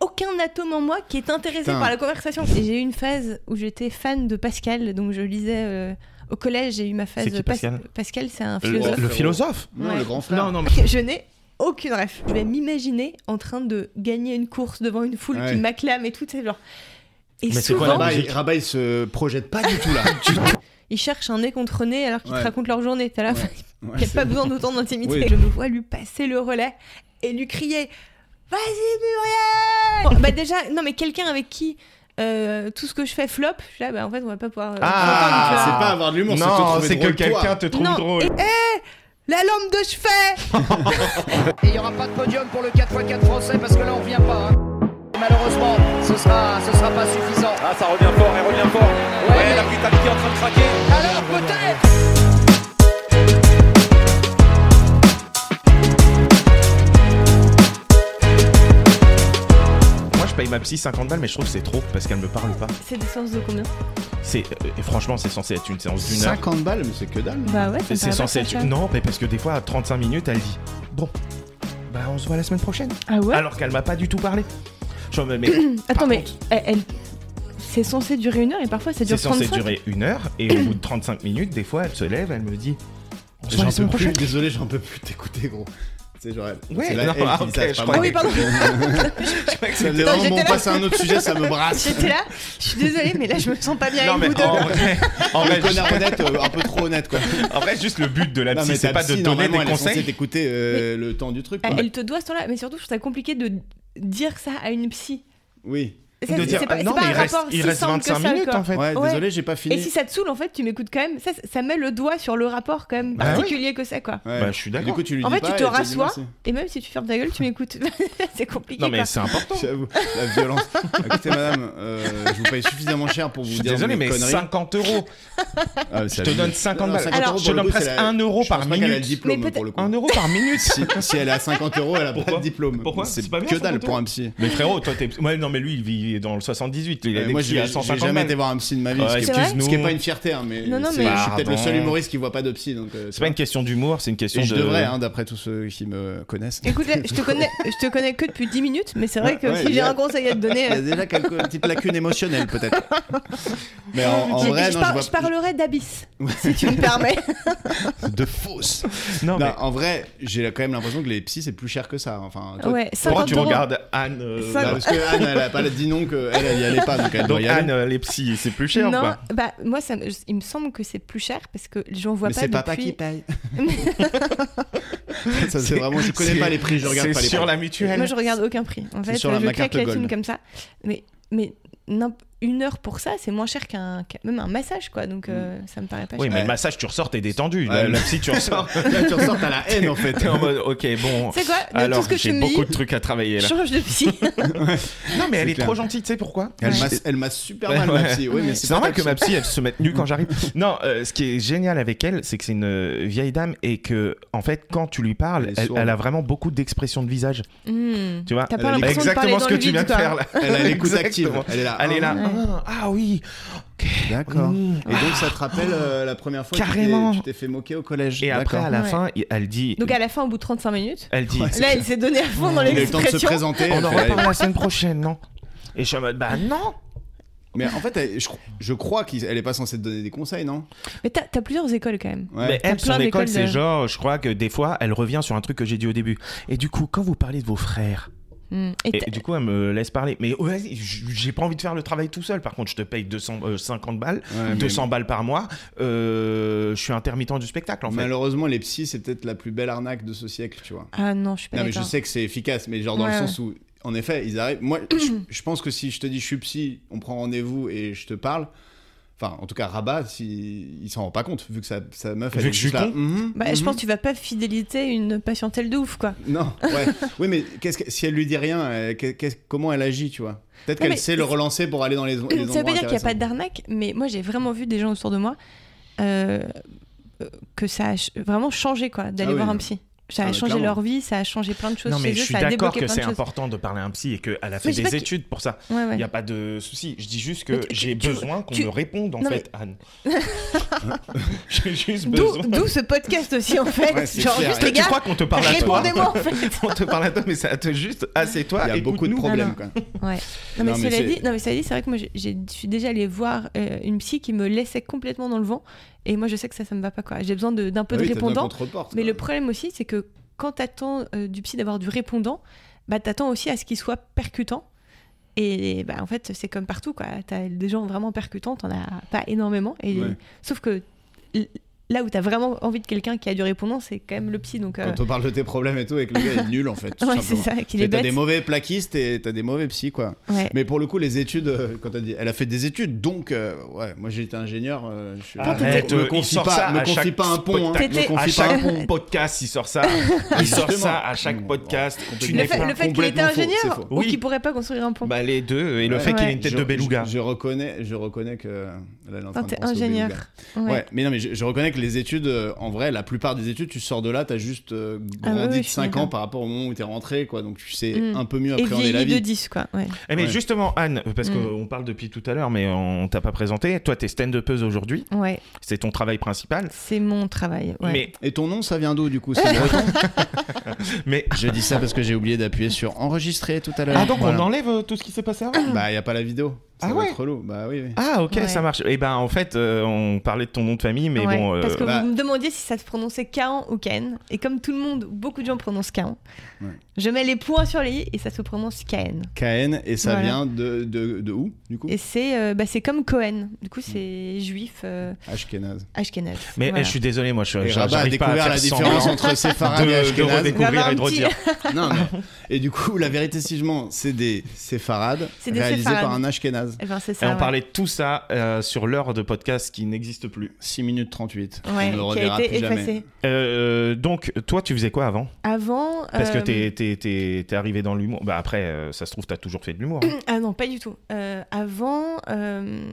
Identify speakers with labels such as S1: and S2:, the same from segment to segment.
S1: aucun atome en moi qui est intéressé
S2: Putain.
S1: par la conversation. Et j'ai eu une phase où j'étais fan de Pascal, donc je lisais euh, au collège, j'ai eu ma phase.
S3: C'est qui,
S1: Pas-
S3: Pascal
S1: Pascal, c'est un
S3: Le,
S1: philosophe.
S3: le philosophe
S2: Non,
S1: Ouais.
S2: le grand frère.
S3: Non, non, mais
S1: Je n'ai aucune ref. Je vais m'imaginer en train de gagner une course devant une foule
S2: Ouais.
S1: qui m'acclame et tout, c'est genre. Et
S3: Mais c'est
S1: souvent,
S3: quoi la
S2: Rabat,
S3: logique.
S2: il, Rabat, il se projette pas du tout là.
S1: ils cherchent un nez contre nez alors qu'ils
S2: Ouais.
S1: te racontent leur journée. T'as la
S2: Ouais.
S1: fin,
S2: Ouais,
S1: Il n'y a
S2: c'est-
S1: pas besoin d'autant d'intimité.
S2: Oui.
S1: Je me vois lui passer le relais et lui crier Vas-y, Muriel Bah, déjà, non, mais quelqu'un avec qui euh, tout ce que je fais flop, je suis là, bah, en fait, on va pas pouvoir. euh,
S3: Ah,
S1: s'entendre, tu
S2: c'est
S1: vois.
S2: pas avoir de l'humour, c'est te
S3: non,
S2: trouver
S3: c'est que
S2: drôle, toi.
S3: quelqu'un te trouve
S1: Non. eh,
S3: drôle.
S1: La lampe de chevet
S4: Et il n'y aura pas de podium pour le 4x4 français parce que là on revient pas. hein. Malheureusement, ce sera, ce sera pas suffisant.
S5: Ah, ça revient fort, elle revient fort.
S4: Ouais,
S5: Ouais,
S4: mais-
S5: la brutalité en train de craquer.
S4: Alors peut-être
S3: Moi, je paye ma psy 50 balles, mais je trouve que c'est trop parce qu'elle me parle pas.
S1: C'est des séances de combien
S3: C'est euh, et franchement, c'est censé être une séance d'une heure.
S2: 50 balles, mais c'est que dalle.
S1: Bah, ouais, ça me
S3: C'est
S1: paraît
S3: censé
S1: pas
S3: être
S1: cher.
S3: non, mais parce que des fois, à 35 minutes, elle dit bon, bah on se voit la semaine prochaine.
S1: Ah ouais
S3: Alors qu'elle m'a pas du tout parlé. Je me mais
S1: Attends,
S3: par
S1: mais
S3: contre-
S1: elle. elle- C'est censé durer une heure et parfois ça
S3: c'est
S1: dure
S3: censé
S1: 35
S3: durer une heure et au bout de 35 minutes, des fois, elle se lève, elle me dit on se voit
S2: J'en
S3: la
S2: peux
S3: semaine
S2: plus,
S3: prochaine.
S2: désolé, j'en peux plus t'écouter, gros. C'est genre elle.
S3: Ouais,
S2: c'est la
S3: non,
S2: elle qui
S3: ah,
S2: dit
S3: ok,
S2: ça, c'est
S3: je
S2: pas
S3: crois
S2: moi.
S1: que- Ah oui,
S2: Ça faisait
S1: Putain,
S2: vraiment
S1: j'étais
S2: bon,
S1: là.
S2: on passe à un autre sujet, ça me brasse.
S1: J'étais là, je suis désolée, mais là je me sens pas bien
S3: Non
S1: avec
S3: mais
S1: vous deux.
S3: en vrai, en vrai,
S2: Le connard
S3: juste,
S2: honnête, euh, un peu trop honnête quoi.
S3: en vrai, juste le but de la
S2: Non,
S3: psy, c'est
S2: ta
S3: pas
S2: psy,
S3: de donner
S2: normalement,
S3: des
S2: elle est censée
S3: conseils.
S2: t'écouter euh, le temps du truc. quoi.
S1: Elle- Elle te doit ce temps-là, mais surtout je trouve ça compliqué de dire ça à une psy.
S2: Oui.
S1: Ça,
S3: de
S1: c'est-
S3: dire
S1: c'est pas,
S3: ah,
S1: c'est
S3: non
S1: pas
S3: mais
S1: un
S3: il reste,
S1: rapport
S3: il
S1: si
S3: reste
S1: simple que
S3: 25
S1: ça,
S3: minutes
S1: quoi.
S3: en fait.
S2: Ouais,
S1: Ouais.
S2: désolé, j'ai pas fini.
S1: Et si ça te saoule, en fait, tu m'écoutes quand même. Ça, ça met le doigt sur le rapport quand même
S3: Bah
S1: particulier que c'est, quoi.
S2: Ouais.
S3: Bah, je suis
S2: Du
S3: d'accord.
S2: coup, tu lui
S1: En
S2: dis
S1: fait,
S2: pas,
S1: tu te
S2: elle dit
S1: rassois.
S2: merci.
S1: Et même si tu fermes ta gueule, tu m'écoutes. c'est compliqué.
S3: Non mais
S1: quoi.
S3: c'est important.
S2: J'avoue, la violence. Écoutez, madame, euh, je vous paye suffisamment cher pour vous
S3: Je suis
S2: dire
S3: désolé,
S2: mes
S3: mais
S2: conneries.
S3: 50 euros.
S2: Ah, mais
S3: Je
S2: ça-
S3: te donne
S2: Non,
S3: 50
S2: non,
S3: balles.
S2: 50 euros,
S3: je te
S2: pour le
S3: donne
S2: coup,
S3: presque
S2: c'est la-
S3: 1 euro
S2: je
S3: par
S2: pense pas qu'elle a le
S3: minute.
S2: diplôme
S1: Mais peut-
S2: pour le coup.
S3: 1 euro par minute.
S2: Si, si elle est à 50 euros, elle a pas
S3: Pourquoi
S2: de diplôme.
S3: Pourquoi
S2: C'est
S3: C'est pas bien,
S2: que dalle
S3: 50
S2: pour un psy.
S3: Mais frérot, toi t'es. Ouais, non, mais lui, il vit dans le 78. Il a
S2: Euh,
S3: des
S2: moi,
S3: petits à
S2: j'ai j'ai
S3: 150
S2: jamais
S3: balles.
S2: été voir un psy de ma vie.
S3: Ouais,
S2: ce, qui est,
S1: excuse-nous.
S2: ce qui est pas une fierté, hein, mais,
S1: Non, non,
S2: c'est-
S1: mais-
S2: je suis peut-être le seul
S3: Pardon.
S2: humoriste qui voit pas de psy. Donc, euh,
S3: C'est pas une question d'humour, c'est une question
S2: Et je
S3: de.
S2: devrais, hein, d'après tous ceux qui me connaissent.
S1: Écoute, là, je te connais, je te connais que depuis 10 minutes, mais c'est vrai que
S2: Ouais,
S1: si j'ai
S2: bien.
S1: un conseil à te donner. euh,
S2: déjà quelques petites lacunes émotionnelles, peut-être. Mais en, en
S1: je-
S2: vrai,
S1: je,
S2: non,
S1: par-
S2: je vois
S1: je parlerai d'abysse, si tu me permets.
S2: de fausses.
S3: Non, mais.
S2: en vrai, j'ai quand même l'impression que les psys, c'est plus cher que ça. Enfin, toi,
S1: ouais, 50
S3: Pourquoi tu
S1: euros.
S3: regardes Anne euh,
S1: Ça-
S2: bah,
S3: là-
S2: parce que Anne, elle a pas dit non qu'elle, elle y allait pas, donc elle doit
S3: Donc
S2: y
S3: Anne,
S2: aller.
S3: euh, les psys, c'est plus cher ou
S1: non,
S3: pas
S1: bah moi ça, me- il me semble que c'est plus cher parce que j'en vois
S2: Mais
S1: pas
S2: c'est
S1: depuis.
S2: papa qui paye. ça, c'est vraiment, je connais
S3: c'est-
S2: pas les prix, je regarde
S3: C'est
S2: pas les prix.
S3: sur la
S1: Moi,
S3: mutuelle.
S1: je regarde aucun prix. En
S2: C'est
S1: fait,
S2: sur la-
S1: je
S2: ma
S1: claque
S2: carte
S1: la
S2: Gold.
S1: thune comme ça. Mais, mais n'imp- une heure pour ça, c'est moins cher qu'un qu'un- même un massage, quoi. Donc, euh, ça me paraît pas
S3: Mm. Oui,
S1: cher.
S3: mais
S2: Ouais.
S3: le massage, tu ressors, t'es détendu.
S2: Ouais,
S3: La
S2: mais-
S3: la psy, tu ressors.
S2: Là, tu ressors, t'as la haine en fait.
S3: T'es en mode, ok, bon.
S1: C'est quoi De tout
S3: Alors,
S1: ce que tu
S3: j'ai
S1: me dis,
S3: beaucoup de trucs à travailler là.
S1: change de psy.
S3: Non, mais elle
S2: C'est
S3: est
S2: clair.
S3: trop gentille, tu sais pourquoi
S2: Elle
S1: Ouais.
S2: masse- Elle masse super
S3: Ouais,
S2: mal, ma
S3: ouais.
S2: psy. Oui, mais
S3: C'est
S2: c'est
S3: normal
S2: pas ta
S3: que ma
S2: psy.
S3: psy elle se mette nue quand j'arrive. non, euh, ce qui est génial avec elle, c'est que c'est une euh, vieille dame et que en fait quand tu lui parles,
S2: Elle est
S3: elle,
S2: sourde.
S3: elle a vraiment beaucoup d'expressions de visage.
S1: Hmm.
S3: Tu vois euh,
S1: T'as
S2: Elle a
S1: pas l'impression de parler
S3: Exactement
S1: dans
S3: ce que
S1: le
S3: tu
S1: vide,
S3: viens de
S1: quoi.
S3: faire là.
S2: Elle a l'écoute active.
S3: Exactement.
S2: Elle est là.
S3: Elle est là.
S1: Ouais.
S3: Ah, ah oui. Ok.
S2: D'accord.
S3: Mmh.
S2: Et donc ça te rappelle euh, la première fois que tu t'es-
S3: Carrément.
S2: tu t'es fait moquer au collège.
S3: Et après
S2: D'accord.
S3: à la
S1: Ouais.
S3: fin, il- elle dit.
S1: Donc, à la fin, au bout de 35 minutes,
S3: Elle dit.
S1: là, elle s'est donnée à fond
S3: Mm.
S1: dans
S2: il a eu
S1: les
S2: le temps de se
S1: expressions.
S2: présenter.
S3: On
S2: elle
S3: en
S2: fait,
S3: reparle la semaine prochaine, non Et je suis en mode bah non.
S2: Mais en fait, elle- je, cro- je crois qu'elle est pas censée te donner des conseils, non
S1: Mais t'as t'as plusieurs écoles quand même.
S2: Ouais.
S3: Mais elle,
S1: plein
S3: son école,
S1: d'écoles de-
S3: c'est genre, je crois que des fois, elle revient sur un truc que j'ai dit au début. Et du coup, quand vous parlez de vos frères,
S1: Hmm. Et
S3: Et
S1: t'as-
S3: du coup, elle me laisse parler. Mais vas-y, j- j'ai pas envie de faire le travail tout seul. Par contre, je te paye 250 balles,
S2: Ouais, mais
S3: 200 balles par mois. Euh, je suis intermittent du spectacle, en fait.
S2: Malheureusement, les psys, c'est peut-être la plus belle arnaque de ce siècle, tu vois.
S1: Ah non, je suis pas
S2: Non, mais je
S1: d'accord.
S2: sais que c'est efficace, mais genre dans
S1: Ouais,
S2: le sens où, en effet, ils arrivent. Moi, je, je pense que si je te dis je suis psy, on prend rendez-vous et je te parle. Enfin, en tout cas, Rabat, si, il s'en rend pas compte, vu que sa, sa meuf, elle
S3: Vu
S2: est
S3: que je
S2: juste
S3: suis
S2: là.
S3: con.
S2: Mhm,
S1: Bah, Je
S3: Mm-hmm.
S2: mhm.
S1: pense que tu vas pas fidéliser une patientèle de ouf, quoi.
S2: Non, ouais. oui, mais qu'est-ce que, si elle lui dit rien, euh, qu'est- qu'est-ce- comment elle agit, tu vois Peut-être
S1: Non,
S2: qu'elle
S1: mais
S2: sait le
S1: c'est-
S2: relancer pour aller dans les, les endroits
S1: Ça veut pas dire qu'il n'y a
S2: intéressants.
S1: pas d'arnaque, mais moi j'ai vraiment vu des gens autour de moi euh, euh, que ça a ch- vraiment changé quoi d'aller
S2: Ah oui.
S1: voir un psy. Ça a
S2: Ah bah,
S1: changé
S2: clairement.
S1: leur vie, ça a changé plein de choses
S3: Non, mais
S1: chez
S3: je
S1: eux,
S3: suis
S1: ça a
S3: d'accord
S1: débloqué
S3: que
S1: plein de
S3: c'est
S1: choses.
S3: important de parler à un psy et qu'elle a
S1: Mais
S3: fait
S1: je sais pas
S3: des
S1: que-
S3: études pour ça.
S1: Ouais, ouais.
S3: Il n'y a pas de souci. Je dis juste que
S1: Mais tu-
S3: j'ai
S1: tu-
S3: besoin qu'on
S1: tu-
S3: me réponde, en
S1: Non,
S3: fait, Anne. j'ai juste
S1: D'où
S3: besoin.
S1: d'où ce podcast aussi, en fait.
S2: Ouais, c'est
S1: Genre,
S2: clair.
S1: juste,
S2: Toi,
S1: les
S3: Tu
S1: gars,
S3: crois qu'on te parle à toi
S1: répondez-moi, en fait.
S3: On te parle à toi, mais ça te juste assieds-toi.
S2: Il y a beaucoup de
S3: Ah, écoute-nous.
S2: problèmes.
S1: Non,
S2: quoi.
S1: Ouais. Non, mais,
S2: Non, mais
S1: cela
S2: c'est-
S1: dit, non, mais cela dit, c'est vrai que moi, j'ai- j'ai- je suis déjà allée voir euh, une psy qui me laissait complètement dans le vent. Et moi, je sais que ça, ça me va pas, quoi. J'ai besoin de- d'un peu
S2: Ah oui,
S1: de
S2: t'as besoin
S1: répondant.
S2: qu'on te reporte,
S1: hein. Mais
S2: quoi.
S1: le problème aussi, c'est que quand t'attends euh, du psy d'avoir du répondant, bah t'attends aussi à ce qu'il soit percutant. Et bah, en fait, c'est comme partout, quoi. T'as des gens vraiment percutants, t'en as pas énormément. Et,
S2: Ouais.
S1: Sauf que l- là où t'as vraiment envie de quelqu'un qui a du répondant, c'est quand même le psy. Donc, euh,
S2: Quand on parle de tes problèmes et tout, et que le gars est nul en fait. tout
S1: ouais, c'est
S2: simplement.
S1: ça, qu'il est
S2: T'as des
S1: bête.
S2: mauvais plaquistes et t'as des mauvais psys quoi.
S1: Ouais.
S2: Mais pour le coup, les études, euh, quand t'as dit, elle a fait des études, donc euh, ouais, moi j'ai été ingénieur. euh, je suis-
S3: Arrête,
S2: me
S3: euh, il
S2: confie
S3: sort ça
S2: pas, me
S3: à
S2: confie
S3: chaque
S2: pas un pont. Hein,
S1: spectacle.
S2: me
S3: À
S2: confie pas Mmh, un
S3: chaque
S2: pont.
S3: podcast, il sort ça. Il sort ça à chaque podcast. Tu
S2: Le
S3: n'es
S1: Le
S3: pas
S1: fait, le fait qu'il était
S2: complètement faux, c'est
S1: ingénieur
S2: faux.
S1: ou
S3: Oui.
S1: qu'il pourrait pas construire un pont.
S3: Bah, les deux, et le
S2: Ouais.
S3: fait qu'il ait une
S2: Je-
S3: tête de beluga.
S2: Je, je reconnais, je reconnais que là, elle est en train
S1: Quand
S2: de
S1: t'es
S2: penser au
S1: ingénieur.
S2: beluga.
S1: Ouais.
S2: Ouais. mais non, mais je, je reconnais que les études, euh, en vrai, la plupart des études, tu sors de là, t'as juste euh,
S1: Ah ouais,
S2: grandi
S1: ouais,
S2: de
S1: je suis
S2: 5 ans
S1: d'accord.
S2: par rapport au moment où t'es rentré, quoi. Donc tu sais
S1: Mm.
S2: un peu mieux
S1: Et
S2: appréhender la
S1: vieilli de
S2: vie.
S1: 10, quoi. Ouais.
S3: Eh mais
S2: Ouais.
S3: justement, Anne, parce
S1: Mm.
S3: qu'on parle depuis tout à l'heure, mais on t'a pas présenté. Toi, t'es stand-upeuse aujourd'hui.
S1: Ouais.
S3: C'est ton travail principal.
S1: C'est mon travail. Ouais.
S3: Mais,
S2: Et ton nom, ça vient d'où du coup C'est breton
S3: mais...
S2: Je dis ça parce que j'ai oublié d'appuyer sur enregistrer tout à l'heure.
S3: Ah, donc
S2: Voilà.
S3: on enlève euh, tout ce qui s'est passé avant
S1: Mm.
S2: Bah, y a pas la vidéo. Ça
S3: Ah
S2: va
S3: ouais
S2: être relou. Bah oui, oui.
S3: Ah, ok,
S1: Ouais.
S3: ça marche. Eh ben, en fait, euh, on parlait de ton nom de famille, mais
S1: Ouais,
S3: bon... euh,
S1: parce que
S2: bah-
S1: vous me demandiez si ça se prononçait Caen ou Caen. Et comme tout le monde, beaucoup de gens prononcent Caen.
S2: Ouais.
S1: Je mets les points sur les i et ça se prononce Caen.
S2: KN, et ça
S1: Voilà.
S2: vient de, de, de où du coup
S1: Et c'est euh, bah, c'est comme Cohen. Du coup, c'est juif euh,
S2: Ashkenaz.
S1: ashkenaz.
S3: Mais eh,
S1: Voilà.
S3: je suis désolé, moi, je
S2: Et
S3: j'a-
S2: Rabat a
S3: j'arrive pas à
S2: découvert
S3: faire
S2: la
S3: semblant
S2: différence entre séfarade et
S3: de, de
S2: ashkenaz.
S3: redécouvrir
S1: Un
S3: et de
S1: petit-
S3: redire.
S2: Non, mais- Et du coup, la vérité, si je mens, c'est des séfarades
S1: C'est des
S2: réalisées
S1: séfarades.
S2: par un ashkenaz.
S1: Eh ben, c'est
S3: Et
S1: ça.
S3: on
S1: ouais.
S3: parlait de tout ça euh, sur l'heure de podcast qui n'existe plus.
S2: 6 minutes 38.
S1: Ouais,
S2: on ne
S1: qui a
S2: reverra
S1: été
S2: plus jamais.
S1: effacé.
S3: Euh, donc, toi, tu faisais quoi avant
S1: Avant.
S3: Parce que
S1: euh,
S3: t'es, t'es- t'es- t'es arrivé dans l'humour. Bah après, euh, ça se trouve, t'as toujours fait de l'humour. hein.
S1: Ah non, pas du tout. Euh, avant. euh,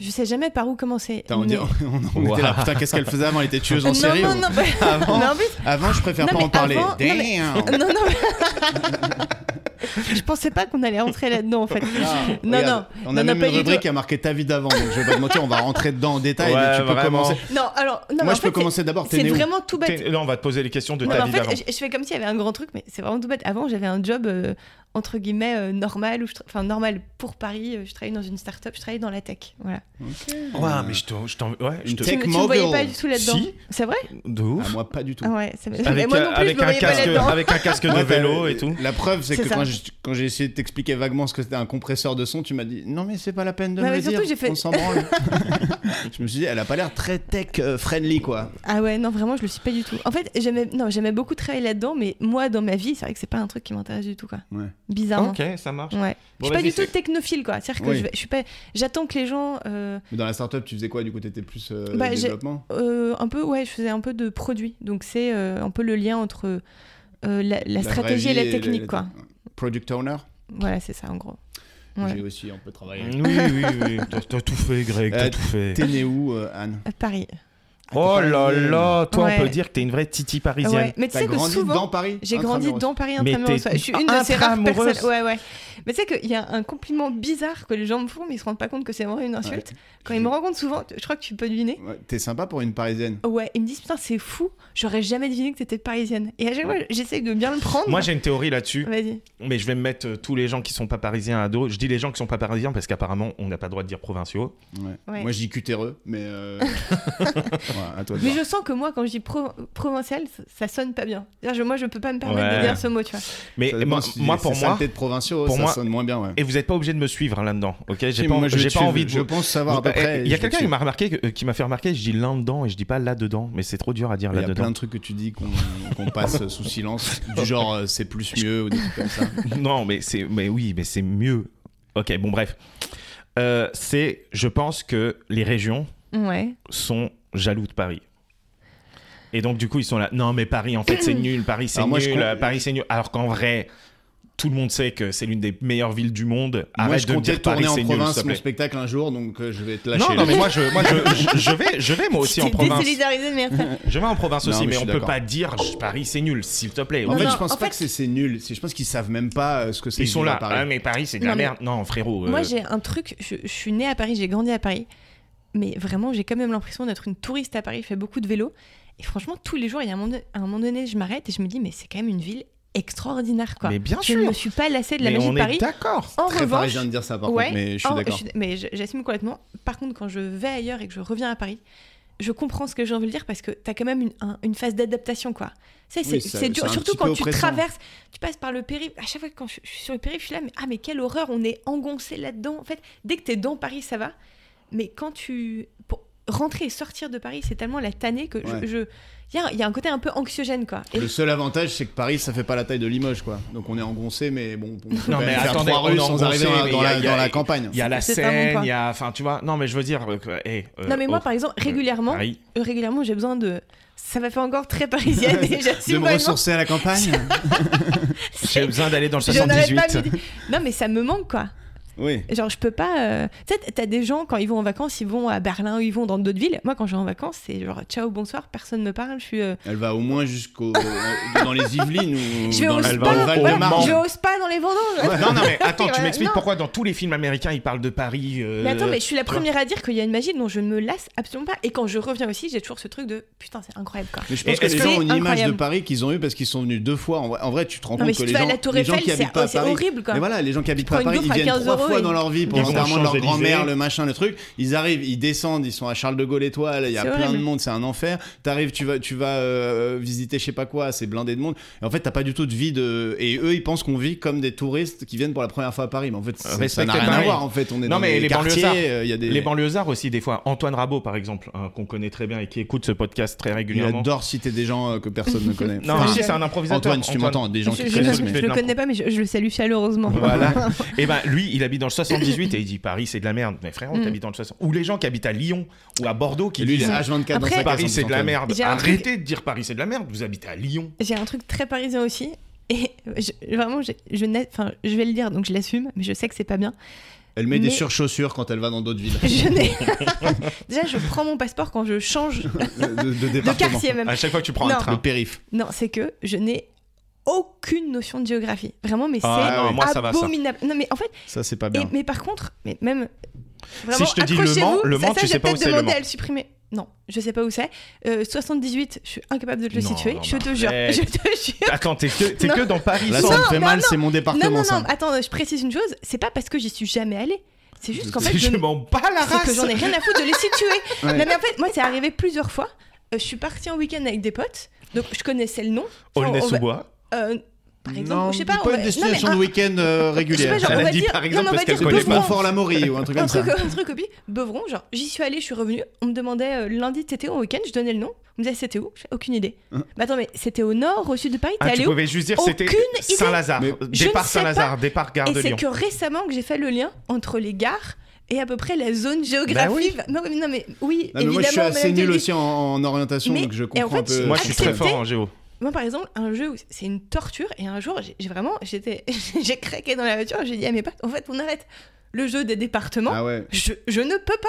S1: Je sais jamais par où commencer.
S2: Putain, on,
S1: mais-
S2: dit- on- on était là. Putain, qu'est-ce qu'elle faisait avant Elle était tueuse en
S1: non,
S2: série
S1: non,
S2: ou-
S1: non, pas-
S2: Avant,
S1: mais en plus,
S2: avant, je préfère
S1: Non,
S2: pas
S1: mais
S2: en parler.
S1: avant- non, mais-
S2: Damn
S1: non, non. mais- je pensais pas qu'on allait rentrer là-dedans en fait.
S2: Ah,
S1: Non,
S2: regarde,
S1: non,
S2: On a
S1: non, non,
S2: même
S1: pas
S2: une
S1: du
S2: rubrique
S1: tout.
S2: qui a marqué ta vie d'avant. Donc je vais pas te mentir, on va rentrer dedans en détail. mais
S3: Ouais,
S2: tu peux
S3: vraiment.
S2: commencer.
S1: Non, alors, non, mais
S2: Moi,
S1: en
S2: je
S1: fait,
S2: peux commencer d'abord.
S1: C'est
S2: T'es né où
S1: vraiment tout bête.
S3: hein. T'es- Là, on va te poser les questions de
S1: Non,
S3: ta
S1: mais en
S3: vie d'avant.
S1: fait, je, je fais comme s'il y avait un grand truc, mais c'est vraiment tout bête. Avant, j'avais un job euh, entre guillemets euh, normal, où je tra- enfin normal pour Paris. euh, je travaillais dans une start-up, je travaillais dans la tech. Voilà.
S3: Ouais, mais je t'en- je t'en- ouais, je
S2: Une
S3: te-
S2: tech
S1: tu, me- tu me
S2: mogul.
S1: voyais pas du tout là-dedans.
S3: Si.
S1: C'est vrai
S3: De ouf.
S2: Ah, Moi, pas du tout.
S1: ah ouais, c'est- mais
S3: Avec,
S1: moi non
S3: euh,
S1: plus,
S3: avec
S1: je me
S3: un
S1: voyais pas
S3: casque,
S1: là-dedans.
S3: avec un casque de
S2: Ouais, t'as-
S3: vélo et tout.
S2: La preuve, c'est
S1: C'est
S2: que
S1: ça.
S2: quand je- quand j'ai essayé de t'expliquer vaguement ce que c'était un compresseur de son, tu m'as dit non mais c'est pas la peine de
S1: Non,
S2: me
S1: mais
S2: le
S1: surtout,
S2: dire.
S1: j'ai fait-
S2: On s'en branle. je me suis dit, elle a pas l'air très tech euh, friendly quoi.
S1: Ah ouais, non, vraiment, je le suis pas du tout. En fait, j'aimais, non, j'aimais beaucoup travailler là-dedans, mais moi, dans ma vie, c'est vrai que c'est pas un truc qui m'intéresse du tout, quoi.
S2: Ouais.
S1: Bizarrement.
S3: Ok, ça marche.
S1: Ouais.
S3: Bon,
S1: je suis pas
S3: vas-y,
S1: du tout
S3: c'est-
S1: technophile, quoi. C'est-à-dire que
S2: Oui.
S1: je, vais- je suis pas. J'attends que les gens. euh,
S2: Mais dans la startup, tu faisais quoi du coup T'étais plus euh,
S1: Bah, j'ai-
S2: développement
S1: euh, un peu, ouais, je faisais un peu de produits. Donc, c'est euh, un peu le lien entre euh, la, la
S2: vraie
S1: stratégie et
S2: vie
S1: la technique, quoi.
S2: Product owner.
S1: Voilà, c'est ça, en gros. Ouais.
S2: J'ai aussi un peu travaillé.
S3: Oui, oui, oui. T'as- T'as tout fait, Greg. T'as
S2: Euh,
S3: tout fait.
S2: T'es né où, euh, Anne
S1: Euh, Paris.
S3: Oh là
S2: parisienne.
S3: là, toi,
S1: Ouais.
S3: on peut dire que t'es une vraie titi parisienne.
S1: Ouais. Mais tu
S2: T'as
S1: sais que
S2: grandi
S1: souvent.
S2: dans Paris Ah,
S1: J'ai
S2: Intramuros.
S1: grandi dans Paris
S3: Mais
S1: intramuros.
S3: t'es
S1: ouais. Je suis une de ces rares
S3: intramureuse.
S1: personnes. Ouais, ouais. Mais tu sais qu'il y a un compliment bizarre que les gens me font, mais ils se rendent pas compte que c'est vraiment une insulte. Quand ils me rencontrent souvent, je crois que tu peux deviner.
S2: Ouais, T'es sympa pour une parisienne.
S1: Ouais, ils me disent putain, c'est fou, j'aurais jamais deviné que t'étais parisienne. Et à chaque fois, j'essaye de bien le prendre.
S3: Moi, j'ai une théorie là-dessus,
S1: Vas-y.
S3: mais je vais me mettre euh, tous les gens qui sont pas parisiens à dos. Je dis les gens qui sont pas parisiens parce qu'apparemment, on n'a pas le droit de dire provinciaux.
S2: Ouais.
S1: Ouais.
S2: Moi, je dis cutéreux, mais. euh, voilà, à toi de
S1: Mais
S2: voir.
S1: je sens que moi, quand je dis pro- provincial, ça, ça sonne pas bien. C'est-à-dire, je- moi, je peux pas me permettre
S3: Ouais.
S1: de dire ce mot, tu vois.
S3: Mais
S2: Ça dépend
S3: moi,
S2: si
S3: moi,
S2: c'est
S3: pour moi,
S2: saleté de provinciaux,
S3: pour
S2: ça
S3: moi-
S2: sonne moins bien, ouais.
S3: et vous n'êtes pas obligé de me suivre hein, là-dedans, ok J'ai
S2: Si,
S3: pas,
S2: moi,
S3: envie-
S2: je vais
S3: j'ai
S2: te
S3: pas
S2: suivre.
S3: envie de
S2: Je
S3: vous-
S2: pense savoir à peu
S3: Eh, eh,
S2: près.
S3: Il y a
S2: je
S3: quelqu'un
S2: te
S3: qui
S2: suis.
S3: m'a remarqué, que- qui m'a fait remarquer, je dis là-dedans et je dis pas là-dedans, mais c'est trop dur à dire
S2: Il y a
S3: là-dedans.
S2: plein de trucs que tu dis qu'on qu'on passe sous silence, du genre euh, c'est plus mieux ou des trucs comme ça.
S3: Non, mais c'est, mais oui, mais c'est mieux. Ok, bon, bref. Euh, c'est, je pense que les régions
S1: Ouais.
S3: sont jaloux de Paris. Et donc, du coup, ils sont là. Non, mais Paris, en fait, c'est nul. Paris, c'est
S2: Alors moi, je
S3: nul.
S2: con-
S3: euh, Paris, c'est nul. Alors qu'en vrai, tout le monde sait que c'est l'une des meilleures villes du monde. Arrête
S2: Moi, je
S3: de me
S2: comptais
S3: dire Paris,
S2: tourner en
S3: c'est nul, s'il
S2: province
S3: te
S2: mon
S3: plaît.
S2: spectacle un jour, donc euh, je vais te lâcher.
S3: Non, non,
S2: là.
S3: mais moi, je, moi je, je- je vais, je vais moi aussi en
S1: T'es
S3: province.
S1: désolidarisé de mes frères.
S3: Je vais en province
S2: Non,
S3: aussi,
S2: mais
S3: mais,
S2: je suis
S3: on peut
S2: d'accord.
S3: pas dire je- Paris, c'est nul, s'il te plaît.
S2: En
S1: Non,
S2: fait,
S1: non,
S2: je pense
S1: en
S2: pas
S1: fait-
S2: que c'est- c'est nul. C'est- Je pense qu'ils savent même pas euh, ce que c'est.
S3: Ils
S2: que
S3: sont
S2: vivre à
S3: là.
S2: Paris.
S3: Ah, mais Paris, c'est de
S1: Non,
S3: la
S1: mais-
S3: merde. Non, frérot. euh,
S1: Moi, j'ai un truc. Je, je suis née à Paris, j'ai grandi à Paris. Mais vraiment, j'ai quand même l'impression d'être une touriste à Paris. Je fais beaucoup de vélo. Et franchement, tous les jours, il y a un moment, à un moment donné, je m'arrête et je me dis, mais c'est quand même une ville extraordinaire, quoi.
S3: Mais bien
S1: je
S3: sûr.
S1: ne me suis pas lassée de la
S3: mais
S1: magie
S3: on
S1: de Paris. Oh,
S3: est d'accord.
S1: En
S2: Très
S1: revanche,
S2: parisien de dire ça, par
S1: ouais,
S2: contre, mais je suis
S1: en-
S2: d'accord.
S1: mais je- j'assume complètement. Par contre, quand je vais ailleurs et que je reviens à Paris, je comprends ce que j'ai envie de dire parce que t'as quand même une, un- une phase d'adaptation, quoi. Ça, c'est
S2: Oui, ça-
S1: c'est dur.
S2: c'est un
S1: Surtout
S2: petit
S1: quand
S2: peu
S1: tu
S2: oppressant.
S1: traverses, tu passes par le périph. À chaque fois que quand je, je suis sur le périph, je suis là, mais ah, mais quelle horreur, on est engoncé là-dedans. En fait, dès que t'es dans Paris, ça va. Mais quand tu. Pour rentrer et sortir de Paris, c'est tellement la tannée que
S2: Ouais.
S1: je. je- Il y, a, il y a un côté un peu anxiogène, quoi. Et
S2: Le seul avantage, c'est que Paris, ça fait pas la taille de Limoges, quoi. Donc on est engoncé, mais bon, on peut
S3: Non,
S2: quand
S3: mais
S2: même faire
S3: attendez,
S2: trois
S3: on est
S2: rues sans
S3: engoncé,
S2: arriver dans,
S3: mais
S2: dans
S3: y a-
S2: la,
S3: y a-
S2: dans la campagne.
S3: Il y a la
S1: C'est- c'est un bon
S3: Seine,
S1: point.
S3: il y a. Enfin, tu vois. Non, mais je veux dire. euh, que- eh, euh,
S1: non, mais moi,
S3: oh,
S1: par exemple, régulièrement,
S3: Paris.
S1: régulièrement, j'ai besoin de. Ça va faire encore très parisienne et
S2: De
S1: j'assume
S2: me
S1: vraiment.
S2: ressourcer à la campagne
S3: J'ai besoin d'aller dans le
S1: Je n'arrête
S3: 78.
S1: pas de me dire- Non, mais ça me manque, quoi.
S2: Oui.
S1: Genre, je peux pas. euh, Tu sais, t'as- t'as des gens, quand ils vont en vacances, ils vont à Berlin ou ils vont dans d'autres villes. Moi, quand je vais en vacances, c'est genre ciao, bonsoir, personne me parle. Je suis. euh,
S2: Elle va au moins jusqu'au euh, dans les Yvelines ou
S1: Je vais
S2: dans,
S1: au
S2: la-
S1: spa,
S2: dans le Val
S1: voilà,
S2: de Marne.
S1: je vais au spa dans les vendanges.
S3: Non, non, mais attends, tu
S1: Voilà,
S3: m'expliques
S1: non.
S3: pourquoi dans tous les films américains ils parlent de Paris. euh,
S1: Mais attends, mais je suis la
S3: tu vois.
S1: première à dire qu'il y a une magie dont je ne me lasse absolument pas. Et quand je reviens aussi, j'ai toujours ce truc de putain, c'est incroyable quoi.
S2: Mais je pense
S3: Et
S2: que
S3: est-ce
S2: les
S1: que-
S2: gens ont une image de
S1: Incroyable.
S2: Paris qu'ils ont eu parce qu'ils sont venus deux fois. En vrai, en vrai, tu te rends
S1: Non, mais
S2: compte
S1: si
S2: que
S1: tu
S2: les
S1: vas à
S2: gens,
S1: la Tour
S2: les gens
S1: Eiffel,
S2: qui habitent pas à
S1: c'est c'est
S2: Paris.
S1: horrible quoi.
S2: Mais voilà, les gens qui habitent
S1: prends
S2: pas à
S1: une
S2: Paris,
S1: gaufre
S2: ils
S1: à
S2: viennent
S1: 15
S2: trois
S1: euros
S2: fois
S1: et-
S2: dans leur vie pour
S3: Ils vont
S2: l'enterrement de leur
S3: Champs-Élysées.
S2: grand-mère, le machin, le truc. Ils arrivent, ils descendent, ils sont à Charles de Gaulle étoile, il y a
S1: C'est
S2: plein
S1: horrible.
S2: de monde, c'est un enfer. T'arrives, tu vas, tu vas euh, visiter je sais pas quoi, c'est blindé de monde. Et en fait, t'as pas du tout de vie de. Et eux, ils pensent qu'on vit comme des touristes qui viennent pour la première fois à Paris. Mais en fait, ça ça
S3: Respectez
S2: n'a rien à
S3: Paris.
S2: voir. En fait, on est
S3: Non,
S2: dans
S3: mais
S2: des
S3: les
S2: quartiers,
S3: banlieusards,
S2: euh, il y a des.
S3: Les banlieusards aussi, des fois. Antoine Rabot, par exemple, hein, qu'on connaît très bien et qui écoute ce podcast très
S2: Il
S3: régulièrement.
S2: adore citer des gens euh, que personne ne connaît.
S3: Non,
S2: Enfin,
S3: mais si, c'est un improvisateur.
S2: Antoine, si tu m'entends, des
S1: Je,
S2: gens qui
S1: je-
S2: connaissent.
S1: je-
S2: mais-
S1: je le connais pas, mais je, je le salue chaleureusement.
S3: Voilà. et ben lui, il habite dans le 78 et il dit Paris, c'est de la merde. Mais frérot,
S1: Mm.
S3: t'habites dans le 78. Ou les gens qui habitent à Lyon ou à Bordeaux qui
S2: Et lui, il est
S3: disent
S2: H24 dans
S1: Après-
S2: sa
S3: Paris,
S2: case,
S3: c'est de la
S2: Antoine.
S3: merde.
S1: J'ai un truc-
S3: Arrêtez de dire Paris, c'est de la merde. Vous habitez à Lyon.
S1: J'ai un truc très parisien aussi. Et je- vraiment, je, je, n'ai- enfin, je vais le dire, donc je l'assume, mais je sais que c'est pas bien.
S2: Elle met des
S1: Mais-
S2: surchaussures quand elle va dans d'autres villes
S1: Je n'ai- Déjà, je prends mon passeport quand je change
S2: de, de- de
S1: de
S2: département.
S1: quartier même.
S3: À chaque fois que Ah, tu prends un
S1: Non.
S2: Le
S3: train.
S2: périph.
S1: Non, c'est que je n'ai aucune notion de géographie. Vraiment, mais
S3: Ah,
S2: non,
S1: c'est
S3: moi, ça va, ça.
S1: abominable. Non, mais en fait,
S2: Ça, c'est pas
S1: et-
S2: bien.
S1: mais par contre, mais même vraiment,
S3: je te dis Le Mans,
S1: accrochez-vous,
S3: Le Mans,
S1: ça, ça,
S3: tu
S1: j'ai
S3: sais pas où
S1: peut-être
S3: c'est, Le
S1: demandé
S3: Mans.
S1: à le supprimer. Non, je sais pas où c'est. Euh, 78, je suis incapable de le
S3: Non,
S1: situer.
S3: non,
S1: je
S3: mais
S1: te jure,
S3: arrête.
S1: je te jure.
S3: Attends, t'es que, t'es
S1: Non.
S3: que dans Paris.
S2: Là,
S3: sans-
S2: ça me fait
S1: non,
S2: mal,
S1: non.
S2: c'est mon
S1: Non, non,
S2: département, ça.
S1: non. Attends, je précise une chose. C'est pas parce que j'y suis jamais allée. C'est juste qu'en
S3: C'est-
S1: fait,
S3: je
S1: je,
S3: m'en bats la
S1: c'est que
S3: race.
S1: j'en ai rien à foutre de les situer.
S2: Ouais.
S1: Non mais en fait, moi c'est arrivé plusieurs fois. Euh, je suis partie en week-end avec des potes, donc je connaissais le nom. Genre, on va-
S3: Aulnay-sous-Bois.
S1: euh, par exemple,
S2: Non,
S1: je
S2: dis
S1: sais pas. on va-
S2: pas une
S1: non, mais
S2: destination
S1: un-
S2: de week-end euh,
S1: je sais
S2: régulière.
S1: pas, genre,
S3: Elle
S1: on
S3: a
S1: va
S3: dit,
S1: dire,
S3: par
S1: non,
S3: exemple,
S1: mais on
S3: parce
S1: va dire
S3: qu'elle connaît pas.
S1: Beuvron.
S2: Montfort la Maurie ou un truc
S1: un
S2: comme ça.
S1: truc, un truc au pire, Beuvron, genre j'y suis allée, je suis revenue, on me demandait euh, lundi t'étais où en week-end, je donnais le nom, on me disait c'était où, J'ai aucune idée.
S2: Hein.
S1: Mais attends mais c'était au nord, au sud de Paris, t'es
S3: Ah, tu
S1: allé où
S3: pouvais juste dire
S1: Aucune
S3: c'était
S1: idée.
S3: Saint-Lazare.
S2: Mais-
S1: Je ne
S3: Départ
S1: sais
S3: Saint-Lazare, départ Gare
S1: Et
S3: de
S1: c'est
S3: Lyon.
S1: que récemment que j'ai fait le lien entre les gares et à peu près la zone géographique. Non, mais- non mais oui,
S2: Bah
S1: évidemment.
S2: Non, mais moi, je suis
S1: Madame
S2: assez nul
S1: Delville.
S2: aussi en, en orientation,
S1: Mais-
S2: donc je
S1: et en
S2: comprends
S1: fait,
S2: un peu.
S3: Moi, je suis très
S1: Accepter.
S3: fort en géo.
S1: Moi, par exemple, un jeu où c'est une torture, et un jour, j'ai j'ai vraiment, j'étais, j'ai craqué dans la voiture, j'ai dit à mes potes, en fait, on arrête le jeu des départements.
S2: Ah ouais.
S1: Je, je ne peux pas.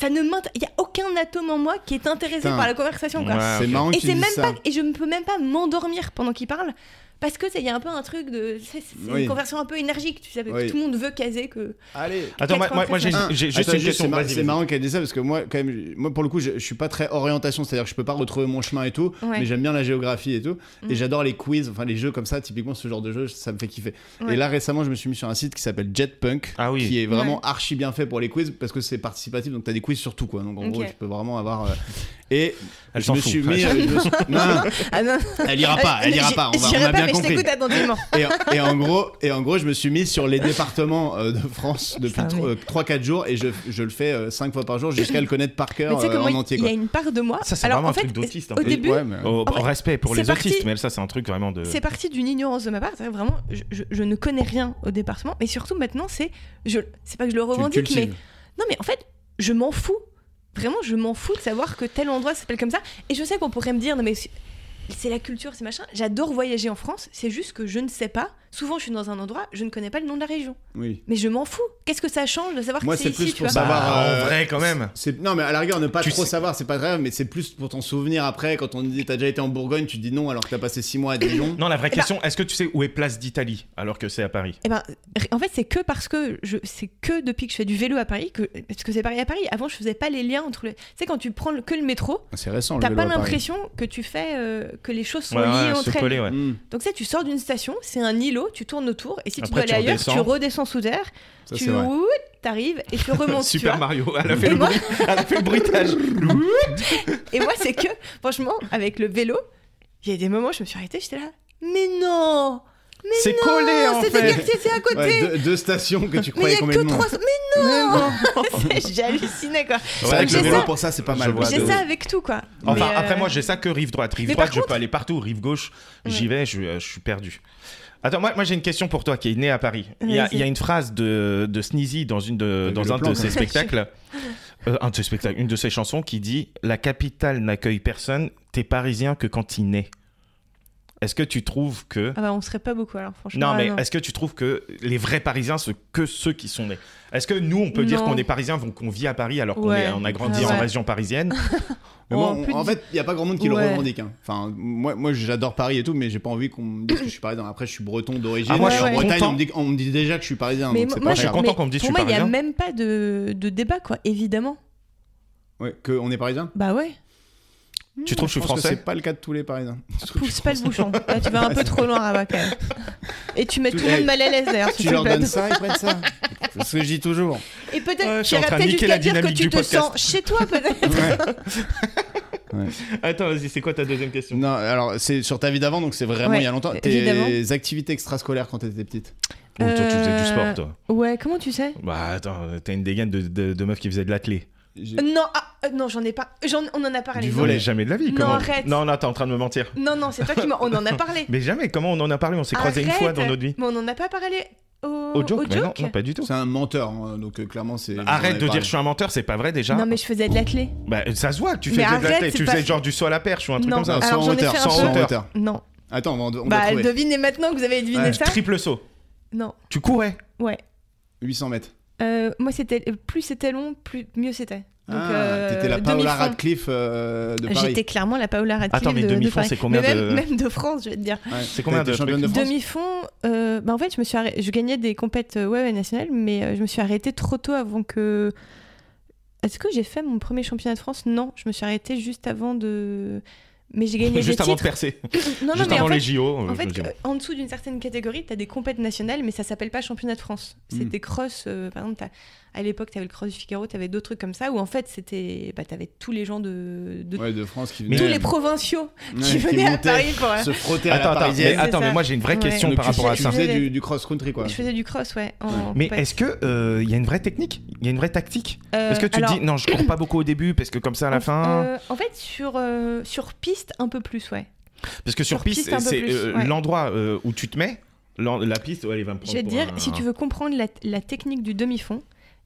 S1: Ça ne m'intéresse. Il y a aucun atome en moi qui est intéressé
S2: Putain.
S1: par la conversation. Quoi.
S3: Ouais. Ah,
S2: C'est
S3: ok.
S2: marrant que
S1: Et
S2: tu
S1: c'est
S2: dises
S1: même
S2: ça.
S1: pas, et je ne peux même pas m'endormir pendant qu'il parle parce que c'est- il y a un peu un truc de, c'est c'est
S2: Oui.
S1: une conversation un peu énergique. Tu sais, que
S2: Oui.
S1: tout le monde veut caser que.
S2: Allez.
S3: Attends, moi, moi, moi, j'ai
S2: Un.
S3: j'ai juste
S2: Ah, Attends,
S3: une question.
S2: c'est mar-
S3: Vas-y,
S2: C'est
S3: vas-y.
S2: marrant qu'elle dise ça parce que moi, quand même, moi pour le coup, je, je suis pas très orientation, c'est-à-dire que je peux pas retrouver mon chemin et tout,
S1: Ouais.
S2: mais j'aime bien la géographie et tout,
S1: Mm.
S2: et j'adore les quiz, enfin les jeux comme ça, typiquement ce genre de jeu, ça me fait kiffer.
S1: Ouais.
S2: Et là récemment, je me suis mis sur un site qui s'appelle Jetpunk,
S3: Ah oui.
S2: qui est vraiment
S1: Ouais.
S2: archi bien fait pour les quiz parce que c'est participatif, donc t'as des quiz sur tout quoi, donc en
S1: Ok.
S2: gros, tu peux vraiment avoir. euh, Et
S3: Elle
S2: je
S3: s'en
S2: me
S3: fout.
S2: suis mis. euh, je me suis- Non, non,
S1: Ah non,
S2: elle ira pas, elle ira
S1: J'y-
S2: pas, on, va, on
S1: j'irai
S2: a
S1: pas,
S2: bien
S1: mais je
S2: compris.
S1: t'écoute attentivement.
S2: Et, en- et en gros, et en gros, je me suis mis sur les départements euh, de France depuis
S1: Putain, mais-
S2: 3-4 jours et je, je le fais 5 fois par jour jusqu'à le connaître par
S1: Mais
S2: cœur
S1: tu sais que
S2: euh,
S1: moi,
S2: en entier.
S1: il y
S2: Quoi.
S1: a une part de moi.
S3: Ça, c'est
S1: Alors,
S3: vraiment
S1: en
S3: un
S1: fait,
S3: truc d'autiste, en
S1: Au
S3: fait.
S2: Et-
S1: début,
S2: ouais, mais- euh,
S3: Au-
S1: En fait,
S3: respect pour
S1: c'est
S3: les
S1: parti.
S3: autistes, mais ça, c'est un truc vraiment de.
S1: C'est parti d'une ignorance de ma part. C'est-à-dire Vraiment, je, je- je ne connais rien au département. Et surtout, maintenant, c'est. je C'est pas que je
S3: Oh,
S1: le
S2: Tu le
S1: revendique, mais.
S2: cultives.
S1: Non, mais en fait, je m'en fous. Vraiment, je m'en fous de savoir que tel endroit s'appelle comme ça. Et je sais qu'on pourrait me dire, non, mais c'est c'est la culture, c'est machin. J'adore voyager en France. C'est juste que je ne sais pas Souvent, je suis dans un endroit, je ne connais pas le nom de la région.
S2: Oui.
S1: Mais je m'en fous. Qu'est-ce que ça change de savoir
S2: Moi,
S1: que c'est
S2: c'est plus
S1: ici, tu
S2: pour
S1: vois
S2: ça. Savoir,
S3: Bah,
S2: euh,
S3: en vrai quand même.
S2: C'est- Non, mais à la rigueur, ne pas
S3: Tu
S2: trop
S3: sais-
S2: savoir, c'est pas grave, mais c'est plus pour ton souvenir après. Quand on dit t'as déjà été en Bourgogne, tu dis non alors que t'as passé 6 mois à Dijon.
S3: Non, la vraie
S1: Eh ben-
S3: question, est-ce que tu sais où est Place d'Italie alors que c'est à Paris
S1: Eh ben, r- en fait, c'est que parce que je, c'est que depuis que je fais du vélo à Paris que parce que c'est pareil à Paris. Avant, je faisais pas les liens entre les. Tu sais, quand tu prends le- que le métro,
S3: Ah,
S2: C'est récent,
S1: t'as pas l'impression que tu fais euh, que les choses sont
S3: Ouais,
S1: liées
S3: ouais, se
S1: entre elles.
S3: coller, ouais.
S2: Mmh,
S1: Donc ça, tu sors d'une station, c'est un îlot, tu tournes autour, et si tu
S3: Après, tu
S1: dois aller ailleurs,
S3: redescends.
S1: tu redesends sous terre,
S2: ça
S1: tu
S2: c'est vrai.
S1: ouh, t'arrives et tu remontes. tu
S3: Super
S1: vois.
S3: Mario, elle a fait
S1: Et
S3: le,
S1: moi,
S3: bruit- elle a fait le bruitage.
S1: et moi, c'est que franchement, avec le vélo, il y a des moments où je me suis arrêtée, j'étais là, mais non, mais
S3: C'est
S1: non,
S3: collé, en
S1: c'était
S3: fait.
S1: quartier, c'est à côté.
S2: Ouais, deux, deux stations que tu
S1: Mais il
S2: croyais
S1: y a
S2: combien
S1: que
S2: de monde.
S1: trois. Mais non, C'est- J'ai halluciné quoi.
S2: C'est vrai que
S1: j'ai
S2: le vélo
S1: ça.
S2: pour ça, c'est pas
S3: Je
S2: mal.
S3: vois Ouais,
S1: J'ai
S3: de
S1: ça
S3: ouf.
S1: avec tout quoi.
S3: Enfin,
S1: Mais, euh,
S3: après, moi, j'ai ça que rive droite. Rive
S1: mais
S3: droite,
S1: par
S3: je peux
S1: contre- Mm.
S3: aller partout. Rive gauche, j'y vais, je, euh, je suis perdu. Attends, moi, moi j'ai une question pour toi qui est né à Paris. Il y a,
S1: Vas-y.
S3: il y a une phrase de, de Sneezy dans, une de,
S2: T'as vu
S3: dans
S2: le
S3: un
S2: plan,
S3: de
S2: quand
S3: ses
S2: même.
S3: spectacles. Euh, un de ses spectacles, une de ses chansons qui dit La capitale n'accueille personne, t'es parisien que quand il naît. Est-ce que tu trouves que.
S1: Ah bah on serait pas beaucoup alors franchement.
S3: Non, mais
S1: Ah,
S3: est-ce que tu trouves que les vrais Parisiens, sont que ceux qui sont nés Est-ce que nous, on peut dire
S1: Non.
S3: qu'on est Parisiens, vont- qu'on vit à Paris alors qu'on
S1: Ouais.
S3: est- on a grandi
S1: Ah ouais.
S3: en région parisienne
S2: Mais moi,
S1: Oh,
S2: on-
S1: plus
S2: en
S1: de-
S2: fait, il n'y a pas grand monde qui le
S1: Ouais.
S2: revendique. hein. Enfin, moi, moi j'adore Paris et tout, mais j'ai pas envie qu'on me dise que je suis parisien. Après, je suis breton d'origine.
S3: Ah,
S1: moi,
S2: je suis
S1: ouais,
S2: en
S1: ouais.
S2: Bretagne,
S3: Content.
S2: on me, dit, on me dit déjà que je suis parisien.
S1: Mais
S2: Ah, donc c'est
S1: moi,
S2: pas
S3: je suis
S2: grave.
S3: content qu'on me dise
S1: Pour
S3: je suis
S1: moi, il y a
S3: parisien.
S1: même pas de, de débat quoi. Évidemment.
S2: Ouais, qu'on est parisien
S1: Bah ouais.
S3: Tu trouves que je suis
S2: pense
S3: français
S2: C'est pas le cas de tous les parisiens. Je trouve que je
S1: Pousse
S2: suis
S1: pas le bouchon. Là, tu vas un peu trop loin, Rabat, quand même. Et tu mets tout, le
S2: Hey,
S1: monde mal à l'aise, d'ailleurs, sur
S2: Tu
S1: ce
S2: leur donnes
S1: plateau.
S2: ça, ils prennent ça. C'est ce que je dis toujours.
S1: Et
S3: Ouais, je
S1: peut-être,
S3: suis en
S1: j'irais
S3: train de
S1: peut-être
S3: niquer
S1: jusqu'à
S3: la
S1: dire que
S3: dynamique
S1: tu
S3: du
S1: te
S3: podcast.
S1: sens chez toi, peut-être.
S3: Attends, vas-y, c'est quoi ta deuxième question
S2: Non, alors c'est sur ta vie d'avant, donc c'est vraiment
S1: Ouais,
S2: il y a longtemps. Tes
S1: évidemment.
S2: activités extrascolaires quand t'étais petite.
S1: Euh,
S3: Toi, tu faisais du sport, toi.
S1: Ouais, comment tu sais
S3: Bah attends, t'as une dégaine de, de, de meuf qui faisait de l'athlé.
S2: J'ai-
S1: Euh, Non, ah, euh, non, j'en ai pas. J'en- on en a parlé.
S2: Du
S1: non.
S2: volet.
S3: jamais de la
S1: Non,
S3: vie. comment-
S1: arrête.
S3: Non, non, t'es en train de me mentir.
S1: Non, non, c'est toi qui m'en. On en a parlé.
S3: Mais jamais, comment on en a parlé On s'est croisés une
S1: Arrête.
S3: fois dans notre vie.
S1: Mais on en a pas parlé au,
S3: Au joke,
S1: au
S3: mais non, non, pas du tout.
S2: C'est un menteur, hein, donc euh, clairement c'est.
S3: Arrête
S2: j'en ai
S3: de
S2: parlé.
S3: dire je suis un menteur, c'est pas vrai déjà.
S1: Non, mais je faisais de l'athlé.
S3: Bah, ça se voit que tu
S1: Mais
S3: faisais de
S1: arrête,
S3: l'athlé,
S1: c'est
S3: tu
S1: pas-
S3: faisais genre du saut à la perche ou un truc
S1: Non.
S3: comme ça.
S2: Non,
S1: Alors,
S2: sans
S1: j'en ai fait
S2: hauteur,
S1: un
S2: sans
S3: peu.
S2: hauteur.
S1: Non.
S2: Attends, on va- on doit
S1: bah,
S2: trouver.
S1: devinez maintenant que vous avez deviné
S2: Ouais.
S1: ça.
S3: Triple saut.
S1: Non.
S3: Tu courais.
S1: Ouais.
S2: 800 mètres.
S1: Euh, moi, c'était plus c'était long, plus mieux c'était. Donc,
S2: Ah,
S1: euh,
S2: t'étais la Paola
S1: demi-fond.
S2: Radcliffe euh, de Paris.
S1: J'étais clairement la Paola Radcliffe
S3: Attends, mais
S1: de, de
S3: demi-fond,
S1: Paris.
S3: c'est combien
S1: Mais même,
S3: de-
S1: même de France, je vais te dire.
S2: Ouais,
S3: C'est combien
S2: t'as été
S3: de
S2: championne de France
S1: Demi-fond, euh, bah en fait, je me suis arrêt- je gagnais des compètes euh, ouais, ouais, nationales, mais euh, je me suis arrêtée trop tôt avant que. Est-ce que j'ai fait mon premier championnat de France Non, je me suis arrêtée juste avant de. Mais j'ai gagné
S3: Juste
S1: des
S3: avant de
S1: titres.
S3: percer.
S1: Non, non,
S3: Juste
S1: mais en
S3: avant
S1: fait,
S3: les JO.
S1: en
S3: euh, je me
S1: fait,
S3: dis,
S1: euh, en dessous d'une certaine catégorie, tu as des compètes nationales, mais ça s'appelle pas championnat de France.
S3: Hmm.
S1: C'est
S2: Mm.
S1: des crosses. euh, par exemple, t'as- à l'époque, tu avais le cross du Figaro, tu avais d'autres trucs comme ça, où en fait, c'était, bah, tu avais tous les gens de, de
S2: Ouais, de France qui
S3: Mais
S1: tous
S2: venait-
S1: les provinciaux
S2: Ouais,
S1: qui venaient à
S2: montaient
S1: Paris pour. euh,
S2: se frotter
S3: Attends,
S2: à la
S3: attends, mais,
S2: parisienne.
S1: C'est
S3: attends,
S1: ça.
S3: mais moi j'ai une vraie
S1: Ouais.
S3: question
S2: Donc,
S3: par
S2: tu-
S3: rapport à
S2: tu
S3: ça.
S2: faisais du, du cross-country quoi.
S1: Je faisais du cross, ouais. en- en
S3: Mais
S1: compète.
S3: est-ce que euh, il y a une vraie technique Il y a une vraie tactique
S1: Euh,
S3: Est-ce que tu
S1: alors,
S3: dis non, je cours pas beaucoup au début parce que comme ça à la fin. hein
S1: euh, en fait, sur, euh, sur piste, un peu plus, ouais.
S3: Parce que sur,
S1: Sur
S3: piste,
S1: piste, un peu
S3: c'est
S1: plus,
S3: euh,
S1: ouais.
S3: l'endroit euh, où tu te mets. l'en- La piste, ouais, elle va me prendre.
S1: Je vais te
S3: pour
S1: dire,
S3: un-
S1: si tu veux comprendre la, la technique du demi-fond,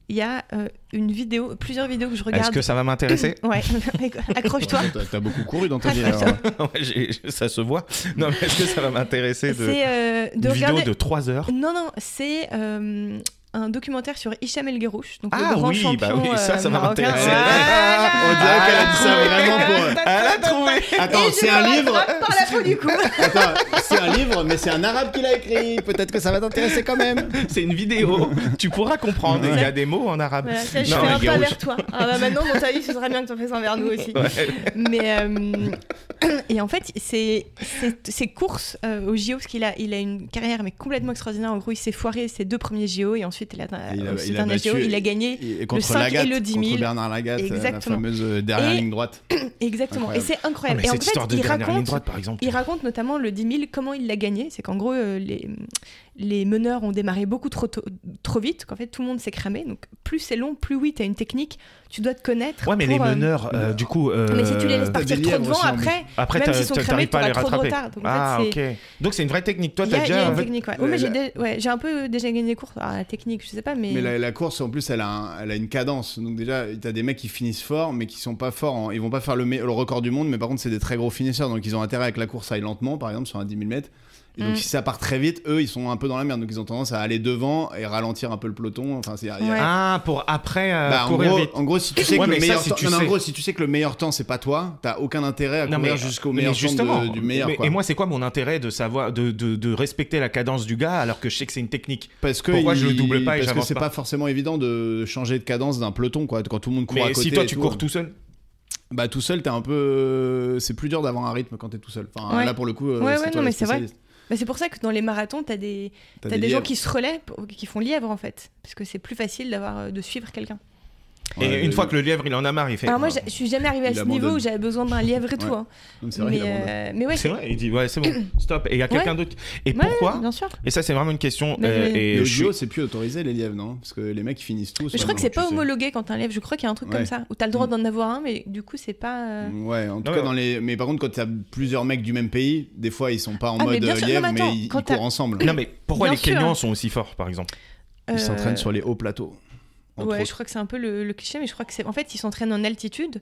S1: il y a euh, une vidéo, plusieurs vidéos que je
S3: Est-ce
S1: regarde.
S3: que ça va m'intéresser
S1: Ouais, accroche-toi.
S2: T'as- T'as beaucoup couru dans ta vie.
S1: Attends.
S2: alors.
S3: Ouais, j'ai- Ça se voit. Non, mais est-ce que ça va m'intéresser de,
S1: C'est euh, de
S3: une vidéo
S1: regarder.
S3: de 3 heures
S1: Non, non, c'est euh, un documentaire sur Hicham El Guerrouch, donc
S3: Ah
S1: le grand
S3: oui, bah
S1: champion,
S3: oui, ça, ça
S1: euh,
S3: va
S1: marocain. Ah,
S3: m'intéresser.
S1: Voilà.
S2: On dirait qu'elle a dit ça vraiment pour.
S1: Et
S3: Elle a trouvé
S2: Attends,
S1: je
S2: c'est
S1: me
S2: un
S1: rattrape
S2: livre.
S1: par la peau du cou.
S2: Attends, c'est un livre, mais c'est un arabe qui l'a écrit. Peut-être que ça va t'intéresser quand même.
S3: C'est une vidéo. tu pourras comprendre. Il y a des mots en arabe.
S1: Voilà, ça, je
S3: Non,
S1: fais un
S3: mais
S1: pas
S3: Guerrouch.
S1: vers toi. Ah bah maintenant, dans ta vie, ce serait bien que tu en fasses un vers nous aussi. Mais euh, et en fait, c'est c'est- ces courses euh, au JO, parce qu'il a, il a une carrière mais complètement extraordinaire. En gros, il s'est foiré ses deux premiers JO et ensuite, il a,
S2: il a-
S1: au
S2: il a
S1: dernier
S2: battu-
S1: JO, il a gagné.
S2: Et
S1: Le
S2: contre
S1: 5 et
S2: Lagat,
S1: le 10 000.
S2: contre Bernard Lagat, euh, la
S1: Exactement.
S2: fameuse euh, dernière
S1: Et-
S2: ligne droite.
S1: Exactement.
S2: Incroyable.
S1: Et c'est
S3: Ah,
S1: incroyable.
S3: mais
S1: et en
S3: cette
S1: fait,
S3: histoire de
S1: il
S3: dernière ligne
S1: raconte,
S3: droite, par exemple.
S1: il raconte notamment le 10 000, comment il l'a gagné. C'est qu'en gros, euh, les, les meneurs ont démarré beaucoup trop, tôt- trop vite, qu'en fait, tout le monde s'est cramé. Donc, plus c'est long, plus oui, tu as une technique, tu dois te connaître.
S3: Ouais, mais les
S1: pour, euh,
S3: meneurs, euh,
S2: euh,
S3: du coup. euh,
S1: Mais si tu les laisses
S2: t'as des
S1: partir trop
S2: lièvres
S1: devant,
S2: aussi en
S1: après,
S3: Après,
S1: Même
S3: t'as-
S1: s'ils sont
S3: t'as-
S1: cramés,
S3: t'arrives pas à les
S1: t'auras trop de
S3: rattraper.
S1: retard. Donc, en fait,
S3: ah, ok.
S1: c'est-
S3: Donc, c'est une vraie technique. Toi,
S1: il y a,
S3: t'as
S1: il y a
S3: déjà.
S1: une
S3: en fait-
S1: technique. Ouais. Ouais,
S2: euh, la-
S1: mais j'ai dé- ouais, j'ai un peu déjà gagné des courses. Alors, la technique, je sais pas, mais.
S2: Mais la, la course, en plus, elle a, un- elle a une cadence. Donc déjà, t'as des mecs qui finissent fort, mais qui sont pas forts. en- ils vont pas faire le, me- le record du monde, mais par contre, c'est des très gros finisseurs. Donc ils ont intérêt à que la course aille lentement, par exemple, sur un 10 000 mètres. Et donc,
S1: Mm.
S2: si ça part très vite, eux, ils sont un peu dans la merde. Donc, ils ont tendance à aller devant et ralentir un peu le peloton. Enfin, c'est. il y a-
S1: Ouais.
S3: Ah, pour après euh,
S2: Bah, en,
S3: courir
S2: gros,
S3: vite.
S2: en gros, si tu sais
S3: Ouais,
S2: que
S3: mais
S2: le
S3: ça,
S2: meilleur
S3: si
S2: temps,
S3: tu
S2: non, mais
S3: sais.
S2: en gros, si tu sais que le meilleur temps c'est pas toi, t'as aucun intérêt à
S3: Non,
S2: courir
S3: mais-
S2: jusqu'au
S3: mais
S2: meilleur
S3: justement,
S2: temps de- du meilleur.
S3: mais-
S2: quoi.
S3: Et moi, c'est quoi mon intérêt de savoir, de, de, de respecter la cadence du gars alors que je sais que c'est une technique
S2: Parce que
S3: Pourquoi je le
S2: il-
S3: double pas
S2: Parce
S3: et
S2: que
S3: j'avance
S2: c'est
S3: pas
S2: pas forcément évident de changer de cadence d'un peloton quoi. Quand tout le monde court à
S3: Mais
S2: côté.
S3: si toi
S2: et
S3: tu
S2: tout, hein.
S3: cours tout seul,
S2: Bah tout seul, t'es un peu. euh, C'est plus dur d'avoir un rythme quand t'es tout seul. Enfin
S1: Ouais.
S2: là pour le coup. euh,
S1: Ouais,
S2: c'est
S1: ouais,
S2: toi
S1: non,
S2: le
S1: mais c'est vrai.
S2: spécialiste.
S1: Bah, c'est pour ça que dans les marathons, t'as des,
S2: T'as
S1: t'as des gens
S2: lièvres.
S1: qui se relaient, pour- qui font lièvre en fait. Parce que c'est plus facile d'avoir, euh, de suivre quelqu'un.
S3: et
S2: Ouais,
S3: une
S2: euh,
S3: fois que le lièvre il en a marre, il fait.
S1: Alors moi,
S3: Ah.
S1: j'ai- je suis jamais arrivée à
S2: Il
S1: ce
S2: abandonne.
S1: niveau où j'avais besoin d'un lièvre et tout.
S2: Ouais.
S1: hein.
S2: non, c'est hein. vrai,
S1: Mais,
S2: il abandonne.
S1: euh, mais ouais,
S3: C'est vrai, il dit ouais, c'est bon, stop. Et il y a quelqu'un d'autre. Et
S1: Ouais,
S3: pourquoi
S1: bien sûr.
S3: Et ça, c'est vraiment une question.
S1: Mais
S3: euh,
S1: oui.
S3: et
S2: Et le
S3: je suis-
S2: duo, c'est plus autorisé les lièvres, non Parce que les mecs ils finissent tous.
S1: Mais je crois
S2: maintenant,
S1: que c'est
S2: tu
S1: pas
S2: sais.
S1: homologué quand t'as un lièvre. Je crois qu'il y a un truc
S2: Ouais.
S1: comme ça où t'as le droit
S2: Mm.
S1: d'en avoir un, mais du coup, c'est pas. euh,
S2: Ouais, en tout
S3: Non,
S2: cas
S3: mais-
S2: dans les. Mais par contre, quand t'as plusieurs mecs du même pays, des fois ils sont pas en
S1: Ah, mais
S2: mode
S1: bien
S2: euh,
S1: sûr, non,
S2: lièvre,
S1: mais
S2: mais,
S1: attends,
S2: ils, ils
S1: quand t'as-
S2: courent ensemble.
S3: Non mais pourquoi
S1: Bien
S3: les
S1: sûr.
S3: Kenyans sont aussi forts, par exemple
S2: Ils s'entraînent
S1: euh,
S2: sur les hauts plateaux. entre
S1: Ouais,
S2: autres.
S1: je crois que c'est un peu le, le cliché, mais je crois que c'est. En fait, ils s'entraînent en altitude.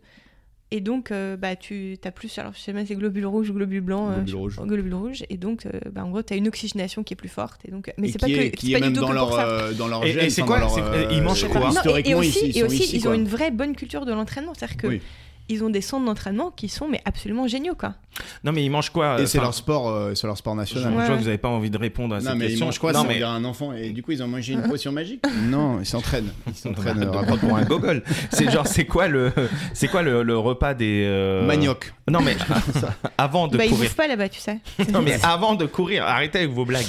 S1: Et donc, euh, bah, tu as plus. Alors, je sais même si c'est globules rouges ou globules blancs. euh,
S2: Globules
S1: je-
S2: rouges.
S1: globules rouges. Et donc, euh, bah, en gros, tu as une oxygénation qui est plus forte. Et donc, mais
S2: Et
S1: c'est pas,
S2: qui
S1: que,
S2: est, qui
S1: c'est
S2: est
S1: pas
S2: même
S1: du tout
S2: dans
S1: que
S2: leur
S1: pour ça.
S2: euh, dans leur
S3: Et- et
S2: gène,
S3: c'est
S2: enfin,
S3: quoi
S2: dans
S3: C'est-
S2: leur,
S3: euh, ils mangent
S2: euh,
S3: quoi
S1: Non, et- et,
S2: Historiquement,
S1: aussi,
S2: ici,
S1: et
S2: sont
S1: aussi,
S2: ici,
S1: ils ont
S2: quoi.
S1: une vraie bonne culture de l'entraînement. C'est-à-dire que
S2: Oui.
S1: ils ont des centres d'entraînement qui sont mais absolument géniaux, quoi.
S3: Non mais ils mangent quoi euh,
S2: Et c'est
S3: enfin,
S2: leur sport, euh, c'est leur sport
S3: Je, je
S2: national.
S1: Ouais,
S3: vois
S1: ouais.
S3: que vous avez pas envie de répondre à
S2: Non
S3: Ah, cette
S2: mais ils
S3: question.
S2: mangent quoi
S3: non
S2: ça, On
S3: mais Ah.
S2: dirait un enfant et du coup ils ont mangé une potion magique Non, ils s'entraînent. Ils s'entraînent. euh, rapport-
S3: pour un gogol. C'est genre c'est quoi le c'est quoi le, le repas des euh,
S2: Manioc.
S3: Non mais avant de
S1: bah, ils
S3: courir.
S1: bouffent pas là-bas, tu sais.
S3: Non mais avant de courir, arrêtez avec vos blagues.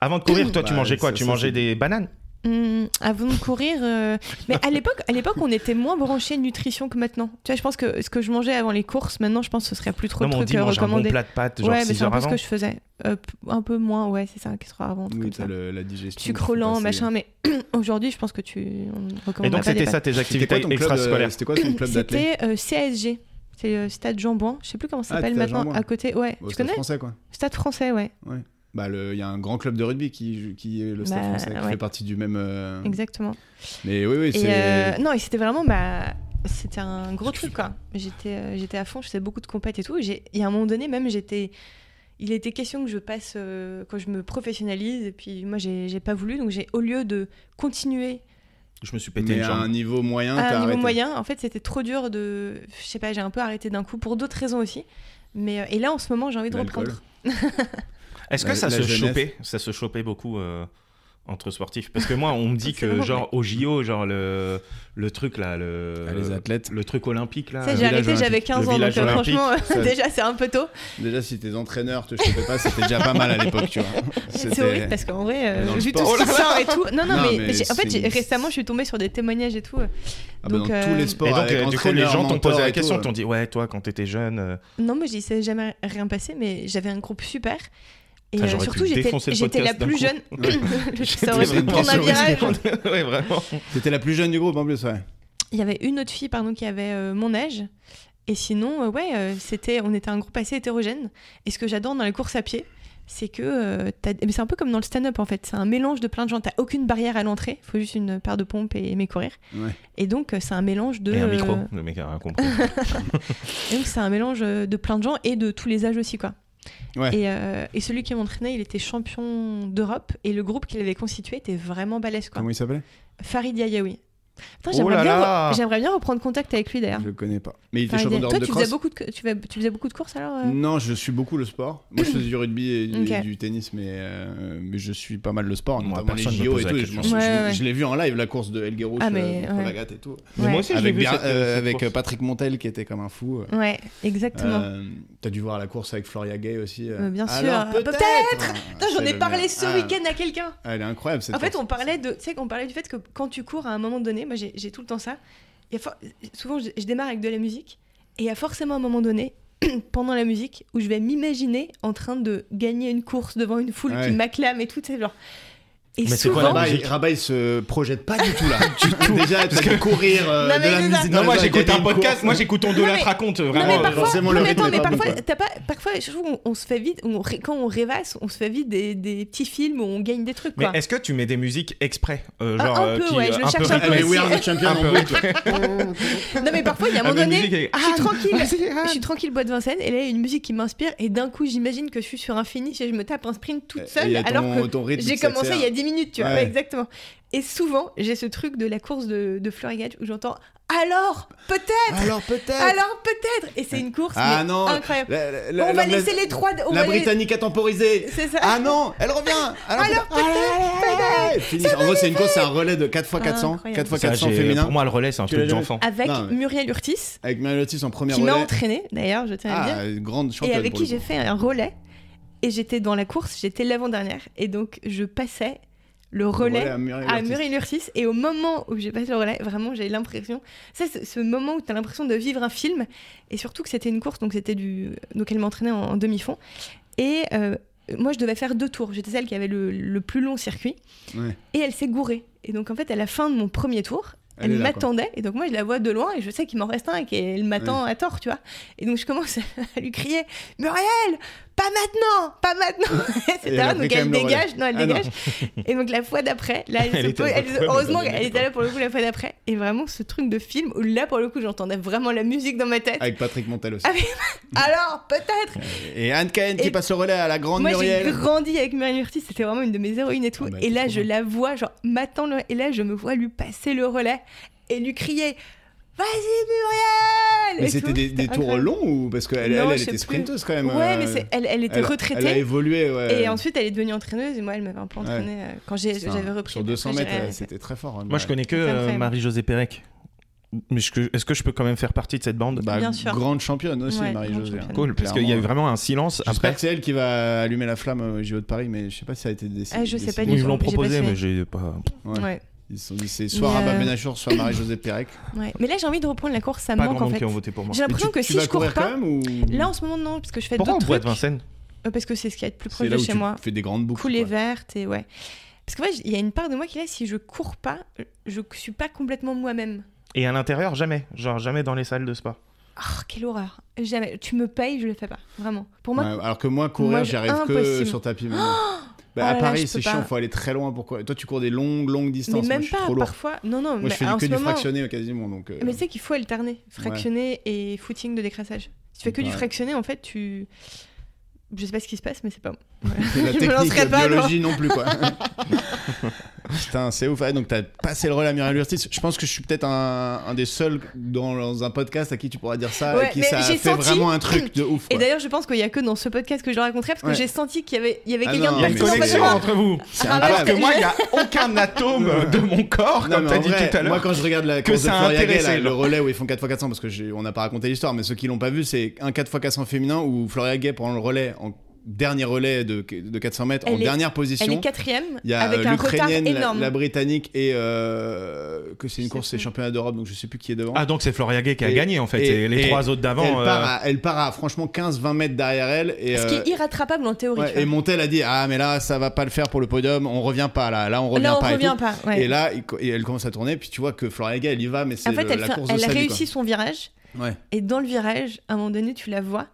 S3: Avant de courir, toi tu
S2: Bah,
S3: mangeais quoi
S2: ça,
S3: Tu
S2: ça,
S3: mangeais
S2: c'est-
S3: des bananes
S1: Hum, avant de courir. euh, Mais à l'époque, à l'époque, on était moins branché nutrition que maintenant. Tu vois, je pense que ce que je mangeais avant les courses, maintenant, je pense que ce serait plus trop
S3: Non mais on
S1: le
S3: dit
S1: truc euh,
S3: mange un bon
S1: recommandé.
S3: plat de pâtes genre
S1: ouais, mais
S3: 6
S1: c'est un
S3: heures
S1: peu ce
S3: avant.
S1: que je faisais. Euh, p- un peu moins, ouais, c'est ça, 4 heures avant, un truc
S2: Oui,
S1: comme
S2: t'as
S1: ça.
S2: le- la digestion.
S1: Sucre lent, machin, mais aujourd'hui, je pense que tu. On ne recommande
S3: Et donc
S1: pas des
S3: c'était
S1: pâtes.
S3: ça
S2: C'était
S3: tes
S2: quoi
S3: activités
S2: ton club
S3: extrascolaires.
S2: euh, C'était quoi ton club d'athlètes
S1: C'était euh, CSG. C'est euh, Stade Jean Bouin, je sais plus comment ça
S2: Ah,
S1: s'appelle
S2: Stade
S1: maintenant,
S2: Jean-Bouin.
S1: à côté. Ouais,
S2: Au
S1: tu
S2: stade
S1: connais
S2: Oh, français quoi.
S1: Stade français, ouais,
S2: Bah le- il y a un grand club de rugby qui qui est le stade
S1: Bah,
S2: français qui
S1: ouais.
S2: fait partie du même. euh,
S1: exactement.
S2: Mais oui oui
S1: Et euh,
S2: c'est.
S1: non, et c'était vraiment bah, c'était un gros truc quoi. J'étais euh, j'étais à fond, je faisais beaucoup de compètes et tout. Et j'ai- et à un moment donné même j'étais il était question que je passe euh, quand je me professionnalise et puis moi j'ai j'ai pas voulu donc j'ai au lieu de continuer
S3: Je me suis pété
S2: Mais
S3: une
S2: à un
S3: jambe.
S2: niveau moyen,
S1: à un
S2: Ah, t'as
S1: niveau
S2: arrêté.
S1: moyen, en fait c'était trop dur de je sais pas, j'ai un peu arrêté d'un coup pour d'autres raisons aussi. Mais euh, et là en ce moment j'ai envie de
S2: L'alcool.
S1: reprendre.
S3: Est-ce que
S2: La-
S3: ça
S2: la
S3: se
S2: jeunesse.
S3: chopait Ça se chopait beaucoup euh, entre sportifs Parce que moi, on me dit
S1: C'est
S3: que,
S1: vraiment
S3: genre, au JO, genre, le, le truc là, le,
S2: Ah, les athlètes.
S3: Euh, le truc olympique là.
S1: Tu sais,
S3: le
S2: Ah,
S1: j'ai
S3: village
S1: arrêté, j'avais 15
S3: olympique. Le
S1: ans
S3: village
S1: donc euh,
S3: olympique.
S1: franchement
S2: Ça-
S1: déjà c'est un peu tôt.
S2: Déjà si tes entraîneurs te chopaient pas, c'était déjà pas mal à l'époque tu vois.
S1: C'est
S2: C'était- Ah,
S1: horrible parce qu'en vrai, euh,
S2: Mais dans le
S1: vu tout
S2: sport-
S1: ce
S2: Oh là
S1: qui sort et tout. Non, non,
S2: Non,
S1: mais,
S2: mais
S1: j'ai- en fait,
S2: c'est-
S1: j'ai- récemment, je suis tombée sur des témoignages et tout.
S2: Ah bah,
S1: Donc,
S2: dans
S1: euh,
S2: tous les
S1: Et
S2: sports.
S3: Et donc,
S2: avec
S3: euh, du coup, les
S2: entraîneur,
S3: gens t'ont posé
S2: mentor
S3: la
S2: et
S3: question,
S2: tout,
S3: t'ont dit, ouais, toi, quand t'étais jeune, euh,
S1: Non, moi, j'y sais jamais rien passé, mais j'avais un groupe super. Et
S3: Putain,
S1: euh,
S3: j'aurais
S1: surtout,
S3: dû
S1: j'étais
S3: défoncer le
S1: j'étais la
S3: podcast d'un
S1: plus
S3: coup.
S1: jeune. Le- ça aurait
S2: J'étais
S1: pu prendre un
S2: vraiment
S1: virage.
S3: ouais, vraiment.
S2: euh, T'étais la plus jeune du groupe en plus, ouais.
S1: Il y avait une autre fille, pardon, qui avait euh, mon âge. Et sinon, euh, ouais, euh, c'était, on était un groupe assez hétérogène. Et ce que j'adore dans les courses à pied, c'est que euh, t'as- mais c'est un peu comme dans le stand-up en fait. C'est un mélange de plein de gens. T'as aucune barrière à l'entrée. Faut juste une paire de pompes et aimer courir.
S2: Ouais.
S1: Et donc, euh, c'est un mélange de.
S3: Et un micro,
S1: euh,
S3: le mec a rien compris.
S1: Et donc c'est un mélange euh, de plein de gens et de tous les âges aussi quoi.
S2: Ouais.
S1: Et, euh, et celui qui m'entraînait, il était champion d'Europe et le groupe qu'il avait constitué était vraiment balèze quoi.
S2: Comment il s'appelait
S1: Farid Yayaoui. Putain,
S3: Oh
S1: j'aimerais,
S3: là
S1: bien
S3: là
S1: re- j'aimerais bien reprendre contact avec lui d'ailleurs.
S2: Je le connais pas. Mais il était
S1: Farid
S2: champion
S1: Yayaoui.
S2: d'Europe
S1: Toi,
S2: de
S1: tu
S2: cross.
S1: faisais, beaucoup de, tu, fais- tu faisais beaucoup de courses alors euh
S2: Non, je suis beaucoup le sport. Moi, je faisais du rugby et du,
S1: Ok.
S2: du tennis, mais, euh, mais je suis pas mal le sport,
S3: Moi,
S2: notamment les
S3: personne me
S2: JO et
S3: pose la
S2: tout. et Je,
S3: question.
S2: m'en suis-
S1: Ouais,
S2: je-
S1: ouais.
S2: je l'ai vu en live, la course de Helge Rouge
S1: Ah, mais,
S2: euh, contre
S1: ouais.
S2: la Gatte et tout.
S3: Mais
S1: Ouais.
S3: moi aussi, je l'ai
S2: avec
S3: vu.
S2: Bien-
S3: cette-
S2: euh,
S3: cette
S2: avec
S3: course.
S2: Patrick Montel qui était comme un fou.
S1: Ouais, exactement.
S2: Mm. Euh, T'as dû voir la course avec Floria Gay aussi. euh.
S1: Mais bien sûr,
S2: Alors,
S1: euh,
S2: peut-être.
S1: peut-être
S2: Ah,
S1: Putain, j'en
S2: c'est
S1: ai
S2: le
S1: parlé
S2: meilleur.
S1: ce
S2: Ah,
S1: week-end à quelqu'un.
S2: ah, Elle est incroyable cette
S1: En fait,
S2: course.
S1: on parlait de, tu sais, on parlait du fait que quand tu cours à un moment donné, moi j'ai j'ai tout le temps ça. Il y a for- souvent, je, je démarre avec de la musique et il y a forcément un moment donné, pendant la musique, où je vais m'imaginer en train de gagner une course devant une foule
S2: Ouais.
S1: qui m'acclame et tout, tu sais, genre. Et
S3: Mais c'est
S1: souvent,
S3: quoi la
S2: Rabat,
S3: musique.
S2: il, Rabat, il se projette pas du tout là. Déjà, tu que courir euh,
S1: Non, mais
S2: de la
S1: c'est ça.
S2: musique. dans
S3: Non,
S2: les
S3: moi
S2: oreilles,
S3: j'écoute
S2: t'as
S3: un
S2: une
S3: podcast,
S2: course.
S3: moi j'écoute on Delat
S1: mais-
S3: raconte,
S1: Non
S3: vraiment.
S1: mais parfois,
S2: forcément,
S1: non,
S2: le
S1: mais
S2: rythme
S1: attends,
S2: est
S1: mais
S2: pas bon,
S1: parfois,
S2: quoi.
S1: t'as pas, parfois, je trouve, on, on se fait vite, on ré- quand on rêvasse, on se fait vite des, des petits films où on gagne des trucs,
S3: Mais
S1: quoi.
S3: est-ce que tu mets des musiques exprès euh,
S1: Ah,
S3: genre,
S1: un
S3: euh,
S1: peu,
S3: qui,
S1: ouais,
S3: euh,
S1: je le
S3: un
S1: cherche
S3: peu
S1: un
S2: Ah,
S1: peu
S2: mais
S1: aussi.
S2: We Are the Champions
S3: Un
S2: en
S3: peu.
S2: boucle.
S1: Non, mais parfois, il y a un
S3: Ah,
S1: moment
S3: mais
S1: donné,
S3: musique est-
S1: je suis tranquille,
S2: ah.
S1: je suis tranquille, bois de Vincennes, et là, il y a une musique qui m'inspire, et d'un coup, j'imagine que je suis sur un finish et je me tape un sprint toute
S2: Euh, Et il
S1: seule,
S2: y a ton-
S1: alors que
S2: ton rythme
S1: j'ai
S2: qui
S1: commencé il y a 10 minutes, tu vois,
S2: Ouais.
S1: ouais, exactement. Et souvent, j'ai ce truc de la course de, de Fleur et Gage où j'entends alors, peut-être,
S2: s'accélère. Alors peut-être.
S1: alors peut-être, et c'est une course
S2: Ah
S1: mais
S2: non.
S1: incroyable.
S2: La- la- la-
S1: on va
S2: la-
S1: laisser les trois. on
S2: La
S1: va les-
S2: Britannique a temporisé.
S1: C'est ça.
S2: Ah non, elle revient.
S1: Alors,
S2: peut-être- allez, allez. Fini. En gros, c'est une course, c'est un relais de 4x400,
S1: Incroyable.
S2: 4x400
S3: j'ai-
S2: féminin.
S3: Pour moi, le relais, c'est un
S2: Tu
S3: truc
S2: l'as jamais
S3: d'enfant.
S1: Avec
S2: Non, mais-
S1: Muriel Urtis,
S2: Avec Marie Lotis en première
S1: qui m'a
S2: relais.
S1: entraînée d'ailleurs, je tiens à le dire.
S2: Ah, une grande championne.
S1: Et avec
S2: pour
S1: qui
S2: le
S1: j'ai
S2: coup.
S1: fait un relais. Et j'étais dans la course, j'étais l'avant-dernière. Et donc, je passais le relais,
S2: à Muriel
S1: à
S2: Ortiz.
S1: Muriel Urtis. Et au moment où j'ai passé le relais, vraiment, j'ai l'impression. Ça, c'est ce moment où tu as l'impression de vivre un film. Et surtout que c'était une course, donc, c'était du... donc elle m'entraînait en, en demi-fond. Et euh, moi, je devais faire deux tours. J'étais celle qui avait le, le plus long circuit.
S2: Ouais.
S1: Et elle s'est gourée. Et donc, en fait, à la fin de mon premier tour,
S2: Elle
S1: elle
S2: est là, quoi.
S1: m'attendait. Et donc, moi, je la vois de loin et je sais qu'il m'en reste un et qu'elle m'attend à tort, tu vois. Et donc, je commence à lui crier Muriel, pas maintenant, pas maintenant,
S2: Et elle
S1: etc.
S2: a pris
S1: Donc,
S2: quand
S1: elle
S2: même le relais.
S1: dégage. Non, elle
S2: Ah, non.
S1: dégage. Et donc, la fois d'après, là, elle
S3: Elle
S1: se
S3: était
S1: pose-
S3: là
S1: elle se-
S3: pour le coup,
S1: heureusement
S3: elle
S1: qu'elle
S3: était
S1: était là pour le coup la fois d'après. Et vraiment, ce truc de film où là, pour le coup, j'entendais vraiment la musique dans ma tête.
S2: Avec Patrick Montel aussi.
S1: Ah, Alors, peut-être
S2: Et Anne Cahen
S1: Et-
S2: qui passe le relais à la grande
S1: Moi,
S2: Muriel.
S1: j'ai grandi avec Muriel Urtis, c'était vraiment une de mes héroïnes et tout.
S2: Ah bah,
S1: et
S2: t'es
S1: là,
S2: trop
S1: je la vois, genre, m'attendre, et là, je me vois lui passer le relais et lui crier Vas-y, Muriel
S2: Mais
S1: Et
S2: c'était
S1: tout,
S2: des, des tours
S1: incroyable.
S2: longs ou parce qu'elle
S1: Non,
S2: elle, elle
S1: je sais
S2: était
S1: plus.
S2: sprinteuse quand même.
S1: Ouais,
S2: euh,
S1: mais c'est- elle, elle était
S2: elle-
S1: retraitée.
S2: Elle a évolué, ouais.
S1: Et ensuite, elle est devenue entraîneuse, et moi, elle m'avait un peu entraînée euh, quand j'ai-
S2: Putain,
S1: j'avais repris.
S2: Sur 200 mètres,
S1: Après,
S2: euh,
S1: j'ai-
S2: c'était très fort. hein,
S3: Moi,
S2: Muriel.
S3: je connais que
S1: C'est
S3: euh,
S1: incroyable.
S3: Marie-Josée Pérec. Mais je- est-ce que je peux quand même faire partie de cette bande
S2: Bah,
S1: Bien sûr.
S2: Grande championne aussi,
S1: Ouais,
S2: Marie-Josée.
S1: grande
S2: hein.
S3: Cool, parce qu'il y a eu
S2: Clairement.
S3: vraiment un silence.
S2: J'espère
S3: Après,
S2: que c'est elle qui va allumer la flamme au JO de Paris, mais je sais pas si ça a été décidé.
S1: Ah, je sais pas du
S3: ils
S1: tout.
S3: l'ont
S1: j'ai pas
S3: proposé,
S1: suivi.
S3: mais j'ai pas.
S2: Ouais.
S1: Ouais.
S2: Ils se sont dit c'est soit
S1: Mais,
S2: Rabat
S1: euh,
S2: Benachour, soit Marie-Josée Pérec.
S1: ouais. Mais là, j'ai envie de reprendre la course, ça me
S3: Pas grand
S1: manque en
S3: monde
S1: fait.
S3: qui ont voté pour moi.
S1: J'ai
S2: Mais
S1: l'impression
S2: tu-
S1: que
S2: tu
S1: si
S2: vas
S1: je cours
S2: courir
S1: pas.
S2: quand même ou
S1: Là, en ce moment, non, parce que je fais
S3: Pourquoi
S1: d'autres
S3: on boit de
S1: trucs.
S3: Vincennes
S1: Euh, Parce que c'est ce qui est le plus
S2: c'est
S1: proche
S2: là
S1: de
S2: où
S1: chez
S2: tu
S1: moi.
S2: fais des grandes boucles.
S1: coulée
S2: quoi.
S1: verte et ouais. Parce que moi, j- il y a une part de moi qui est là, si je cours pas, euh, je suis pas complètement moi-même.
S3: Et à l'intérieur, jamais. Genre, jamais dans les salles de sport.
S1: Oh, quelle horreur. Jamais. Tu me payes, je le fais pas. Vraiment. Pour moi,
S2: Ouais, alors que moi, courir,
S1: Moi, je-
S2: j'y arrive que
S1: impossible.
S2: sur tapis. maintenant.
S1: Oh
S2: bah, à
S1: là là, je
S2: Paris,
S1: peux
S2: c'est
S1: pas.
S2: chiant, faut aller très loin pour courir. Toi, tu cours des longues, longues
S1: mais
S2: distances. moi,
S1: même
S2: je suis
S1: pas.
S2: trop lourd.
S1: Parfois. Non, non,
S2: Moi, je
S1: mais
S2: fais
S1: en
S2: du- que
S1: ce
S2: du
S1: moment.
S2: fractionné euh, quasiment. Donc, euh,
S1: Mais tu sais qu'il faut alterner. Fractionné et footing de décrassage. Si tu fais que du
S2: Ouais.
S1: fractionné, en fait, tu. Je sais pas ce qui se passe, mais c'est pas bon.
S2: la
S1: je me
S2: technique
S1: lancerai pas,
S2: biologie non, plus quoi. Putain, c'est ouf. Ouais, donc t'as passé le relais à Muriel Urtis. Je pense que je suis peut-être un, un des seuls dans, dans un podcast à qui tu pourras dire ça,
S1: Ouais,
S2: à qui
S1: mais
S2: ça a
S1: j'ai
S2: fait
S1: senti-
S2: vraiment un truc de ouf.
S1: Et
S2: quoi.
S1: d'ailleurs, je pense qu'il y a que dans ce podcast que je le raconterai, parce que
S2: Ouais.
S1: j'ai senti qu'il y avait, il y avait
S2: Ah
S1: quelqu'un
S2: non,
S1: de
S2: mais
S1: partout en
S2: c'est-
S1: mode, ah,
S3: vous.
S2: bah, C'est
S1: Ah,
S3: Alors
S1: ouais,
S3: que
S1: c'est-
S3: moi, il n'y a aucun atome de mon corps,
S2: Non,
S3: comme
S2: mais
S3: t'as
S2: en
S3: dit
S2: vrai,
S3: tout à
S2: Moi,
S3: l'heure.
S2: quand je regarde la
S3: que
S2: course de
S3: ça a
S2: Florian Gay,
S3: intéressé,
S2: là,
S3: là.
S2: le relais où ils font 4x400, parce que j'ai- on n'a pas raconté l'histoire, mais ceux qui l'ont pas vu, c'est un 4x400 féminin où Floria Gay prend le relais en dernier relais de, de 400 mètres, en
S1: Elle est-
S2: dernière
S1: Elle est
S2: position.
S1: quatrième,
S2: Il y a
S1: avec
S2: euh,
S1: un retard
S2: l'Ukrainienne, la,
S1: énorme.
S2: la Britannique et euh, que c'est une
S1: Je sais
S2: course, c'est
S1: plus.
S2: championnat d'Europe, donc je sais plus qui est devant.
S3: Ah, donc c'est Floria Gay qui a
S2: Et-
S3: gagné, en fait.
S2: et-
S3: Et, les
S2: et-
S3: trois autres d'avant.
S2: elle,
S3: euh,
S2: part à, elle part à franchement 15-20 mètres derrière elle. Et,
S1: Ce qui est irrattrapable en théorie.
S2: euh,
S1: tu
S2: ouais,
S1: vois.
S2: et Montel a dit Ah, mais là, ça va pas le faire pour le podium, on revient pas là, là on revient
S1: Là, on
S2: pas. et
S1: revient
S2: tout.
S1: pas. ouais.
S2: Et là, il co- et elle commence à tourner, puis tu vois que Floria Gay, elle y va, mais c'est
S1: En fait,
S2: le-
S1: elle,
S2: la
S1: fait-
S2: course de
S1: elle
S2: sa
S1: a
S2: vie, quoi.
S1: réussi son virage.
S2: Ouais.
S1: Et dans le virage, à un moment donné, tu la vois.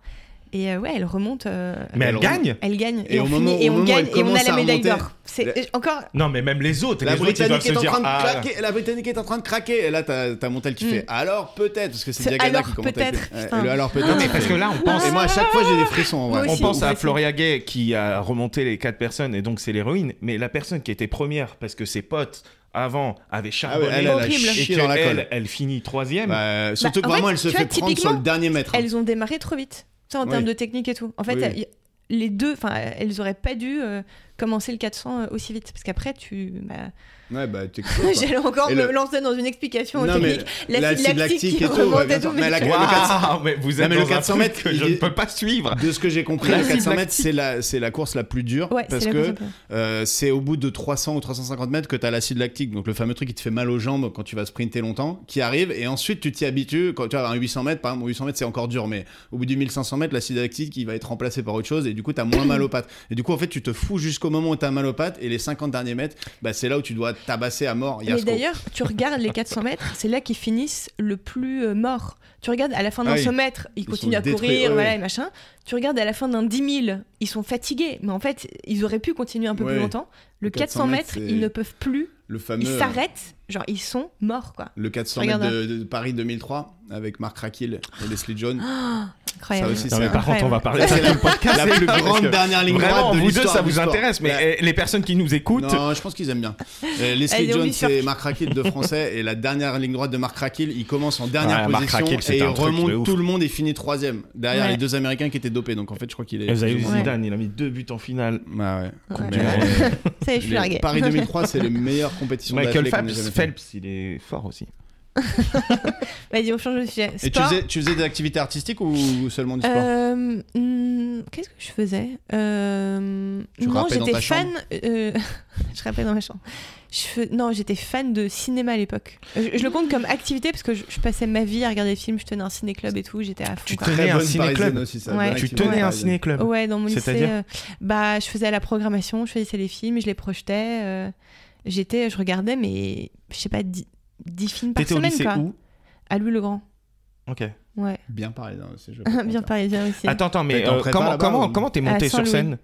S1: Et euh, ouais, elle remonte. euh,
S3: Mais
S2: Et
S3: elle
S2: alors-
S3: gagne
S1: Elle gagne.
S2: Et
S1: Et,
S2: au
S1: on
S2: moment-
S1: finit. Et
S2: au
S1: on
S2: moment où
S1: gagne.
S2: elle
S1: Et on a
S2: commence
S1: la
S2: à
S1: médaille
S2: remonter,
S1: d'or. C'est encore.
S3: Non, mais même les autres.
S2: La
S3: les autres, ils doivent
S2: Britannique
S3: se
S2: est en
S3: dire.
S2: train de
S3: ah,
S2: craquer. La Britannique est en train de craquer. Et là, t'as t'as Montel qui
S1: Mm.
S2: fait alors peut-être parce que c'est
S1: Ce
S2: Diagana
S1: alors
S2: qui commente.
S1: peut-être,
S2: Ouais,
S1: putain.
S2: et le alors peut-être.
S3: Non, ah, mais parce
S2: c'est-
S3: que là, on pense.
S2: Et Ah, moi, à chaque fois, j'ai des frissons. En
S1: Moi
S2: vrai.
S3: On
S1: aussi,
S3: pense à
S1: Bretagne.
S3: Floria Gay qui a remonté les quatre personnes et donc c'est l'héroïne, mais la personne qui était première parce que ses potes avant avaient charbonné
S2: elle,
S1: elle a
S3: et
S2: chié
S3: que
S2: dans la
S3: elle,
S2: colle.
S3: elle finit troisième.
S2: Bah, surtout
S1: Bah,
S2: que
S1: en
S2: vraiment,
S1: fait,
S2: elle se
S1: tu
S2: fait
S1: vois,
S2: prendre sur
S1: typiquement,
S2: le dernier mètre. hein.
S1: Elles ont démarré trop vite. Ça, en
S2: Oui.
S1: termes de technique et tout. En fait,
S2: Oui,
S1: euh,
S2: oui.
S1: y- les deux, enfin, euh, elles auraient pas dû euh, commencer le 400 euh, aussi vite. Parce qu'après, tu. bah,
S2: Ouais, bah, t'exploses, quoi.
S1: J'allais encore
S2: Et
S1: me
S2: le-
S1: lancer dans une explication
S2: Non, mais
S1: technique. L'acide lactique qui
S2: et tout, ouais,
S1: remonte
S2: bien
S1: et tout.
S2: sûr.
S1: mais
S2: Mais la-
S1: tu-
S2: le 400
S3: Waouh, mais vous
S2: Non,
S3: êtes
S2: mais
S3: dans
S2: le
S3: un
S2: 400
S3: truc
S2: mètres,
S3: que
S2: il
S3: je
S2: est-
S3: ne peux pas suivre.
S2: De ce que j'ai compris, le
S3: L'acide
S2: 400 mètres,
S3: lactique.
S2: c'est la, c'est la course la plus dure
S1: Ouais, c'est
S2: parce
S1: la
S2: que
S1: course un peu.
S2: euh, c'est au bout de 300 ou 350 mètres que tu as l'acide lactique, donc le fameux truc qui te fait mal aux jambes quand tu vas sprinter longtemps, qui arrive et ensuite tu t'y habitues. Quand tu as un 800 mètres, par exemple, 800 mètres c'est encore dur, mais au bout du 1500 mètres, l'acide lactique il va être remplacé par autre chose et du coup tu as moins mal aux pattes. Et du coup, en fait, tu te fous jusqu'au jusqu'au moment où t'as mal aux pattes et les 50 derniers mètres, bah, c'est là où tu dois tabasser à mort.
S1: Mais
S2: Yasko.
S1: d'ailleurs, tu regardes les 400 mètres, c'est là qu'ils finissent le plus euh, mort. Tu regardes à la fin d'un
S2: Ah oui.
S1: 100 mètres, ils,
S2: Ils
S1: continuent
S2: sont
S1: à
S2: détruits,
S1: courir,
S2: ouais,
S1: voilà,
S2: ouais.
S1: et machin. Tu regardes à la fin d'un 10 000, ils sont fatigués, mais en fait, ils auraient pu continuer un peu
S2: Ouais.
S1: plus longtemps. Le
S2: Le 400
S1: 400 mètres,
S2: mètres, c'est-
S1: ils ne peuvent plus,
S2: le
S1: ils
S2: fameux. hein.
S1: s'arrêtent, genre ils sont morts, quoi.
S2: Le 400
S1: Regarde. hein.
S2: mètres de, de Paris 2003 avec Marc Raquil et Leslie Jones.
S1: Incroyable.
S2: Ça aussi,
S3: Non, mais
S2: c'est
S3: par contre, on va
S1: incroyable.
S3: parler de
S2: C'est
S3: ça
S2: la-
S3: tout le podcast.
S2: la plus
S3: Parce que
S2: grande dernière ligne
S3: Vraiment,
S2: droite de
S3: vous deux,
S2: l'histoire
S3: ça
S2: du
S3: vous
S2: sport.
S3: intéresse, mais
S2: Ouais.
S3: eh, les personnes qui nous écoutent,
S2: Non, je pense qu'ils aiment bien. Euh,
S1: Allez,
S2: Leslie
S1: on
S2: Jones,
S1: lui sur-
S2: c'est Marc Raquil de français et la dernière ligne droite de Marc Raquil. Il commence en dernière
S3: Ouais, Marc
S2: position
S3: Raquil, c'était
S2: et il
S3: un truc de
S2: remonte
S3: ouf.
S2: tout le monde et finit troisième derrière
S1: Ouais.
S2: les deux Américains qui étaient dopés. Donc en fait, je crois qu'il est.
S3: Et vous avez vu
S1: Ouais.
S3: Zidane, il a mis deux buts en finale.
S2: Bah ouais.
S1: Ouais.
S2: Mais,
S3: Ouais.
S2: euh,
S1: Ça y est, je suis
S2: les-
S1: larguée.
S2: Paris 2003, c'est les meilleures compétitions
S3: Michael
S2: d'athlètes qu'on ait
S3: Phelps,
S2: jamais fait.
S3: Phelps, il est fort aussi.
S1: Vas-y, on change de sujet.
S2: Et tu
S1: Sport.
S2: faisais, tu faisais des activités artistiques ou seulement du sport
S1: Euh, hmm, Qu'est-ce que je faisais Euh,
S2: Tu
S1: Non,
S2: rappais dans
S1: j'étais
S2: ta
S1: fan.
S2: chambre
S1: euh, je rappelle dans ma chambre. Je fais- Non, j'étais fan de cinéma à l'époque. Je, je le compte comme activité parce que je, je passais ma vie à regarder des films. Je tenais un ciné-club et tout. J'étais à fond.
S3: Tu
S1: quoi.
S3: tenais un
S2: bonne
S3: ciné-club.
S2: parisienne aussi, ça,
S1: Ouais.
S2: bonne
S3: Tu
S2: activité
S3: tenais un
S2: parisienne.
S3: ciné-club.
S1: Ouais, dans mon lycée,
S3: C'est-à-dire
S1: euh, bah, je faisais la programmation, je choisissais les films, je les projetais. euh, J'étais, je regardais, mais je sais pas, 10, films par
S3: T'étais au
S1: semaine,
S3: lycée
S1: quoi.
S3: où
S1: À Louis-le-Grand.
S3: Ok.
S1: Ouais,
S2: Bien parisien aussi, je
S1: bien parisien aussi. hein.
S3: Attends, attends, mais
S2: T'étais en
S3: euh,
S2: prépa
S3: comment
S2: là-bas
S3: comment
S2: ou-
S3: comment t'es monté
S1: À
S3: sur
S1: Saint-Louis.
S3: scène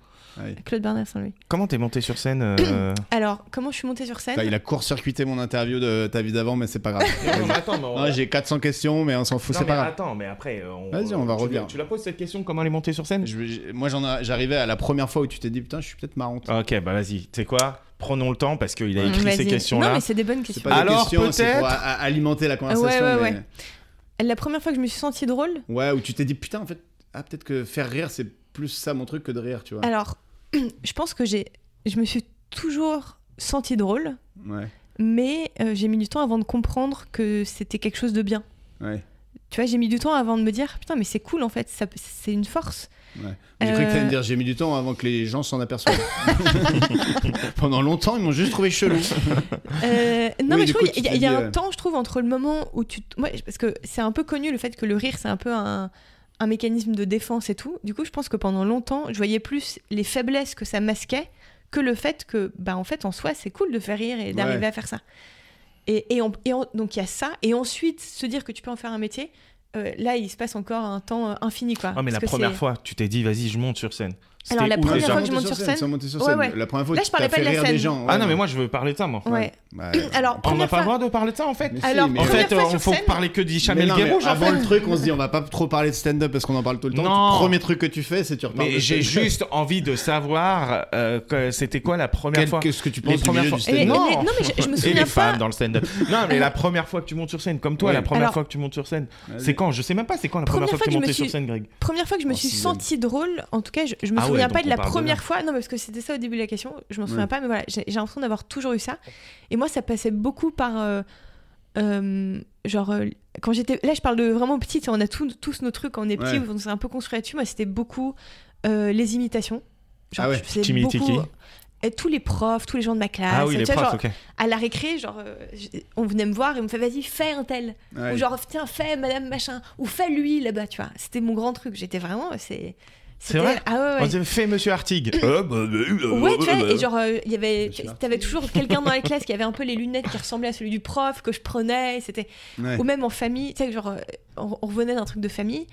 S1: Claude Bernard Saint-Louis.
S3: Comment t'es monté sur scène euh,
S1: Alors, comment je suis montée sur scène
S2: Putain, il a court-circuité mon interview de ta vie d'avant, mais c'est pas grave.
S3: Non, mais attends, mais on-
S2: Non, J'ai 400 questions, mais on s'en fout,
S3: Non,
S2: c'est
S3: mais
S2: pas grave.
S3: Attends, mais après, euh, on...
S2: Vas-y, on va
S3: tu,
S2: revenir.
S3: Tu la poses cette question, comment elle est montée sur scène
S2: Je- je- moi, j'en a- j'arrivais à la première fois où tu t'es dit putain, je suis peut-être marrante.
S3: Ok, bah vas-y. Tu sais quoi Prenons le temps parce qu'il a écrit
S1: Mmh, Vas-y.
S3: ces
S1: Non,
S3: questions-là.
S1: mais c'est des bonnes
S2: C'est
S1: questions.
S2: pas des
S3: Alors,
S2: questions, c'est pour
S3: peut-être-
S2: a- a- alimenter la conversation.
S1: ouais,
S2: mais-
S1: ouais. La première fois que je me suis sentie drôle,
S2: Ouais, où tu t'es dit putain, en fait, ah, peut-être que faire rire, c'est plus ça mon truc que de rire, tu vois.
S1: alors je pense que j'ai, je me suis toujours sentie drôle,
S2: Ouais,
S1: mais euh, j'ai mis du temps avant de comprendre que c'était quelque chose de bien.
S2: ouais.
S1: Tu vois, j'ai mis du temps avant de me dire putain, mais c'est cool en fait, ça, c'est une force.
S2: J'ai cru que t'allais
S1: Euh,
S2: me dire j'ai mis du temps avant que les gens s'en aperçoivent. Pendant longtemps, ils m'ont juste trouvé chelou.
S1: Euh, non, mais
S2: Oui, du
S1: je
S2: coup,
S1: trouve
S2: tu
S1: qu'il
S2: euh,
S1: y,
S2: te
S1: a- il y a
S2: dis,
S1: un
S2: ouais.
S1: temps, je trouve, entre le moment où tu. t- ouais, parce que c'est un peu connu le fait que le rire, c'est un peu un, un mécanisme de défense et tout. Du coup, je pense que pendant longtemps, je voyais plus les faiblesses que ça masquait que le fait que, bah, en fait, en soi, c'est cool de faire rire et d'arriver
S2: Ouais.
S1: à faire ça. Et, et, on- et on- donc, il y a ça. Et ensuite, se dire que tu peux en faire un métier, euh, là, il se passe encore un temps euh, infini, quoi.
S3: Ah, mais la
S1: Parce que
S3: première
S1: c'est-
S3: fois, tu t'es dit, vas-y, je monte sur scène.
S1: Alors,
S3: C'était
S1: la
S3: où,
S1: première
S3: déjà
S1: fois que je monte sur scène
S2: sans monter sur
S1: Ouais,
S2: scène.
S1: ouais.
S2: La première fois,
S1: Là,
S2: tu
S1: je parlais
S2: t'as
S1: pas
S2: fait
S1: de la
S2: rire
S1: scène.
S2: des gens.
S3: Ah non, mais moi, je veux parler de ça, moi.
S1: Ouais.
S2: Ouais.
S1: Alors,
S3: On n'a
S1: première
S3: pas
S1: fois.
S3: le droit de parler de ça, en fait
S2: Mais si,
S1: Alors,
S2: mais-
S3: En
S1: première
S3: fait, euh,
S1: fois
S3: on
S1: sur
S3: faut
S1: scène-
S3: parler que
S2: Mais
S3: d'Ichamel
S2: non, mais
S3: Guérouge, en
S2: avant
S3: fait.
S2: le truc, on se dit on va pas trop parler de stand-up parce qu'on en parle tout le temps.
S3: Non.
S2: Le premier truc que tu fais, c'est tu reparles.
S3: Mais
S2: de
S3: j'ai
S2: stand-up.
S3: juste envie de savoir euh, que c'était quoi la première
S2: Quel-
S3: fois.
S2: qu'est-ce que tu
S3: Les
S2: penses du
S3: premières
S2: milieu
S3: fois.
S2: du
S1: Et les-
S2: stand-up
S3: Non.
S1: les- non, mais je, je me
S3: Et
S1: souviens
S3: les
S1: pas.
S3: femmes dans le stand-up. Non, mais la première fois que tu montes sur scène, comme toi,
S2: Ouais.
S3: la première
S1: Alors-
S3: fois que tu montes sur scène, c'est
S2: Vas-y.
S3: quand Je sais même pas, c'est quand la
S1: Première
S3: première fois que
S1: fois
S3: tu
S1: que je me
S3: montais sur
S1: suis-
S3: scène, Greg
S1: Première fois que je me
S2: En
S1: suis
S2: sixième.
S1: sentie drôle, en tout cas, je, je me
S3: Oh, Ah
S1: souviens
S3: ouais, donc
S1: pas de
S3: on
S1: la
S3: parle de
S1: première
S3: là.
S1: fois. Non, parce que c'était ça au début de la question, je m'en souviens
S2: Ouais.
S1: pas, mais voilà, j'ai j'ai l'impression d'avoir toujours eu ça. Et moi, ça passait beaucoup par. euh, euh, genre, euh, quand j'étais. Là, je parle de vraiment petite, on a tous- tous nos trucs quand on est petit,
S2: Ouais.
S1: où on s'est un peu construit là-dessus. Moi, c'était beaucoup euh, les imitations. Genre,
S2: Ah ouais.
S1: je faisais
S3: Qui imitait
S1: beaucoup.
S3: qui
S1: Et tous les profs, tous les gens de ma classe.
S3: Ah oui, les
S1: tu vois,
S3: profs,
S1: genre,
S3: ok.
S1: À la récré, genre, euh, j- on venait me voir et on me fait vas-y, fais un tel.
S2: Ouais.
S1: Ou genre, tiens, fais madame machin, ou fais lui là-bas, tu vois. C'était mon grand truc. J'étais vraiment. C'est c'était-
S3: vrai
S1: Ah
S3: On
S1: ouais, ouais.
S3: disait, fais Monsieur Artig.
S2: Oh,
S3: Euh, bah, bah, euh,
S1: Ouais, tu vois,
S3: bah,
S1: et genre, euh, il y avait,
S2: Monsieur Martin.
S1: t'avais toujours quelqu'un dans la classe qui avait un peu les lunettes qui ressemblaient à celui du prof que je prenais, et c'était,
S2: Ouais.
S1: ou même en famille, tu sais, genre, euh, on, on revenait d'un truc de famille,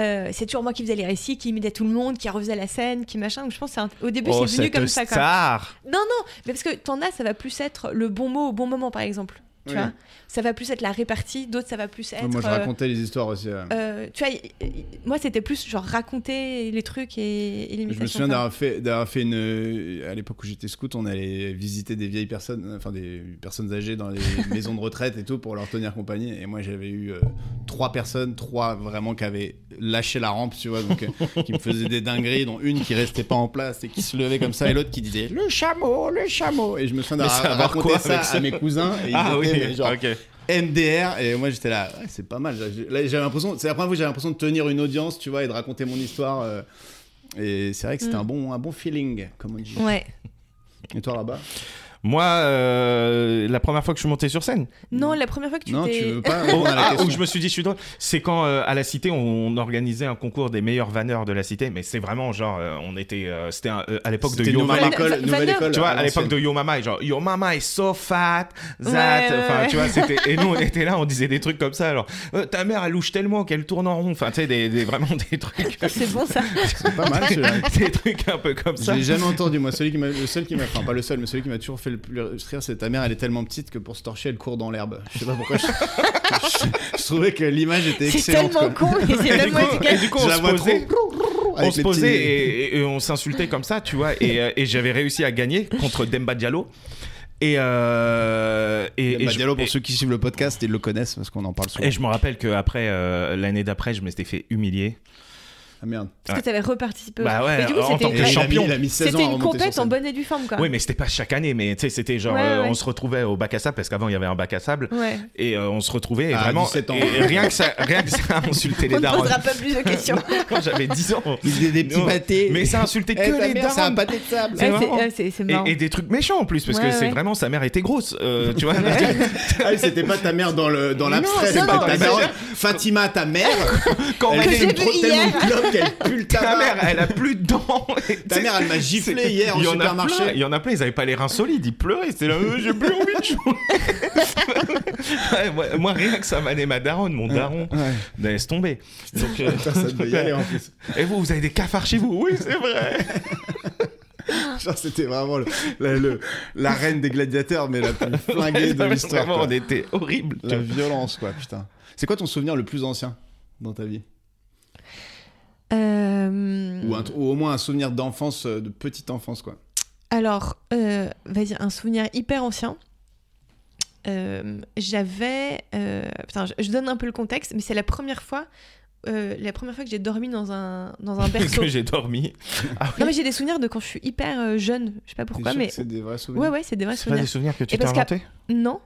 S1: euh, c'est toujours moi qui faisais les récits, qui imitait tout le monde, qui refaisait la scène, qui machin, donc je pense que c'est un- au début
S3: Oh,
S1: c'est venu
S3: cette
S1: comme ça, quoi.
S3: star
S1: Non, non, mais parce que t'en as, ça va plus être le bon mot au bon moment, par exemple, tu
S2: Oui.
S1: vois, ça va plus être la répartie, d'autres ça va plus être...
S2: Moi, je
S1: euh,
S2: racontais les histoires aussi. ouais.
S1: euh, tu vois, y- y- moi c'était plus genre raconter les trucs et, et
S2: Je me
S1: l'imitation,
S2: souviens
S1: quoi.
S2: d'avoir fait, d'avoir fait une. euh, À l'époque où j'étais scout, on allait visiter des vieilles personnes, euh, enfin des personnes âgées dans les maisons de retraite et tout pour leur tenir compagnie. Et moi, j'avais eu euh, trois personnes, trois vraiment qui avaient lâché la rampe, tu vois, donc euh, qui me faisaient des dingueries, dont une qui restait pas en place et qui se levait comme ça, et l'autre qui disait le chameau, le chameau. Et je me souviens
S3: Mais ça a à
S2: d'avoir
S3: voir
S2: raconté
S3: quoi
S2: ça,
S3: avec ça
S2: à mes cousins. Et ils
S3: Ah oui,
S2: étaient, mais genre,
S3: ok.
S2: MDR et moi j'étais là ouais, c'est pas mal J'ai- là, j'avais l'impression c'est la première fois que j'avais l'impression de tenir une audience tu vois et de raconter mon histoire euh, et c'est vrai que c'était
S1: Mm.
S2: un bon un bon feeling comme on dit
S1: Ouais.
S2: et toi là-bas
S3: Moi, euh, la première fois que je suis monté sur scène,
S1: Non, la première fois que tu
S2: Non,
S1: t'es.
S2: tu veux pas
S3: Oh,
S2: répondre à la
S3: ah,
S2: question.
S3: où je me suis dit, je suis drôle. C'est quand euh, à la Cité, on, on organisait un concours des meilleurs vanneurs de la Cité, mais c'est vraiment genre, euh, on était, euh, c'était un- euh, à l'époque de
S2: C'était
S3: Yo
S2: nouvelle
S3: Mama.
S2: école,
S1: Va-
S2: nouvelle
S1: Vaneur.
S2: école. Ah,
S3: Tu vois, à
S2: l'ancienne.
S3: l'époque de Yo Mama, et genre Yo Mama is so fat, that.
S1: Ouais, ouais,
S3: enfin,
S1: ouais.
S3: tu vois, c'était. Et nous, on était là, on disait des trucs comme ça. Alors, Euh, ta mère, elle louche tellement qu'elle tourne en rond. Enfin, tu sais, des, des- vraiment des trucs.
S1: C'est bon ça.
S2: C'est pas mal celui-là.
S3: des trucs un peu comme
S2: Je
S3: ça.
S2: l'ai jamais entendu, moi. Celui qui m'a, le seul qui m'a, enfin pas le seul, mais celui qui m'a toujours fait le plus rire, c'est ta mère. Elle est tellement petite que pour se torcher, elle court dans l'herbe. Je sais pas pourquoi. Je, je- je trouvais que l'image était
S1: C'est
S2: excellente.
S1: tellement
S2: quoi.
S1: con et c'est
S3: Et du
S1: tellement
S3: coup- et
S1: efficace.
S3: du coup,
S2: Je
S3: on
S2: la
S3: se
S2: vois
S3: posait.
S2: trop.
S3: on
S2: Avec
S3: se
S2: les
S3: posait
S2: petits-
S3: et, et- et on s'insultait comme ça, tu vois. Et, euh, et j'avais réussi à gagner contre Demba Diallo. Et, euh, et, et
S2: Bah,
S3: je-
S2: Diallo, pour
S3: et-
S2: ceux qui suivent le podcast, ils le connaissent parce qu'on en parle souvent.
S3: et je me rappelle qu'après, l'année d'après, je m'étais fait humilier.
S2: Ah merde.
S1: Parce que t'avais reparticipé.
S3: Bah ouais,
S1: Mais du coup,
S3: en tant
S1: c'était
S3: que
S2: Et il a mis-
S3: champion.
S2: il a mis 16 ans à
S1: c'était une
S2: remonter sur
S1: compète en
S2: scène.
S1: bonne et due forme quoi.
S3: Oui, mais c'était pas chaque année, mais tu sais, c'était genre,
S1: Ah. Ouais,
S3: euh,
S1: ouais.
S3: on se retrouvait au bac à sable, parce qu'avant, il y avait un bac à sable.
S1: Ouais.
S3: Et euh, on se retrouvait et
S2: À
S3: vraiment.
S2: 17 ans.
S3: et rien que ça, rien que ça insultait
S1: On
S3: les
S1: ne
S3: darons.
S1: posera pas plus de questions.
S3: Quand j'avais 10 ans.
S2: Il des
S3: petits Non.
S2: pâtés. Eh,
S3: Mais ça insultait que les darons.
S2: pâté de sable.
S3: C'est
S1: Ouais,
S3: marrant.
S1: ouais, c'est c'est
S3: Et,
S1: marrant.
S3: et des trucs méchants en plus, parce
S1: Ouais,
S3: que c'est
S1: ouais.
S3: vraiment sa mère était grosse, euh, tu vois.
S2: Ah, c'était pas ta mère dans le dans l'abstrait,
S1: non,
S2: c'est pas
S1: non,
S2: ta
S3: non.
S2: mère. Fatima, ta mère,
S3: Quand
S2: elle
S1: Que
S2: était
S1: j'ai
S2: une
S1: vu
S2: trop tellement
S1: hier. Ah,
S2: clope qu'elle pue le
S3: Ta
S2: tabac.
S3: mère, elle a plus de dents. Et
S2: Ta
S3: tu sais,
S2: mère, elle m'a giflé
S3: c'est-
S2: hier au
S3: il y en a
S2: supermarché.
S3: plein- Il y en a plein, ils avaient pas les reins solides, ils pleuraient. C'était là, Euh, j'ai plus envie de jouer. Ouais, moi, moi, rien que ça m'allait ma daronne, mon daron. Ben, Laisse tomber. Donc, euh,
S2: Putain, ça devait y aller en plus.
S3: Et vous, vous avez des cafards chez vous Oui, c'est vrai.
S1: Ah.
S2: Genre, c'était vraiment le, la, le- la reine des gladiateurs, mais la plus flinguée de l'histoire.
S3: Vraiment,
S2: quoi.
S3: on était horrible.
S2: La violence, quoi, putain. C'est quoi ton souvenir le plus ancien dans ta vie
S1: Euh,
S2: ou, un tr- ou au moins un souvenir d'enfance, euh, de petite enfance, quoi.
S1: Alors, euh, vas-y, un souvenir hyper ancien. Euh, J'avais. euh, putain, je, je donne un peu le contexte, mais c'est la première fois. euh, la première fois que j'ai dormi dans un, dans un berceau.
S3: que j'ai dormi. Ah oui.
S1: non, mais j'ai des souvenirs de quand je suis hyper euh, jeune. Je sais pas pourquoi,
S2: T'es sûr
S1: mais.
S2: que C'est des vrais souvenirs.
S1: Ouais, ouais, c'est des vrais
S3: C'est pas
S1: souvenirs.
S3: des souvenirs que tu
S1: Et
S3: t'es
S1: parce qu'à-
S3: inventé
S1: Non.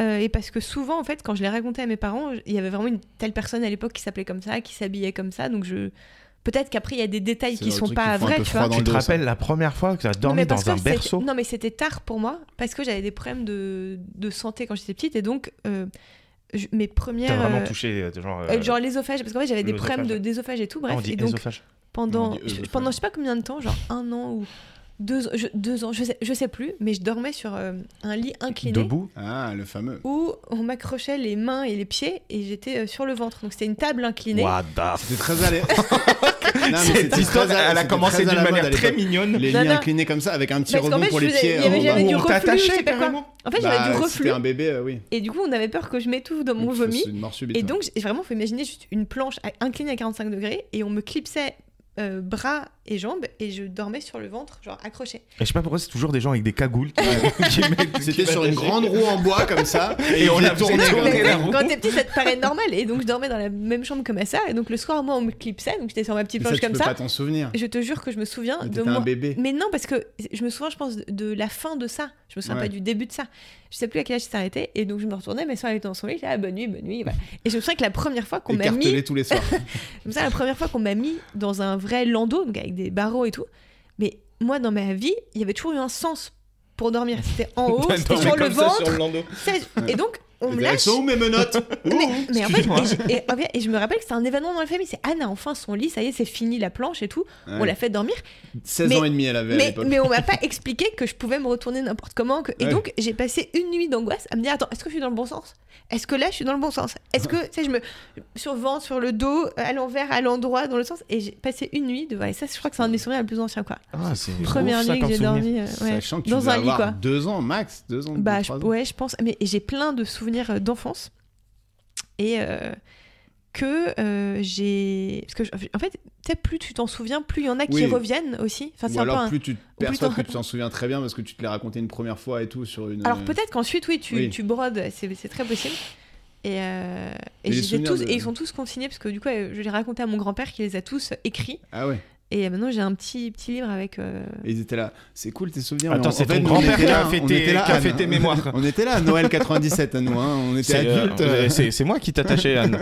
S1: Euh, et parce que souvent, en fait, quand je l'ai raconté à mes parents, il y avait vraiment une telle personne à l'époque qui s'appelait comme ça, qui s'habillait comme ça. Donc, je. Peut-être qu'après, il y a des détails
S2: C'est
S1: qui
S2: genre le
S1: sont
S2: truc
S1: pas
S2: qui font un
S1: vrais,
S2: peu
S1: tu
S2: froid
S1: vois.
S2: dans
S3: Tu
S2: le
S3: te
S2: dos, ça.
S3: rappelles la première fois que tu as
S1: Non,
S3: dormi
S1: mais parce
S3: dans un
S1: que c'était-
S3: berceau
S1: Non, mais c'était tard pour moi parce que j'avais des problèmes de, de santé quand j'étais petite et donc euh, je- mes
S3: T'as
S1: premières.
S3: vraiment
S1: euh,
S3: touché, euh, genre.
S1: euh, genre l'ésophage, parce qu'en fait j'avais des
S3: l'œsophage. Ah,
S1: problèmes de- d'œsophage et tout, bref.
S3: on dit
S1: et donc
S3: ésophage.
S1: pendant,
S2: On dit œsophage.
S1: pendant je sais pas combien de temps, genre un an ou deux, ans- je, deux ans, je sais, je sais plus, mais je dormais sur euh, un lit incliné.
S3: Debout
S2: Ah, le fameux.
S1: Où on m'accrochait les mains et les pieds et j'étais euh, sur le ventre. Donc c'était une table inclinée.
S3: What the
S2: C'était très à l'aise. Non, Ah, mais
S3: Cette
S2: c'était
S3: histoire,
S2: très à-
S3: elle a
S2: c'était très
S3: commencé
S2: à
S3: d'une
S2: la mode à
S3: manière très
S2: l'époque.
S3: mignonne.
S2: Les
S1: Non,
S2: lits
S1: non.
S2: inclinaient comme ça, avec un petit
S1: Parce qu'en
S2: rebond
S1: fait,
S2: pour
S1: je
S2: les
S1: faisais-
S2: pieds.
S1: il y avait
S2: en
S1: jamais
S2: bas.
S1: du
S3: On
S1: reflux,
S3: t'attachait
S1: je sais pas quoi.
S3: carrément.
S1: En fait,
S2: Bah,
S1: j'avais du
S2: si
S1: reflux.
S2: t'es un bébé, euh, oui.
S1: Et du coup, on avait peur que je m'étouffe dans mon
S2: C'est-
S1: vomi.
S2: c'est une mort subite,
S1: Et
S2: ouais.
S1: donc, j'ai vraiment, faut imaginer juste une planche à- inclinée à 45 degrés et on me clipsait euh, bras et jambes et je dormais sur le ventre, genre accroché.
S3: Et je sais pas pourquoi c'est toujours des gens avec des cagoules.
S2: C'était sur une grande roue en bois comme ça,
S3: Et
S2: et,
S3: on
S2: on
S3: la
S2: l'a
S3: faisait
S2: tourné.
S3: tourner.
S2: comme-
S3: la roue.
S1: quand t'es petit, ça te paraît normal. Et donc, je dormais dans la même chambre que ma sœur. Et donc, le soir, moi, on me clipsait. Donc, j'étais sur ma petite
S2: Mais ça,
S1: planche
S2: tu
S1: comme
S2: peux
S1: ça.
S2: pas t'en souvenir.
S1: Je te jure que je me souviens
S2: Mais
S1: de
S2: t'étais
S1: moi.
S2: un bébé.
S1: Mais non, parce que je me souviens, je pense, de- de la fin de ça. Je me souviens
S2: Ouais.
S1: pas du début de ça. Je sais plus à quel âge ça arrêté. Et donc, je me retournais, ma soeur était dans son lit. Je disais, ah, bonne nuit, bonne nuit. voilà. Et je me souviens que la première fois qu'on m'a mis.
S2: Écartelé tous les soirs.
S1: Comme ça, la première fois qu'on m'a mis dans un vrai landau, donc avec des barreaux et tout, mais moi, dans ma vie, il y avait toujours eu un sens pour dormir. C'était en haut, c'était sur le ventre. c'est- Et donc, on me
S2: Elles
S1: lâche.
S2: sont où mes menottes
S1: Mais, mais en fait, et je, et- en fait, et je me rappelle que c'est un événement dans la famille. C'est Anna, enfin son lit, ça y est, c'est fini la planche et tout. On
S2: Ouais.
S1: l'a fait dormir.
S2: 16
S1: Mais-
S2: ans et demi, elle avait à
S1: Mais,
S2: l'époque.
S1: mais on m'a pas expliqué que je pouvais me retourner n'importe comment. que- Et
S2: Ouais.
S1: donc, j'ai passé une nuit d'angoisse à me dire Attends, est-ce que je suis dans le bon sens Est-ce que là, je suis dans le bon sens Est-ce
S2: Ah.
S1: que, tu sais, je me. sur le ventre, sur le dos, à l'envers, à l'endroit, dans le sens. Et j'ai passé une nuit de. Et ça, je crois que c'est un de mes souvenirs les plus anciens, quoi.
S2: Ah,
S1: Première nuit que j'ai dormi euh, ouais,
S2: Sachant que tu
S1: dans
S2: devais
S1: un lit,
S2: avoir
S1: quoi.
S2: deux ans max, deux ans,
S1: Bah, je-
S2: deux, trois ans.
S1: ouais, je pense. Mais et j'ai plein de souvenirs euh, d'enfance et euh, que euh, j'ai. Parce que je- en fait, tu sais, plus tu t'en souviens, plus il y en a qui
S2: Oui.
S1: reviennent aussi. Enfin, c'est
S2: Ou
S1: un peu
S2: alors
S1: un-
S2: plus tu te
S1: plus
S2: perçois
S1: t'en-
S2: que tu t'en souviens très bien parce que tu te l'as raconté une première fois et tout sur une.
S1: Alors
S2: euh,
S1: peut-être qu'ensuite, oui, tu,
S2: oui.
S1: tu brodes, c'est c'est très possible. Et, euh, et
S2: Mais les
S1: je les ai
S2: souvenirs
S1: tous,
S2: de-
S1: et ils sont tous consignés parce que du coup, euh, je les raconté à mon grand-père qui les a tous écrits.
S2: Ah ouais.
S1: Et maintenant, j'ai un petit, petit livre avec. euh,
S2: Et ils étaient là. C'est cool tes souvenirs.
S3: Attends,
S2: mais en-
S3: c'est
S2: en fait, nous,
S3: ton
S2: on
S3: grand-père
S2: était
S3: qui
S2: là,
S3: a fêté-
S2: on était là,
S3: qui a
S2: Anne.
S3: fêté mémoire.
S2: on était là à Noël 97 à nous. hein. On était
S3: C'est, euh,
S2: adultes.
S3: euh, c'est- c'est moi qui t'attachais, Anne.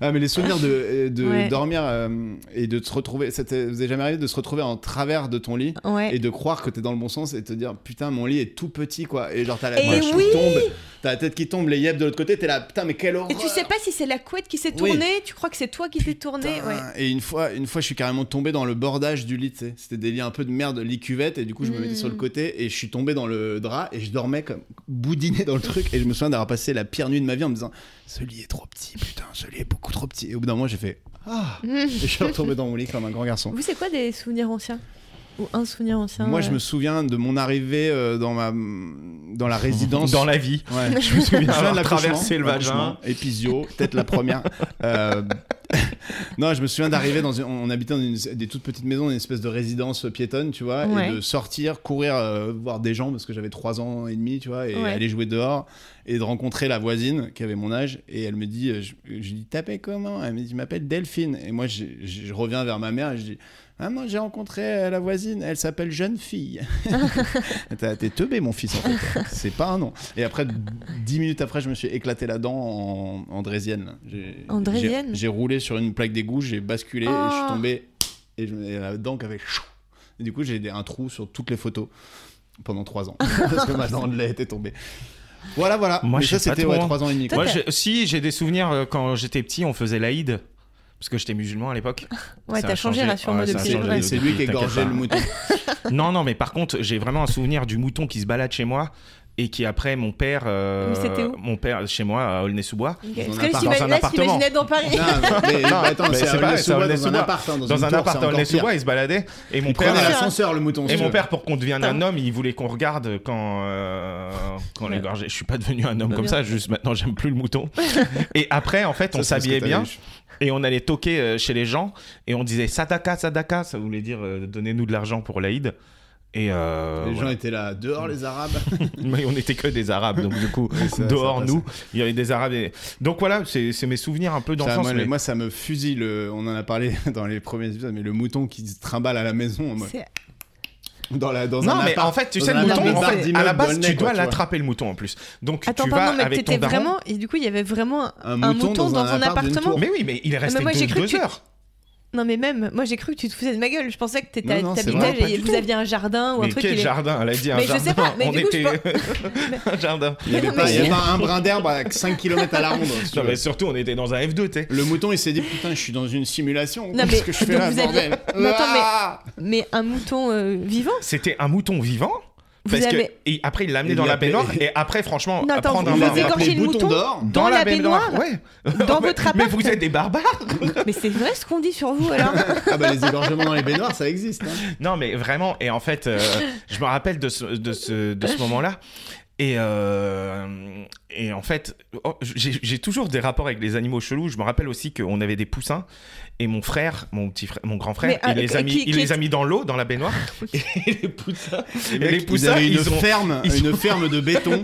S2: Ah, mais les souvenirs de, euh, de
S1: Ouais.
S2: dormir euh, et de te retrouver. Ça t'est- vous est jamais arrivé de se retrouver en travers de ton lit
S1: Ouais.
S2: et de croire que t'es dans le bon sens et de te dire putain, mon lit est tout petit quoi. Et genre, t'as la
S1: Et
S2: tête
S1: oui
S2: qui tombe, t'as la tête qui tombe, les yeux de l'autre côté, t'es là putain, mais quelle horreur.
S1: Et tu sais pas si c'est la couette qui s'est
S2: Oui.
S1: tournée, tu crois que c'est toi qui t'es tourné. Ouais.
S2: Putain. Et une fois, une fois, je suis carrément tombé dans le bordage du lit. tu sais. C'était des lits un peu de merde, lit cuvette, et du coup, je me mettais
S1: Mm.
S2: sur le côté et je suis tombé dans le drap et je dormais comme boudiné dans le truc. Et je me souviens d'avoir passé la pire nuit de ma vie en me disant ce lit est trop petit, putain, ce lit est beaucoup trop petit. Et au bout d'un moment, j'ai fait ah, et je suis retombé dans mon lit comme un grand garçon.
S1: Vous, c'est quoi des souvenirs anciens Ou un souvenir ancien
S2: Moi, je
S1: euh,
S2: me souviens de mon arrivée euh, dans ma dans la résidence.
S3: Dans la vie.
S2: Ouais.
S3: Je me souviens
S2: Traversé
S3: avoir traversé le vagin.
S2: Épisio, peut-être la première. Euh, non, je me souviens d'arriver dans une, on habitait dans une, des toutes petites maisons, une espèce de résidence piétonne, tu vois,
S1: Ouais.
S2: et de sortir, courir, euh, voir des gens parce que j'avais 3 ans et demi, tu vois, et
S1: Ouais.
S2: aller jouer dehors et de rencontrer la voisine qui avait mon âge et elle me dit, euh, je, je lui dis t'appelles comment Elle me dit je m'appelle Delphine et moi je, je- je reviens vers ma mère et je dis ah moi j'ai rencontré euh, la voisine, elle s'appelle jeune fille. T'as- T'es teubé, mon fils, en fait. C'est pas un nom. Et après, dix minutes après, je me suis éclaté la dent en, en draisienne. là. J'ai-
S1: En draisienne
S2: j'ai- J'ai roulé sur une plaque d'égout, j'ai basculé et je suis
S1: Oh.
S2: tombé. Et, je, et la dent qui avait. chou. Et du coup, j'ai des- un trou sur toutes les photos pendant trois ans. parce que ma dent de lait était tombée. Voilà, voilà.
S3: Moi,
S2: Mais
S3: je
S2: ça,
S3: sais pas
S2: c'était
S3: trop,
S2: ouais,
S3: hein.
S2: trois ans et demi. quoi.
S3: Moi, j'ai- si, j'ai des souvenirs euh, quand j'étais petit, on faisait l'Aïd. Parce que j'étais musulman à l'époque.
S1: Ouais,
S3: ça
S1: t'as
S3: a
S1: changé,
S3: changé.
S1: rassure-moi
S3: Ouais, ça a
S1: depuis.
S2: C'est-
S3: changé.
S1: Ouais.
S2: C'est lui qui
S3: T'inquiète
S2: égorgeait
S3: pas.
S2: le mouton.
S3: Non, non, mais par contre, j'ai vraiment un souvenir du mouton qui se balade chez moi et qui après mon père, euh,
S1: Mais c'était où
S3: mon père chez moi à Aulnay-sous-Bois,
S1: Ok.
S2: Dans
S1: Parce
S2: un
S1: que là,
S2: appart-
S1: j'imagine-
S3: dans un
S1: là,
S3: appartement.
S1: j'imaginais être dans Paris.
S2: Non, mais, mais attends,
S3: mais
S2: c'est
S3: c'est
S2: un
S3: pareil, c'est un
S2: sous-bois dans un
S3: sous-bois.
S2: appart. hein,
S3: dans
S2: une
S3: un
S2: tour,
S3: appart
S2: c'est
S3: à
S2: encore pire.
S3: Aulnay-sous-Bois, il se baladait et mon
S2: Il
S3: père.
S2: prenait
S1: euh,
S2: l'ascenseur, le mouton.
S3: Et
S2: si tu
S3: mon
S2: veux.
S3: père, pour qu'on devienne
S1: Putain.
S3: un homme, il voulait qu'on regarde quand, euh, quand on
S1: Ouais.
S3: l'égorgeait. Je suis pas devenu un homme
S1: Bah,
S3: comme
S1: bien.
S3: ça, juste maintenant j'aime plus le mouton. et après, en fait, on
S2: Ça, c'est ce que
S3: s'habillait
S2: t'avais
S3: bien
S2: eu.
S3: et on allait toquer euh, chez les gens et on disait Sadaka, Sadaka, ça voulait dire euh, donnez-nous de l'argent pour l'Aïd. Et euh,
S2: Les gens
S3: voilà.
S2: étaient là, dehors les Arabes.
S3: Mais on n'était que des Arabes, donc du coup,
S2: ça- ça
S3: dehors
S2: passe.
S3: nous, il y avait des Arabes. et- Donc voilà, c'est c'est mes souvenirs un peu
S2: Ça,
S3: d'enfance.
S2: moi,
S3: mais-
S2: moi, ça me fusille. le- On en a parlé dans les premiers épisodes, mais le mouton qui se trimballe à la maison, moi,
S1: C'est-
S2: dans, la, dans un
S3: Non, mais
S2: appart-
S3: en fait, tu
S2: dans
S3: sais,
S2: un
S3: le mouton,
S2: appart
S3: en
S2: de bar
S3: fait, à
S2: d'immeuble
S3: la base,
S2: Aulnay, quoi,
S3: tu dois
S2: tu vois.
S3: l'attraper le mouton en plus. Donc
S1: Attends,
S3: tu vas
S1: pardon, mais que
S3: avec ton
S1: t'étais
S3: daron.
S1: vraiment. Et du coup, il y avait vraiment
S2: Un
S1: un,
S2: mouton
S1: mouton,
S2: dans
S1: dans, un,
S2: un appart d'une
S1: appartement.
S2: tour.
S3: Oh, Mais oui, mais il est resté
S1: moi, j'ai
S3: 12
S1: cru que
S3: deux
S1: tu-
S3: heures.
S1: Non, mais même, moi, j'ai cru que tu te faisais de ma gueule. Je pensais que t'étais
S2: Non, non, c'est
S1: t'habitais
S2: vrai,
S1: et
S2: pas du
S1: vous
S2: tout.
S1: aviez un jardin ou un
S3: Mais
S1: truc.
S3: quel
S1: il est-
S3: jardin Elle a dit un
S1: Mais je
S3: jardin.
S1: sais pas, mais
S3: on
S1: du coup, je
S3: était un jardin.
S2: Il n'y avait,
S1: Non,
S2: pas-
S1: mais
S2: il y avait
S1: j'ai-
S2: pas un brin d'herbe à 5 km à la ronde. si tu
S3: Non,
S2: veux.
S3: mais surtout, on était dans un F2, tu sais.
S2: Le mouton, il s'est dit Putain, je suis dans une simulation.
S1: Non,
S2: Qu'est-ce
S1: mais-
S2: que je fais
S1: donc
S2: là,
S1: vous aviez-
S2: bordel
S1: Mais attends, mais-
S2: Ah
S1: Mais un mouton euh, vivant
S3: C'était un mouton vivant.
S1: Vous
S3: Parce
S1: avez-
S3: que et après, il l'a amené
S2: Il
S3: dans
S2: l'a
S3: la baignoire.
S2: appelé-
S3: Et après, franchement,
S1: Non, attends,
S3: prendre
S1: vous
S3: un
S2: l'a
S1: vous
S3: bain
S2: appelé
S1: égorgez le mouton
S2: bouton d'or.
S1: dans la baignoire,
S3: Ouais.
S1: dans votre
S3: Mais
S1: appart.
S3: vous êtes des barbares.
S1: Mais c'est vrai ce qu'on dit sur vous alors
S2: Ah bah les égorgements dans les baignoires, ça existe. hein.
S3: Non, mais vraiment, et en fait, euh, je me rappelle de ce, de ce, de ce moment-là. Et, euh, et en fait, oh, j'ai j'ai toujours des rapports avec les animaux chelous. Je me rappelle aussi qu'on avait des poussins et mon frère, mon petit frère, mon grand frère,
S1: Mais,
S3: il
S1: euh,
S3: les
S1: qui-
S3: a mis,
S1: qui-
S3: il
S1: qui-
S3: les a mis dans l'eau, dans la baignoire. et les poussins, et les
S2: Ils
S3: poussins,
S2: avaient
S3: ils,
S2: une
S3: ont
S2: ferme,
S3: ils
S2: une ferme de béton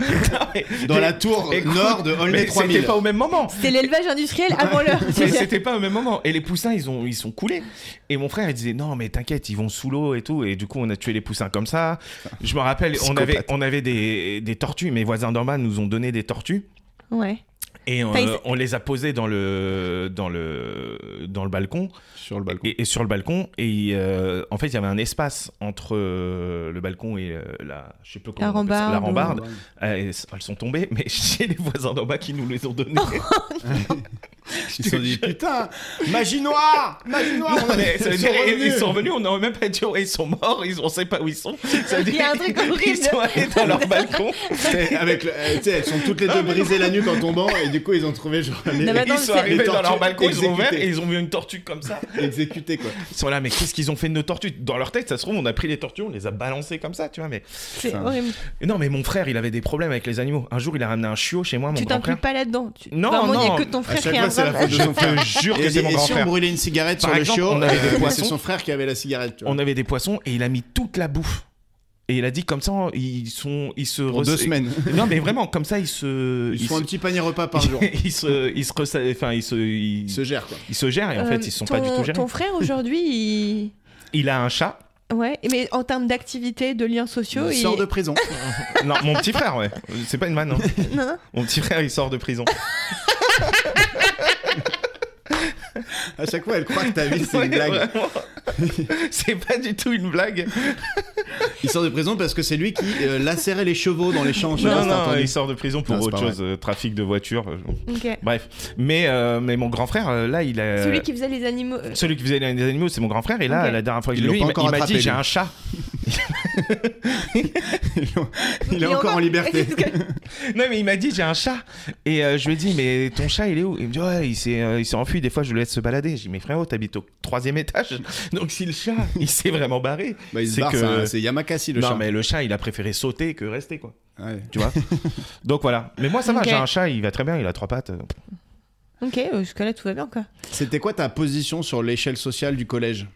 S2: dans la tour
S3: Écoute,
S2: nord de Aulnay
S3: mais c'était
S2: 3000.
S3: pas au même moment.
S1: C'est l'élevage industriel avant l'heure.
S3: Mais c'était pas au même moment. Et les poussins, ils, ont, ils sont coulés. Et mon frère, il disait Non, mais t'inquiète, ils vont sous l'eau et tout. Et du coup, on a tué les poussins comme ça. Je me rappelle, on
S2: Psychopathe.
S3: avait, on avait des, des tortues. Mes voisins d'en bas nous ont donné des tortues.
S1: Ouais.
S3: Et euh,
S1: T'as essayé-
S3: on les a posées dans le, dans le, dans le balcon.
S2: Sur le balcon.
S3: Et, et sur le balcon. Et euh, en fait, il y avait un espace entre euh, le balcon et euh, la. Je sais plus comment
S1: La
S3: on appelle ça,
S1: rambarde.
S3: La rambarde. Euh, elles, elles sont tombées, mais chez les voisins d'en bas qui nous les ont données.
S2: Ils se sont dit Putain, magie noire Magie noire
S3: Non,
S2: on a-
S3: mais ça veut
S2: ils
S3: dire,
S2: sont
S3: ils,
S2: revenus.
S3: sont revenus, on n'aurait même pas dit, ouais, ils sont morts, ils, on sait pas où ils sont. Ça veut
S1: Il y a un truc horrible.
S3: Ils sont allés dans leur balcon.
S2: Et avec le- euh, tu sais, elles sont toutes les deux brisées la nuque en tombant et du coup ils ont trouvé genre les
S1: Non, mais
S3: ils
S1: attends,
S3: sont
S1: c'est-
S3: arrivés
S2: Les
S3: dans leur
S2: tortues
S3: balcon, ils ont ouvert
S2: exécutées.
S3: et ils ont vu une tortue comme ça.
S2: exécutés quoi.
S3: Ils sont là, mais qu'est-ce qu'ils ont fait de nos tortues Dans leur tête, ça se trouve, on a pris les tortues, on les a balancées comme ça, tu vois. Mais
S1: C'est
S2: Putain.
S1: horrible.
S3: non, mais mon frère, il avait des problèmes avec les animaux. Un jour, il a ramené un chiot chez moi, mon
S1: Tu
S3: grand
S1: t'inclus
S3: frère.
S1: pas là-dedans. Tu-
S3: Non,
S1: Vraiment, il y a
S3: non.
S1: que ton
S2: À
S1: frère
S2: chaque
S1: qui a
S2: fois
S1: un
S2: c'est la
S1: vrai-
S2: faute de son frère.
S3: Je te jure que
S2: Et,
S3: c'est mon
S2: et
S3: grand
S2: si on
S3: frère.
S2: brûlait une cigarette
S3: Par
S2: sur
S3: exemple,
S2: le chiot,
S3: on avait des
S2: euh,
S3: poissons.
S2: c'est son frère qui avait la cigarette. tu vois.
S3: On avait des poissons et il a mis toute la bouffe Et il a dit comme ça, ils sont, ils se
S2: Pour deux
S3: res-
S2: semaines.
S3: Non, mais vraiment, comme ça, ils se,
S2: Ils font
S3: se-
S2: un petit panier repas par jour.
S3: ils se, ils se, ressa- enfin, ils se, ils,
S2: Ils se gèrent, quoi.
S3: ils se gèrent et en fait, ils sont pas du tout gérés.
S1: Euh, Ton frère aujourd'hui,
S3: Il a un chat.
S1: il... ouais, mais en termes d'activité, de liens sociaux,
S2: Ils
S1: il.
S2: sortent de prison.
S3: Non, mon petit frère, ouais. C'est pas une vanne. hein.
S1: Non,
S3: Mon petit frère, il sort de prison.
S2: À chaque fois, elle croit que ta vie, c'est
S3: Ouais,
S2: une blague.
S3: vraiment. C'est pas du tout une blague.
S2: Il sort de prison parce que c'est lui qui euh, lacérait les chevaux dans les champs. je sais pas
S3: Non,
S2: si t'as
S3: non,
S2: entendu.
S3: il sort de prison pour
S2: Non, c'est
S3: autre
S2: pas vrai.
S3: chose, euh, trafic de voiture. euh,
S1: ok.
S3: Bref. Mais, euh, mais mon grand frère, euh, là, il a.
S1: Celui qui faisait les animaux. euh,
S3: Celui qui faisait les animaux, c'est mon grand frère. Et là,
S1: Ok.
S3: la dernière fois que je
S2: Ils
S3: l'ai
S2: l'ont
S3: vu,
S2: pas
S3: il m'a-
S2: encore
S3: il m'a dit
S2: attrapé,
S3: J'ai
S2: lui.
S3: un chat.
S2: il est encore en liberté.
S3: Non, mais il m'a dit J'ai un chat. Et euh, je lui ai dit Mais ton chat, il est où Il me dit Ouais, il s'est euh, il s'est enfui. Des fois, je le laisse se balader. J'ai dit Mais frérot, t'habites au troisième étage. Donc, si le chat, il s'est vraiment barré.
S2: Bah, il se
S3: C'est
S2: barre,
S3: que-
S2: c'est un- c'est Yamakasi le
S3: non,
S2: chat.
S3: mais le chat, il a préféré sauter que rester, quoi.
S2: Ouais.
S3: Tu vois Donc, voilà. Mais moi, ça va.
S1: Ok.
S3: J'ai un chat, il va très bien. Il a trois pattes.
S1: Ok, euh, jusque-là, tout va bien, quoi.
S2: C'était quoi ta position sur l'échelle sociale du collège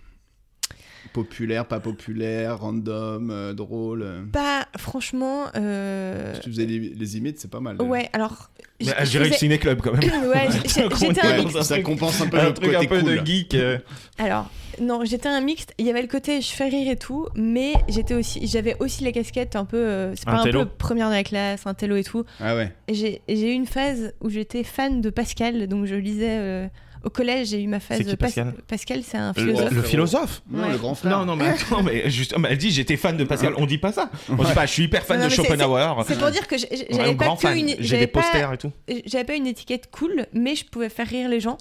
S2: Populaire, pas populaire, random, euh, drôle. euh.
S1: Bah, franchement. euh,
S2: Si tu faisais les, les imites, c'est pas mal. déjà.
S1: Ouais, alors. j-
S3: Mais,
S1: je
S3: J'ai réussi
S1: faisais-
S3: ciné club quand même.
S1: Ouais, j- j- j'étais un
S3: Ouais.
S1: mix.
S3: dans un
S2: ça
S3: truc-
S2: compense un peu
S3: un
S2: notre
S3: truc
S2: côté
S3: un peu
S2: cool.
S3: de geek. euh.
S1: Alors, non, j'étais un mixte. Il y avait le côté je fais rire et tout, mais j'étais aussi, j'avais aussi la casquette un peu, euh, c'est pas
S3: Un
S1: un,
S3: télo.
S1: peu première de la classe, un télo et tout.
S2: Ah ouais.
S1: J'ai j'ai eu une phase où j'étais fan de Pascal, donc je lisais euh, au collège. J'ai eu ma phase
S3: C'est qui,
S1: de Pas-
S3: Pascal
S1: Pascal, c'est un
S3: Le,
S1: philosophe.
S3: le philosophe
S2: Non,
S1: Ouais.
S2: le grand frère.
S3: Non, non, mais attends, mais juste, mais elle dit j'étais fan de Pascal. On dit pas ça. On dit pas je suis hyper fan
S1: Non, non, mais
S3: de
S1: c'est-
S3: Schopenhauer.
S1: C'est pour dire que j'ai- j'ai-
S3: Ouais,
S1: j'avais pas
S3: grand
S1: que
S3: fan.
S1: une,
S3: J'ai
S1: j'avais
S3: des
S1: pas-
S3: posters et tout.
S1: j'avais pas une étiquette cool, mais je pouvais faire rire les gens.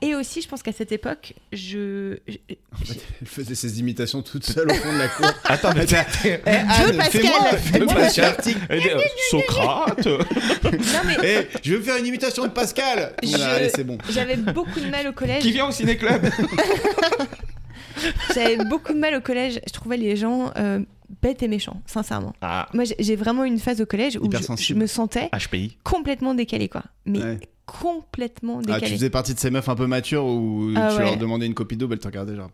S1: Et aussi, je pense qu'à cette époque, je. je-
S2: Elle faisait ses imitations toute seule au fond de la cour.
S3: Attends, mais t'as-
S2: Eh,
S1: Euh,
S3: Ah,
S2: Anne,
S1: Ah, Pascal.
S2: fais-moi- fais-moi
S3: Pascal.
S2: cet article.
S3: elle dit, euh, Socrate.
S1: Non, mais
S2: Eh, je veux faire une imitation de Pascal.
S1: Je-
S2: Voilà, allez, c'est bon.
S1: j'avais beaucoup de mal au collège.
S3: Qui vient au ciné club
S1: J'avais beaucoup de mal au collège. Je trouvais les gens euh, bêtes et méchants, sincèrement.
S3: Ah,
S1: Moi, j'ai- j'ai vraiment eu une phase au collège où je,
S2: Hypersensible.
S1: je me sentais
S3: HPI.
S1: complètement décalée, quoi. Mais
S2: Ouais.
S1: complètement
S2: Ah, tu
S1: décalée.
S2: faisais partie de ces meufs un peu matures où
S1: Ah
S2: tu
S1: ouais.
S2: leur demandais une copie double, elles te regardaient genre.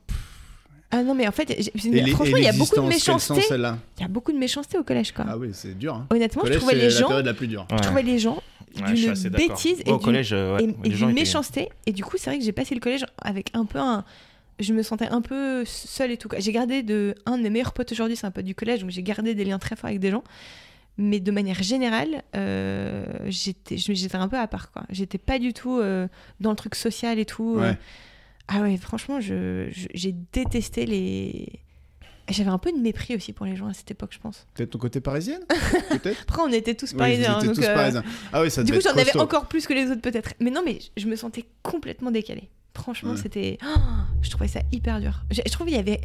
S1: Ah non, mais en fait, j'ai-
S2: Et les-
S1: franchement,
S2: et
S1: il y a beaucoup de
S2: l'existence, quelles sont
S1: méchanceté.
S2: celles-là
S1: Il y a beaucoup de méchanceté au collège, quoi.
S2: Ah oui, c'est dur. Hein.
S1: Honnêtement,
S2: Collège,
S1: je trouvais
S2: c'est
S1: les
S2: la
S1: gens,
S2: période la plus dure.
S1: je trouvais les gens d'une bêtise et
S3: Au
S1: d'une-
S3: collège, euh, ouais,
S1: et, et
S3: les gens
S1: d'une
S3: étaient-
S1: méchanceté. Et du coup, c'est vrai que j'ai passé le collège avec un peu un. Je me sentais un peu seule et tout. quoi. J'ai gardé de. Un de mes meilleurs potes aujourd'hui, c'est un pote du collège, donc j'ai gardé des liens très forts avec des gens. Mais de manière générale, euh, j'étais je- j'étais un peu à part, quoi. J'étais pas du tout euh, dans le truc social et tout. euh.
S2: Ouais.
S1: Ah ouais, franchement, je- je- j'ai détesté les. J'avais un peu de mépris aussi pour les gens à cette époque, je pense.
S2: Peut-être ton côté parisienne Peut-être
S1: Après, on était tous
S2: Oui,
S1: parisiens.
S2: vous
S1: hein,
S2: étiez
S1: donc,
S2: tous
S1: euh,
S2: parisiens. Ah oui, ça
S1: du
S2: devait
S1: coup,
S2: être
S1: j'en avais
S2: costaud.
S1: encore plus que les autres peut-être. Mais non, mais je je me sentais complètement décalée. Franchement,
S2: Ouais.
S1: c'était. Oh, je trouvais ça hyper dur. Je, je trouvais qu'il y avait.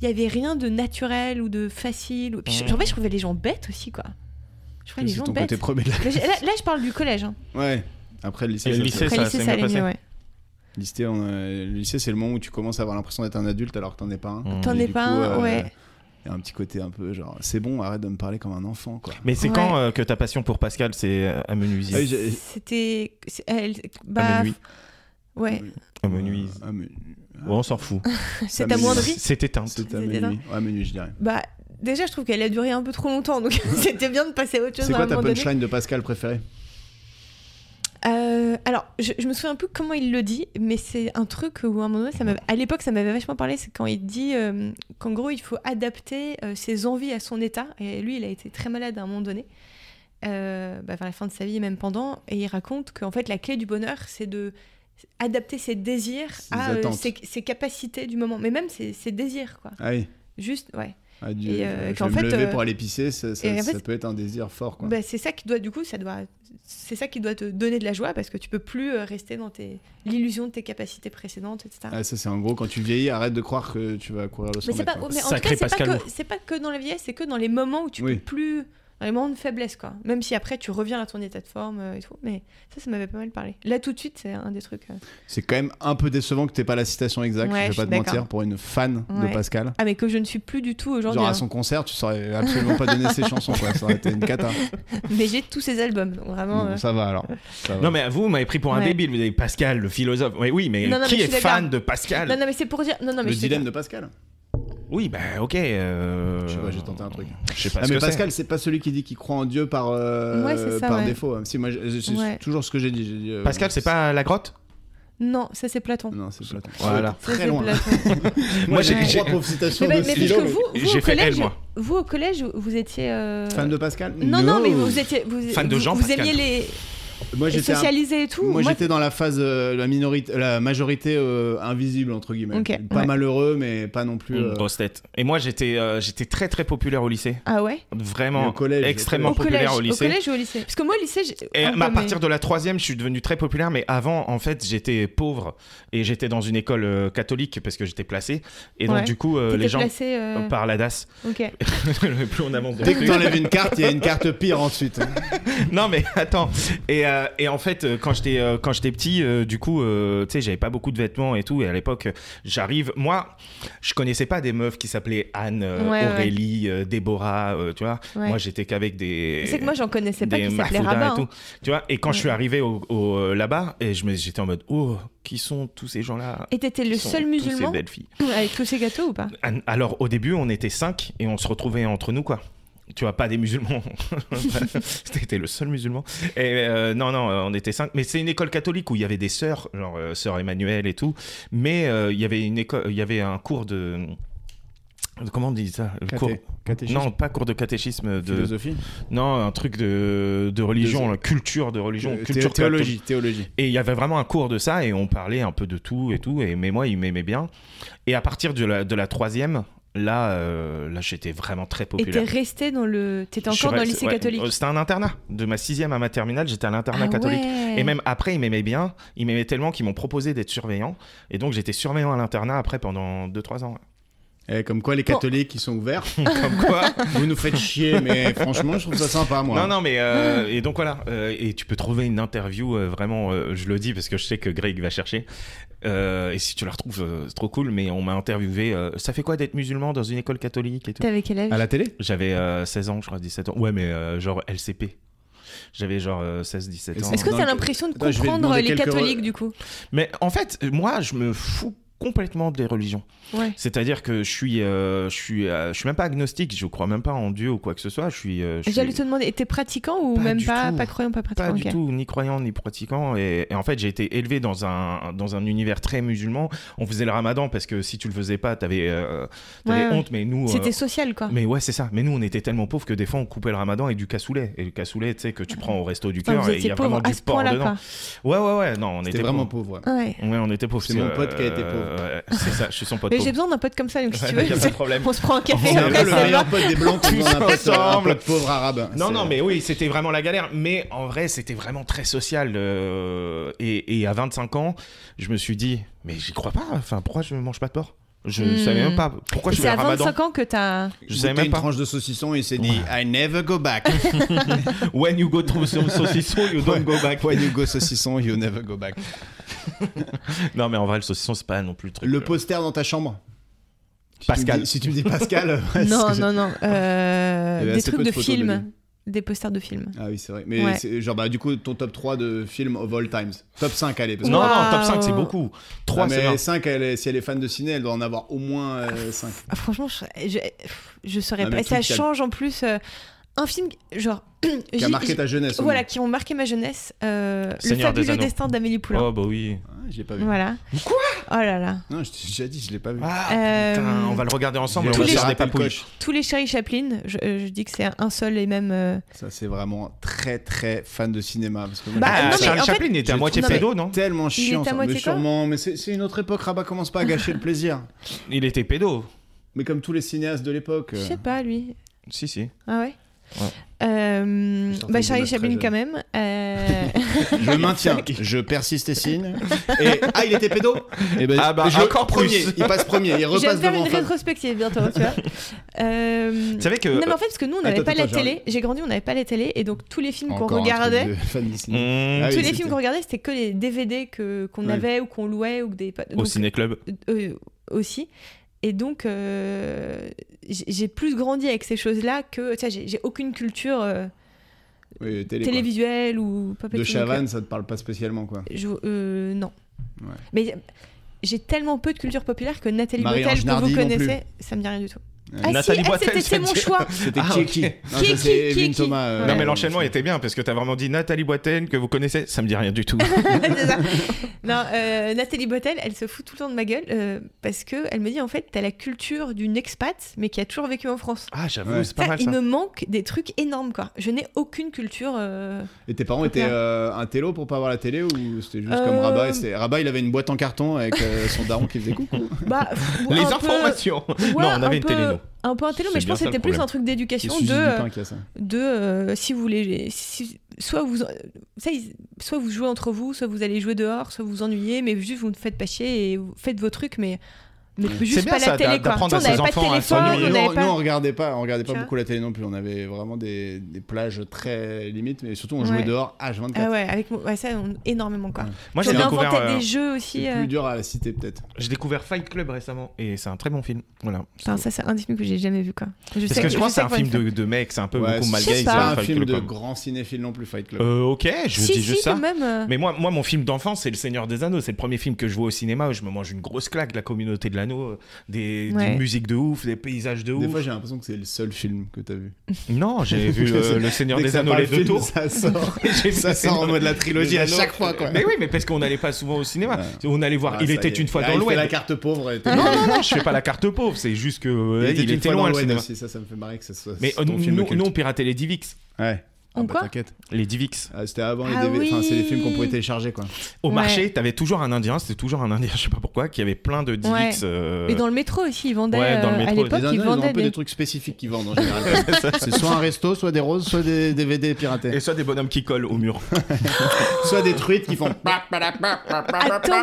S1: Il y avait rien de naturel ou de facile. ou- Puis je,
S3: Mhm.
S1: en fait, je trouvais les gens bêtes aussi, quoi. Je trouvais les
S2: C'est
S1: gens
S2: ton
S1: bêtes.
S2: côté premier de la-
S1: Mais j'ai- Là, là, je parle du collège. Hein.
S2: Ouais. Après le lycée,
S3: Et le
S2: ça,
S3: lycée,
S2: c'est-
S1: Après,
S3: ça,
S1: lycée, ça
S3: c'est mieux
S1: allait
S3: passé.
S1: mieux, ouais.
S2: lycée, on, euh, le lycée, c'est le moment où tu commences à avoir l'impression d'être un adulte alors que t'en es pas un.
S3: Mm.
S1: T'en
S2: Et
S1: es
S2: du
S1: pas
S2: coup,
S1: un,
S2: euh,
S1: ouais.
S2: Il y a un petit côté un peu genre, c'est bon, arrête de me parler comme un enfant, quoi.
S3: Mais c'est
S1: Ouais.
S3: quand euh, que ta passion pour Pascal s'est euh,
S2: Ah
S3: amenuisée
S2: oui, j'ai-
S1: C'était. c'est- elle- Bah.
S3: Amenui-
S1: Ouais.
S3: amenuisée.
S2: Ah, mais-
S3: Ouais, On s'en fout.
S1: C'est
S2: m'énerve.
S1: amoindri.
S3: C'était teinte.
S2: C'était à
S1: C'était
S2: minuit. Ouais, minuit, je dirais.
S1: Bah, déjà, je trouve qu'elle a duré un peu trop longtemps. Donc, c'était bien de passer à autre chose
S2: C'est
S1: à
S2: quoi
S1: un
S2: ta
S1: moment donné.
S2: punchline de Pascal préférée
S1: Euh, alors, je, je me souviens plus comment il le dit, mais c'est un truc où à un moment donné, ça m'avait- à l'époque, ça m'avait vachement parlé. C'est quand il dit euh, qu'en gros, il faut adapter euh, ses envies à son état. Et lui, il a été très malade à un moment donné, euh, bah, vers la fin de sa vie, et même pendant. Et il raconte qu'en fait, la clé du bonheur, c'est de adapter ses désirs
S2: Ses
S1: à euh,
S2: attentes.
S1: ses, ses capacités du moment, mais même ses, ses désirs, quoi.
S2: Ah oui.
S1: Juste, ouais.
S2: Ah, Dieu,
S1: Et, euh,
S2: je- je
S1: qu'en
S2: vais
S1: fait,
S2: me lever
S1: euh,
S2: pour aller pisser, ça, ça-
S1: et en fait,
S2: ça peut être un désir fort, quoi.
S1: Bah, c'est ça qui doit, du coup, ça doit, c'est ça qui doit te donner de la joie parce que tu peux plus euh, rester dans tes l'illusion de tes capacités précédentes, etc.
S2: Ah, ça, c'est en gros, quand tu vieillis, arrête de croire que tu vas courir le 100
S1: Mais c'est pas,
S2: mètres,
S1: mais
S2: quoi.
S1: en tout cas,
S3: Sacré
S1: c'est pas,
S3: Pascal
S1: que, c'est pas que dans la vieillesse, c'est que dans les moments où tu
S2: Oui.
S1: peux plus. Dans les moments de faiblesse, quoi. Même si après, tu reviens à ton état de forme euh, et tout. Mais ça, ça m'avait pas mal parlé. Là, tout de suite, c'est un des trucs. euh.
S2: C'est quand même un peu décevant que t'aies pas la citation exacte,
S1: Ouais, je
S2: je vais pas
S1: suis
S2: te mentir,
S1: d'accord.
S2: pour une fan
S1: Ouais.
S2: de Pascal.
S1: Ah, mais que je ne suis plus du tout aujourd'hui.
S2: Genre à
S1: hein.
S2: son concert, tu saurais absolument pas donner ses chansons, quoi. Ça aurait été une cata.
S1: Mais j'ai tous ces albums. donc vraiment.
S2: Bon,
S1: euh,
S2: Mmh, ça va alors. Ça va.
S3: Non mais vous, vous m'avez pris pour un
S1: Ouais.
S3: débile, vous avez Pascal, le philosophe. Oui, oui, mais
S1: Non, non, mais
S3: qui
S1: je
S3: est
S1: suis
S3: fan
S1: d'accord.
S3: de Pascal
S1: Non, non, mais c'est pour dire. Non, non, mais
S2: le
S1: je sais
S2: dilemme de Pascal.
S3: Oui, bah ok. euh,
S2: Je sais pas, j'ai tenté un truc.
S3: Je sais pas
S2: Ah,
S3: ce
S2: mais
S3: que c'est.
S2: Pascal, c'est pas celui qui dit qu'il croit en Dieu par, euh,
S1: Ouais, c'est ça,
S2: par
S1: ouais.
S2: défaut. hein. Si, moi, je- c'est
S1: Ouais.
S2: toujours ce que j'ai dit. j'ai dit, euh,
S3: Pascal, c'est pas la grotte
S1: Non, ça c'est Platon.
S2: Non, c'est Platon.
S3: Voilà.
S1: Ça,
S2: Très
S1: c'est
S2: loin.
S1: Platon.
S2: Moi,
S3: j'ai-
S2: j'ai
S3: j'ai-
S2: trois pauvres citations
S1: mais, bah-
S2: de
S1: mais parce
S2: philo.
S1: que vous, vous
S3: J'ai
S1: au
S3: fait elle,
S1: collège,
S3: moi.
S1: vous au collège, vous- vous étiez. euh,
S2: Fan de Pascal
S1: Non, non, mais vous étiez. Vous,
S3: Fan de
S1: vous-
S3: Jean
S1: Vous
S3: Pascal.
S1: aimiez les
S2: Moi,
S1: les
S2: j'étais un-
S1: socialiser et tout.
S2: Moi,
S1: Moi,
S2: j'étais dans la phase, euh, la, minorité, la majorité euh, invisible, entre guillemets.
S1: Ok,
S2: Pas
S1: ouais.
S2: malheureux, mais pas non plus. euh,
S3: Une grosse tête. Et moi, j'étais euh, j'étais très très populaire au lycée.
S1: Ah ouais.
S3: Vraiment
S2: Au collège,
S3: extrêmement
S1: Au
S3: populaire
S1: collège,
S3: au lycée.
S1: collège ou au lycée Parce que moi au lycée, j'ai-
S3: Et
S1: un peu,
S3: à
S1: mais-
S3: partir de la troisième, je suis devenu très populaire, mais avant, en fait, j'étais pauvre et j'étais dans une école euh, catholique parce que j'étais placé. Et donc,
S1: Ouais.
S3: du coup, euh,
S1: T'étais
S3: les gens
S1: placé, euh,
S3: par la DAS.
S1: Ok.
S3: Plus on avance dans le
S2: Dès que
S3: truc.
S2: t'enlèves une carte, il y a une carte pire ensuite. hein.
S3: Non mais attends. Et, euh, et en fait, euh, quand j'étais euh, quand j'étais petit, euh, du coup, euh, tu sais, j'avais pas beaucoup de vêtements et tout. Et à l'époque, euh, j'arrive, moi, je connaissais pas des meufs qui s'appelaient Anne, euh,
S1: Ouais, ouais.
S3: Aurélie, euh, Déborah, euh, tu vois.
S1: Ouais.
S3: Moi, j'étais qu'avec des.
S1: C'est que moi j'en connaissais pas
S3: des
S1: qui s'appelait
S3: Mafouda
S1: Rabat.
S3: et tout.
S1: hein.
S3: Tu vois. Et quand je
S1: Ouais.
S3: suis arrivé au, au, euh, là-bas, et je me j'étais en mode, oh, qui sont tous ces gens-là
S1: Et t'étais le
S3: Qui sont
S1: seul
S3: tous
S1: musulman
S3: Ces belles filles.
S1: avec tous ces gâteaux ou pas
S3: An- Alors au début, on était cinq et on se retrouvait entre nous quoi. Tu vois, pas des musulmans. T'étais le seul musulman. Et euh, non, non, euh, on était cinq. Mais c'est une école catholique où il y avait des sœurs, genre euh, sœur Emmanuel et tout. Mais euh, il y avait une école, il y avait un cours de comment on dit ça Le
S2: Caté-
S3: cours...
S2: catéchisme.
S3: Non, pas cours de catéchisme, de
S2: Philosophie.
S3: non, un truc de, de religion,
S2: De-
S3: la culture de religion,
S2: Euh,
S3: culture
S2: thé- théologie, théologie.
S3: et il y avait vraiment un cours de ça et on parlait un peu de tout et tout. Et, mais moi, il m'aimait bien. Et à partir de la, de la troisième, là, euh, là j'étais vraiment très
S1: Et t'es
S3: populaire.
S1: resté dans le. T'étais
S3: Je suis
S1: encore dans le
S3: resté-
S1: lycée
S3: ouais,
S1: catholique.
S3: euh, C'était un internat. De ma sixième à ma terminale, j'étais à l'internat
S1: Ah
S3: catholique.
S1: ouais.
S3: Et même après, ils m'aimaient bien. Ils m'aimaient tellement qu'ils m'ont proposé d'être surveillant. Et donc, j'étais surveillant à l'internat après pendant 2-3 ans.
S2: Eh, comme quoi, les catholiques, ils sont ouverts.
S3: Comme quoi
S2: Vous nous faites chier, mais franchement, je trouve ça sympa, moi.
S3: Non, non, mais. euh, et donc voilà. euh, et tu peux trouver une interview, euh, vraiment, euh, je le dis parce que je sais que Greg va chercher. Euh, et si tu la retrouves, euh, c'est trop cool. Mais on m'a interviewé. euh, ça fait quoi d'être musulman dans une école catholique et tout
S1: T'avais quel âge
S2: À la télé
S3: J'avais euh, 16 ans, je crois, 17 ans. Ouais, mais euh, genre LCP. J'avais genre 16-17
S2: Et
S3: ans.
S2: c'est-
S1: Est-ce que
S2: Dans
S1: t'as
S2: le-
S1: l'impression de
S2: Attends, je vais
S1: comprendre
S2: demander
S1: les
S2: quelques re-
S1: catholiques du coup
S3: Mais en fait, moi, je me fous complètement des religions.
S1: Ouais.
S3: C'est-à-dire que je suis, euh, je suis, euh, je suis même pas agnostique. Je crois même pas en Dieu ou quoi que ce soit. Je suis. euh, je suis-
S1: J'allais te demander, t'es pratiquant ou
S3: Pas
S1: même
S3: du
S1: pas,
S3: tout.
S1: pas croyant, pas pratiquant
S3: pas
S1: ok.
S3: du tout ni croyant ni pratiquant et, et en fait j'ai été élevé dans un dans un univers très musulman on faisait le ramadan parce que si tu le faisais pas t'avais euh, t'avais
S1: Ouais, ouais.
S3: honte mais nous euh,
S1: C'était social quoi.
S3: mais ouais c'est ça mais nous on était tellement pauvres que des fois on coupait le ramadan et du cassoulet et le cassoulet tu sais que tu prends au resto du
S1: Enfin,
S3: cœur
S1: vous
S3: et il y
S1: étiez
S3: a vraiment
S1: pauvre à
S3: du
S1: ce
S3: porc
S1: point-là
S3: dedans
S1: quoi.
S3: ouais ouais ouais non on
S2: C'était
S3: était
S2: vraiment
S3: pauvres.
S2: pauvre. ouais.
S1: Ouais.
S3: ouais on était pauvres
S2: C'est
S3: parce
S2: mon
S3: que,
S2: pote qui a été pauvre.
S3: euh, ouais, c'est ça je suis son pote
S1: Mais j'ai
S3: pauvre.
S1: besoin d'un pote comme ça donc si tu
S3: Ouais, y a pas de
S1: veux,
S3: problème
S1: on se prend un café
S3: On
S2: C'est
S3: est
S2: un
S1: après
S2: peu le
S1: ça va.
S2: meilleur pote des blancs tous
S3: Tous
S2: un pote, un
S3: ensemble.
S2: pote pauvre arabe.
S3: Non,
S2: C'est-
S3: non, mais oui, c'était vraiment la galère. Mais en vrai, c'était vraiment très social. euh, et, et à 25 ans, je me suis dit, mais j'y crois pas. Enfin, pourquoi je mange pas de porc Je
S1: Hmm.
S3: savais même pas. Pourquoi je
S1: C'est
S3: fais le
S1: à
S3: ramadan
S1: 25 ans que t'as.
S2: euh,
S3: Je savais
S2: Goûter
S3: même
S2: une
S3: pas.
S2: tranche de saucisson et il s'est dit I never go back.
S3: When you go to some saucisson, you don't go back.
S2: When you go saucisson, you never go back.
S3: Non, mais en vrai, le saucisson, c'est pas non plus le truc.
S2: Le
S3: euh,
S2: poster dans ta chambre. Si
S3: Pascal.
S2: tu me dis- Si tu me dis Pascal. ouais, c'est ce
S1: Non,
S2: que Eh ben, j'ai-
S1: non, non. euh,
S2: Il y avait
S1: Des
S2: assez
S1: trucs
S2: peu de
S1: de
S2: photos de
S1: films. Des posters de films.
S2: Ah oui, c'est vrai. Mais
S1: Ouais.
S2: c'est- genre, bah, du coup, ton top 3 de films of all times. Top 5, allez. Parce que
S3: Non, non, top
S1: Waouh.
S3: 5, c'est beaucoup. 3,
S2: Ah,
S3: c'est
S2: mais
S3: bien.
S2: 5, elle est- si elle est fan de ciné, elle doit en avoir au moins euh, 5.
S1: Ah, franchement, je, je, pff, je saurais
S2: Ah, mais
S1: pas.
S2: le
S1: Ça
S2: truc, t'as-
S1: change en plus. euh, un film, genre.
S2: Qui a marqué ta jeunesse. au
S1: Voilà, qui ont marqué ma jeunesse. euh, le
S3: Seigneur des
S1: fabuleux
S3: Anneaux.
S1: destin d'Amélie Poulain.
S3: Oh, bah oui.
S2: moins. Ah, je l'ai pas vu.
S1: Voilà.
S3: Quoi
S1: Oh là là.
S2: Non, je t'ai déjà dit, je l'ai pas vu.
S3: Ah,
S1: Euh,
S3: putain, on va le regarder ensemble.
S2: J'ai
S3: on va
S1: tous
S3: faire
S2: raté
S3: des
S2: le
S3: papouilles.
S2: coche.
S1: Tous les Chéri Chaplin, je, euh, je dis que c'est un seul et même. euh,
S2: Ça, c'est vraiment très, très fan de cinéma. Parce que moi,
S1: Bah,
S3: Bah,
S1: non, mais
S3: Charles
S1: en fait-
S3: Chaplin était à
S2: Je
S3: moitié
S1: trouve- Non, mais-
S3: pédo, non
S2: c'est tellement chiant.
S1: à
S2: ça.
S1: moitié
S2: mais
S1: quoi
S2: sûrement, mais c'est c'est une autre époque. Rabat, commence pas à gâcher le plaisir.
S3: Il était pédo.
S2: Mais comme tous les cinéastes de l'époque. euh,
S1: Je sais pas, lui.
S3: Si, si.
S1: Ah ouais
S3: Ouais.
S1: Euh,
S2: Je sortais
S1: bah
S2: de
S1: Charlie
S2: notre
S1: Chaplin
S2: jeune.
S1: quand même. Euh,
S2: euh, je maintiens, je persiste et signe. Et, ah, il était pédo Eh ben,
S3: Ah bah,
S2: je-
S3: encore
S2: premier.
S3: plus.
S2: Il passe premier, il
S1: je vais
S2: repasse
S1: me faire
S2: devant.
S1: une
S2: en face.
S1: rétrospective bientôt, tu vois. Euh,
S3: Tu savais que.
S1: Non mais en fait parce que nous on n'avait
S2: Attends,
S1: pas la
S2: attends,
S1: télé, j'ai grandi on n'avait pas la télé et donc tous les films qu'on
S2: Encore un truc
S1: regardait,
S2: de fan de ciné.
S3: Mmh,
S2: Ah oui,
S1: tous les
S2: c'était-
S1: films qu'on regardait c'était que les DVD que qu'on
S2: Ouais.
S1: avait ou qu'on louait ou que des potes-
S3: Au
S1: donc,
S3: ciné-club.
S1: euh, aussi. Et donc euh, j'ai j'ai plus grandi avec ces choses-là que tu sais, j'ai j'ai aucune culture euh,
S2: Oui, télé, quoi.
S1: télévisuelle ou pop et
S2: De
S1: tout, donc, euh,
S3: Ah,
S2: Chavannes, ça te parle pas spécialement, quoi.
S1: Je- euh, non.
S2: Ouais.
S1: Mais j'ai tellement peu de culture populaire que Nathalie
S2: Marie-Ange
S1: Boitel, que vous
S2: Nardi non plus.
S1: connaissez, ça me dit rien du tout.
S2: Ouais.
S1: Ah
S3: Nathalie
S1: si, ah,
S3: Boitel,
S1: c'était
S3: ça
S1: c'est
S3: te
S1: mon
S3: dit-
S1: choix.
S2: C'était
S3: Ah,
S2: qui qui
S3: ok.
S2: Non,
S1: Qui
S2: ça,
S1: est qui,
S2: c'est
S1: qui est
S2: Evelyne
S1: qui
S2: Thomas. euh,
S1: Ouais.
S3: Non mais l'enchaînement était bien parce que t'as vraiment dit Nathalie Boiten que vous connaissez, ça me dit rien du tout.
S1: C'est ça. non, euh, Nathalie Boitel, elle se fout tout le temps de ma gueule euh, parce que elle me dit en fait, t'as la culture d'une expat mais qui a toujours vécu en France.
S3: ah j'avoue,
S2: Ouais.
S3: c'est pas
S1: Ça,
S3: mal
S1: il
S3: ça.
S1: me manque des trucs énormes quoi. Je n'ai aucune culture. euh,
S2: Et tes parents étaient euh, un télo pour pas avoir la télé ou c'était juste comme
S1: Euh,
S2: Rabat et c'était- Rabat, il avait une boîte en carton avec euh, son daron qui faisait coucou.
S1: Bah, pff,
S3: Les
S1: un peu-
S3: informations.
S1: ouais,
S3: non, on
S1: un
S3: avait une
S1: peu-
S3: télé nous.
S1: Un peu un télo,
S3: C'est
S1: mais je
S3: bien
S1: pense
S3: ça,
S1: que
S3: le
S1: c'était plus
S3: problème.
S1: un truc
S2: C'est
S1: d'éducation
S2: Suzy
S1: de. euh,
S2: Dupin qui a ça.
S1: de euh, si vous voulez si- soit vous ça, ils- soit vous jouez entre vous soit vous allez jouer dehors soit vous vous ennuyez mais juste vous ne faites pas chier et vous faites vos trucs mais mais
S3: C'est
S1: juste
S3: bien
S1: pas
S3: ça,
S1: la télé quoi
S3: d'apprendre à
S1: on n'avait pas
S3: ses
S1: de
S3: enfants à
S1: téléphone
S3: s'ennuyer.
S1: on
S2: nous,
S1: n'avait
S2: nous, on
S1: pas
S2: regardait pas, on regardait
S1: Tu
S2: pas
S1: vois
S2: beaucoup la télé non plus. On avait vraiment des, des plages très limites, mais surtout on jouait
S1: Ouais.
S2: dehors H24.
S1: ah ouais avec mon- ouais, ça on- énormément quoi
S2: Ouais.
S3: Moi j'ai
S1: on
S3: découvert,
S1: inventait
S3: euh,
S1: des jeux aussi
S2: C'est
S1: euh.
S2: plus dur à la cité peut-être.
S3: j'ai découvert Fight Club récemment et c'est un très bon film. Voilà.
S1: Enfin, ça c'est un des films que j'ai jamais vu quoi je
S3: Parce que je pense que c'est un film de, de mec, c'est un peu beaucoup
S2: c'est-
S1: Je sais
S3: malgré.
S2: c'est
S1: pas.
S2: pas un film de grand cinéphile non plus Fight Club.
S3: Euh, ok, je
S1: si
S3: dis
S1: si
S3: juste ça.
S1: quand même euh,
S3: Mais moi, moi, mon film d'enfance, c'est Le Seigneur des Anneaux. C'est le premier film que je vois au cinéma où je me mange une grosse claque de la communauté de l'anneau, euh, des, des
S1: Ouais.
S3: musiques de ouf, des paysages de
S2: Des
S3: ouf.
S2: fois j'ai l'impression que c'est le seul film que t'as vu.
S3: Non, j'ai vu euh, Le Seigneur
S2: Dès que
S3: des
S2: ça
S3: Anneaux,
S2: parle
S3: les deux
S2: film,
S3: tours.
S2: Ça sort,
S3: J'ai vu
S2: ça
S3: Le
S2: sort en
S3: Seigneur
S2: mode la
S3: des
S2: trilogie à
S3: Anneaux.
S2: chaque fois quoi.
S3: Mais oui, mais parce qu'on n'allait pas souvent au cinéma.
S2: Ouais.
S3: On allait voir.
S2: Ah,
S3: il
S2: ça
S3: était
S2: y est.
S3: une fois
S2: Là,
S3: dans
S2: il
S3: le
S2: fait
S3: web.
S2: la carte pauvre. et t'es-
S3: Non, non, non, je fais pas la carte pauvre. C'est juste que ouais, il,
S2: une
S3: était
S2: fois dans
S3: loin le
S2: le web
S3: cinéma.
S2: aussi, ça, ça me fait marrer que ça soit
S3: Mais
S2: ton
S3: euh,
S2: film de
S3: nous,
S2: culte.
S3: nous, on piratait les Divix.
S2: Ouais. Ah, bah,
S1: En quoi
S2: T'inquiète.
S3: Les Divix.
S2: Ah, C'était avant les
S1: Ah
S2: DVD. Enfin, c'est les
S1: oui.
S2: films qu'on pouvait télécharger quoi.
S3: Au
S1: Ouais.
S3: marché, t'avais toujours un Indien. C'était toujours un Indien, je sais pas pourquoi, qui avait plein de
S1: Ouais.
S3: Divix. euh,
S1: mais dans le métro aussi ils vendaient
S3: Ouais, dans le
S1: euh, à
S3: métro,
S2: Les
S1: l'époque
S2: Indiens,
S1: ils
S2: ils ont un
S1: vendaient
S2: peu
S1: des
S2: des trucs spécifiques qu'ils vendent en général. c'est soit un resto, soit des roses, soit des DVD piratés.
S3: Et soit des bonhommes qui collent au mur.
S2: Soit des truites qui font.
S1: Attends,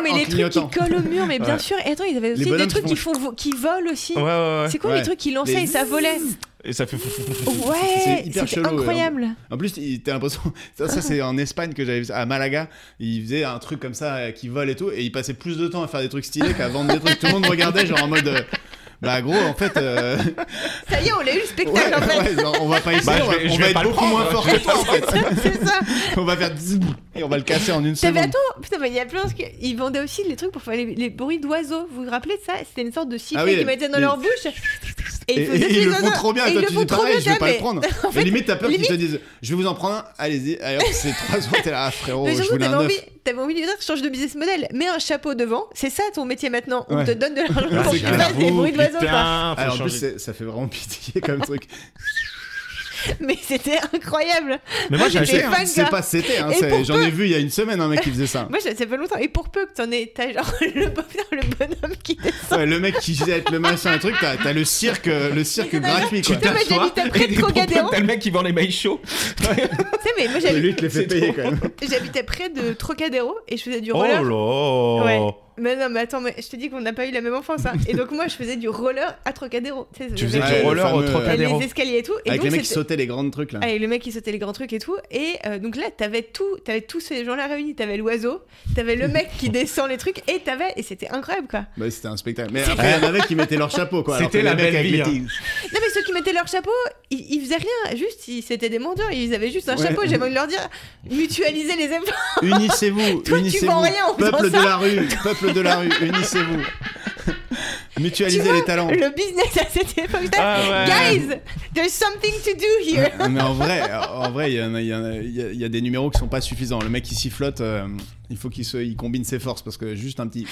S1: mais
S2: en
S1: les trucs
S2: clignotant.
S1: qui collent au mur, mais bien sûr. Et attends, ils avaient aussi
S2: bonhommes
S1: des
S2: qui
S1: trucs
S2: font-
S1: qui, font... vo- qui volent aussi.
S3: Ouais, ouais, ouais.
S1: C'est quoi
S2: Ouais.
S1: les trucs qu'ils lançaient
S2: Les
S1: et ça volait
S3: Et ça fait fou, fou, fou, fou, fou.
S1: Ouais,
S2: C'est hyper
S1: c'était
S2: chelou, ouais. hein.
S1: incroyable.
S2: En plus, il- t'as l'impression. Ça, ça, c'est en Espagne que j'avais vu ça. À Malaga, ils faisaient un truc comme ça euh, qui vole et tout. Et ils passaient plus de temps à faire des trucs stylés qu'à vendre des trucs. Tout le monde regardait, genre en mode. euh, bah, gros, en fait. euh,
S1: Ça y est, on l'a eu le
S2: ouais,
S1: spectacle en fait.
S2: ouais, genre, on va pas essayer.
S3: Bah, je
S2: on va,
S3: vais- je
S2: on va
S3: vais pas
S2: être
S3: le
S2: beaucoup
S3: prendre,
S2: moins
S3: hein,
S2: fort
S3: je
S2: que toi, en fait.
S1: C'est ça.
S2: on va faire. zzz, Et on va le casser en une
S1: T'avais
S2: seconde.
S1: attends, putain, mais il y a plein parce que ils vendaient aussi les trucs pour faire les, les bruits d'oiseaux. Vous vous rappelez de ça C'était une sorte de sifflet
S2: Ah oui,
S1: qu'ils mettaient dans
S2: les-
S1: leur bouche. Et
S2: Et,
S1: ils, faisaient
S2: et
S1: tous
S2: ils
S1: les
S2: le font
S1: oiseaux.
S2: trop bien.
S1: Et
S2: toi,
S1: ils
S2: tu
S1: le font
S2: dis
S1: trop bien.
S2: pareil, je vais pas
S1: mais-
S2: le prendre.
S1: En
S2: mais
S1: fait,
S2: limite, t'as peur qu'ils te
S1: limite-
S2: disent Je vais vous en prendre un. Allez-y. Allez, hop, c'est trois ans. T'es là, ah, frérot,
S1: mais
S2: je
S1: surtout,
S2: voulais
S1: t'avais
S2: un
S1: envie,
S2: œuf.
S1: t'avais envie de lui dire change de business model, mets un chapeau devant, c'est ça ton métier maintenant. On
S2: Ouais.
S1: te donne de l'argent
S2: Ah,
S1: pour que
S2: c'est
S1: tu
S2: clair.
S1: fasses des bruits d'oiseaux. quoi.
S3: Putain, faut
S2: Alors, Ah, en plus,
S3: changer.
S2: c'est- ça fait vraiment pitié comme truc.
S1: Mais c'était incroyable.
S3: Mais moi j'ai
S1: J'étais
S3: acheté.
S1: fan,
S2: C'est c'est
S1: gars.
S2: pas c'était, hein,
S1: Et
S2: c'est-
S1: pour
S2: j'en ai vu il y a une semaine un mec qui faisait ça.
S1: Moi, je sais pas longtemps. Et pour peu que t'en aies, t'as genre le, bonheur- le bonhomme qui descend.
S2: Ouais, le mec qui jette le machin, un truc, t'as t'as le cirque, euh, le cirque gratuit quoi.
S1: Putain, mais j'habite après
S3: Et
S1: Trocadéro.
S3: T'as le mec qui vend les mailles chauds.
S1: Tu sais, mais moi,
S2: Mais
S1: j'habi-
S2: lui, il te les fait
S3: C'est
S2: payer
S3: trop
S2: quand même.
S1: j'habitais près de Trocadéro et je faisais du
S3: Oh
S1: roller.
S3: là.
S1: Ouais. mais non, mais attends, mais je te dis qu'on n'a pas eu la même enfance. hein. Et donc, moi, je faisais du roller à Trocadéro. Tu, sais,
S3: Tu
S1: le
S3: faisais
S1: mec-
S2: Ouais,
S3: du
S2: le
S3: roller au
S2: fameux, euh,
S1: T'as
S3: Trocadéro.
S1: les escaliers et tout. Et
S2: Avec
S1: donc,
S2: les mecs qui
S1: c'était-
S2: sautaient les grands trucs là.
S1: Avec le mec qui sautait les grands trucs et tout. Et euh, donc là, t'avais tout, t'avais tous ces gens-là réunis. T'avais l'oiseau, t'avais le mec qui descend les trucs, et t'avais. Et c'était incroyable quoi.
S2: Bah, c'était un spectacle. Mais après, il y en avait qui mettaient leur chapeau quoi. alors que
S3: C'était
S2: les
S3: la
S2: mecs
S3: belle
S2: avec
S3: vie,
S2: les petits-
S1: Non mais ceux qui mettaient leur chapeau, ils, ils faisaient rien, juste ils c'était des menteurs, ils avaient juste un
S2: Ouais.
S1: chapeau, j'avais envie de leur dire mutualisez les efforts.
S2: Unissez-vous,
S1: Toi, tu
S2: unissez-vous.
S1: vends rien en faisant
S2: Peuple de
S1: ça.
S2: la rue, peuple de la rue, unissez-vous.
S1: Tu
S2: Mutualisez
S1: vois,
S2: les talents.
S1: Le business à cette époque là.
S3: Ah ouais.
S1: Guys, there's something to do here.
S2: Ouais, mais en vrai, en vrai, il y en a- il y, en a- il y a- il y a des numéros qui sont pas suffisants. Le mec qui sifflote, euh, il faut qu'il se, il combine ses forces parce que juste un petit.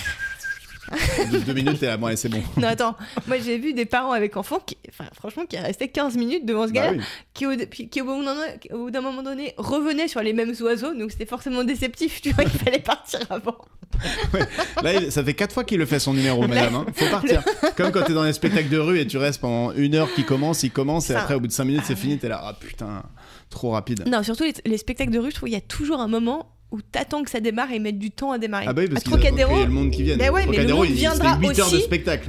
S2: Au bout de deux minutes, t'es là, bon, allez, c'est bon.
S1: Non attends, moi j'ai vu des parents avec enfants qui, enfin franchement qui restaient 15 minutes devant ce
S2: Bah
S1: gars
S2: oui.
S1: qui, au, puis- qui, au bout d'un- au bout d'un moment donné revenaient sur les mêmes oiseaux, donc c'était forcément déceptif, tu vois, il fallait partir avant.
S2: Là, il- ça fait quatre fois qu'il le fait son numéro, madame. hein. Faut partir. Comme quand t'es dans les spectacles de rue et tu restes pendant une heure qui commence, il commence et
S1: Ça-
S2: après, au bout de cinq minutes, c'est fini. T'es là, ah putain, trop rapide.
S1: Non, surtout les, les spectacles de rue, je trouve il y a toujours un moment où t'attends que ça démarre et ils mettent du temps à démarrer.
S2: Ah bah oui, parce
S1: À
S2: qu'il y a
S1: Trocadéro,
S2: le monde qui vient.
S1: Bah ouais, mais le monde viendra
S2: 8 heures de
S1: aussi.
S2: spectacle.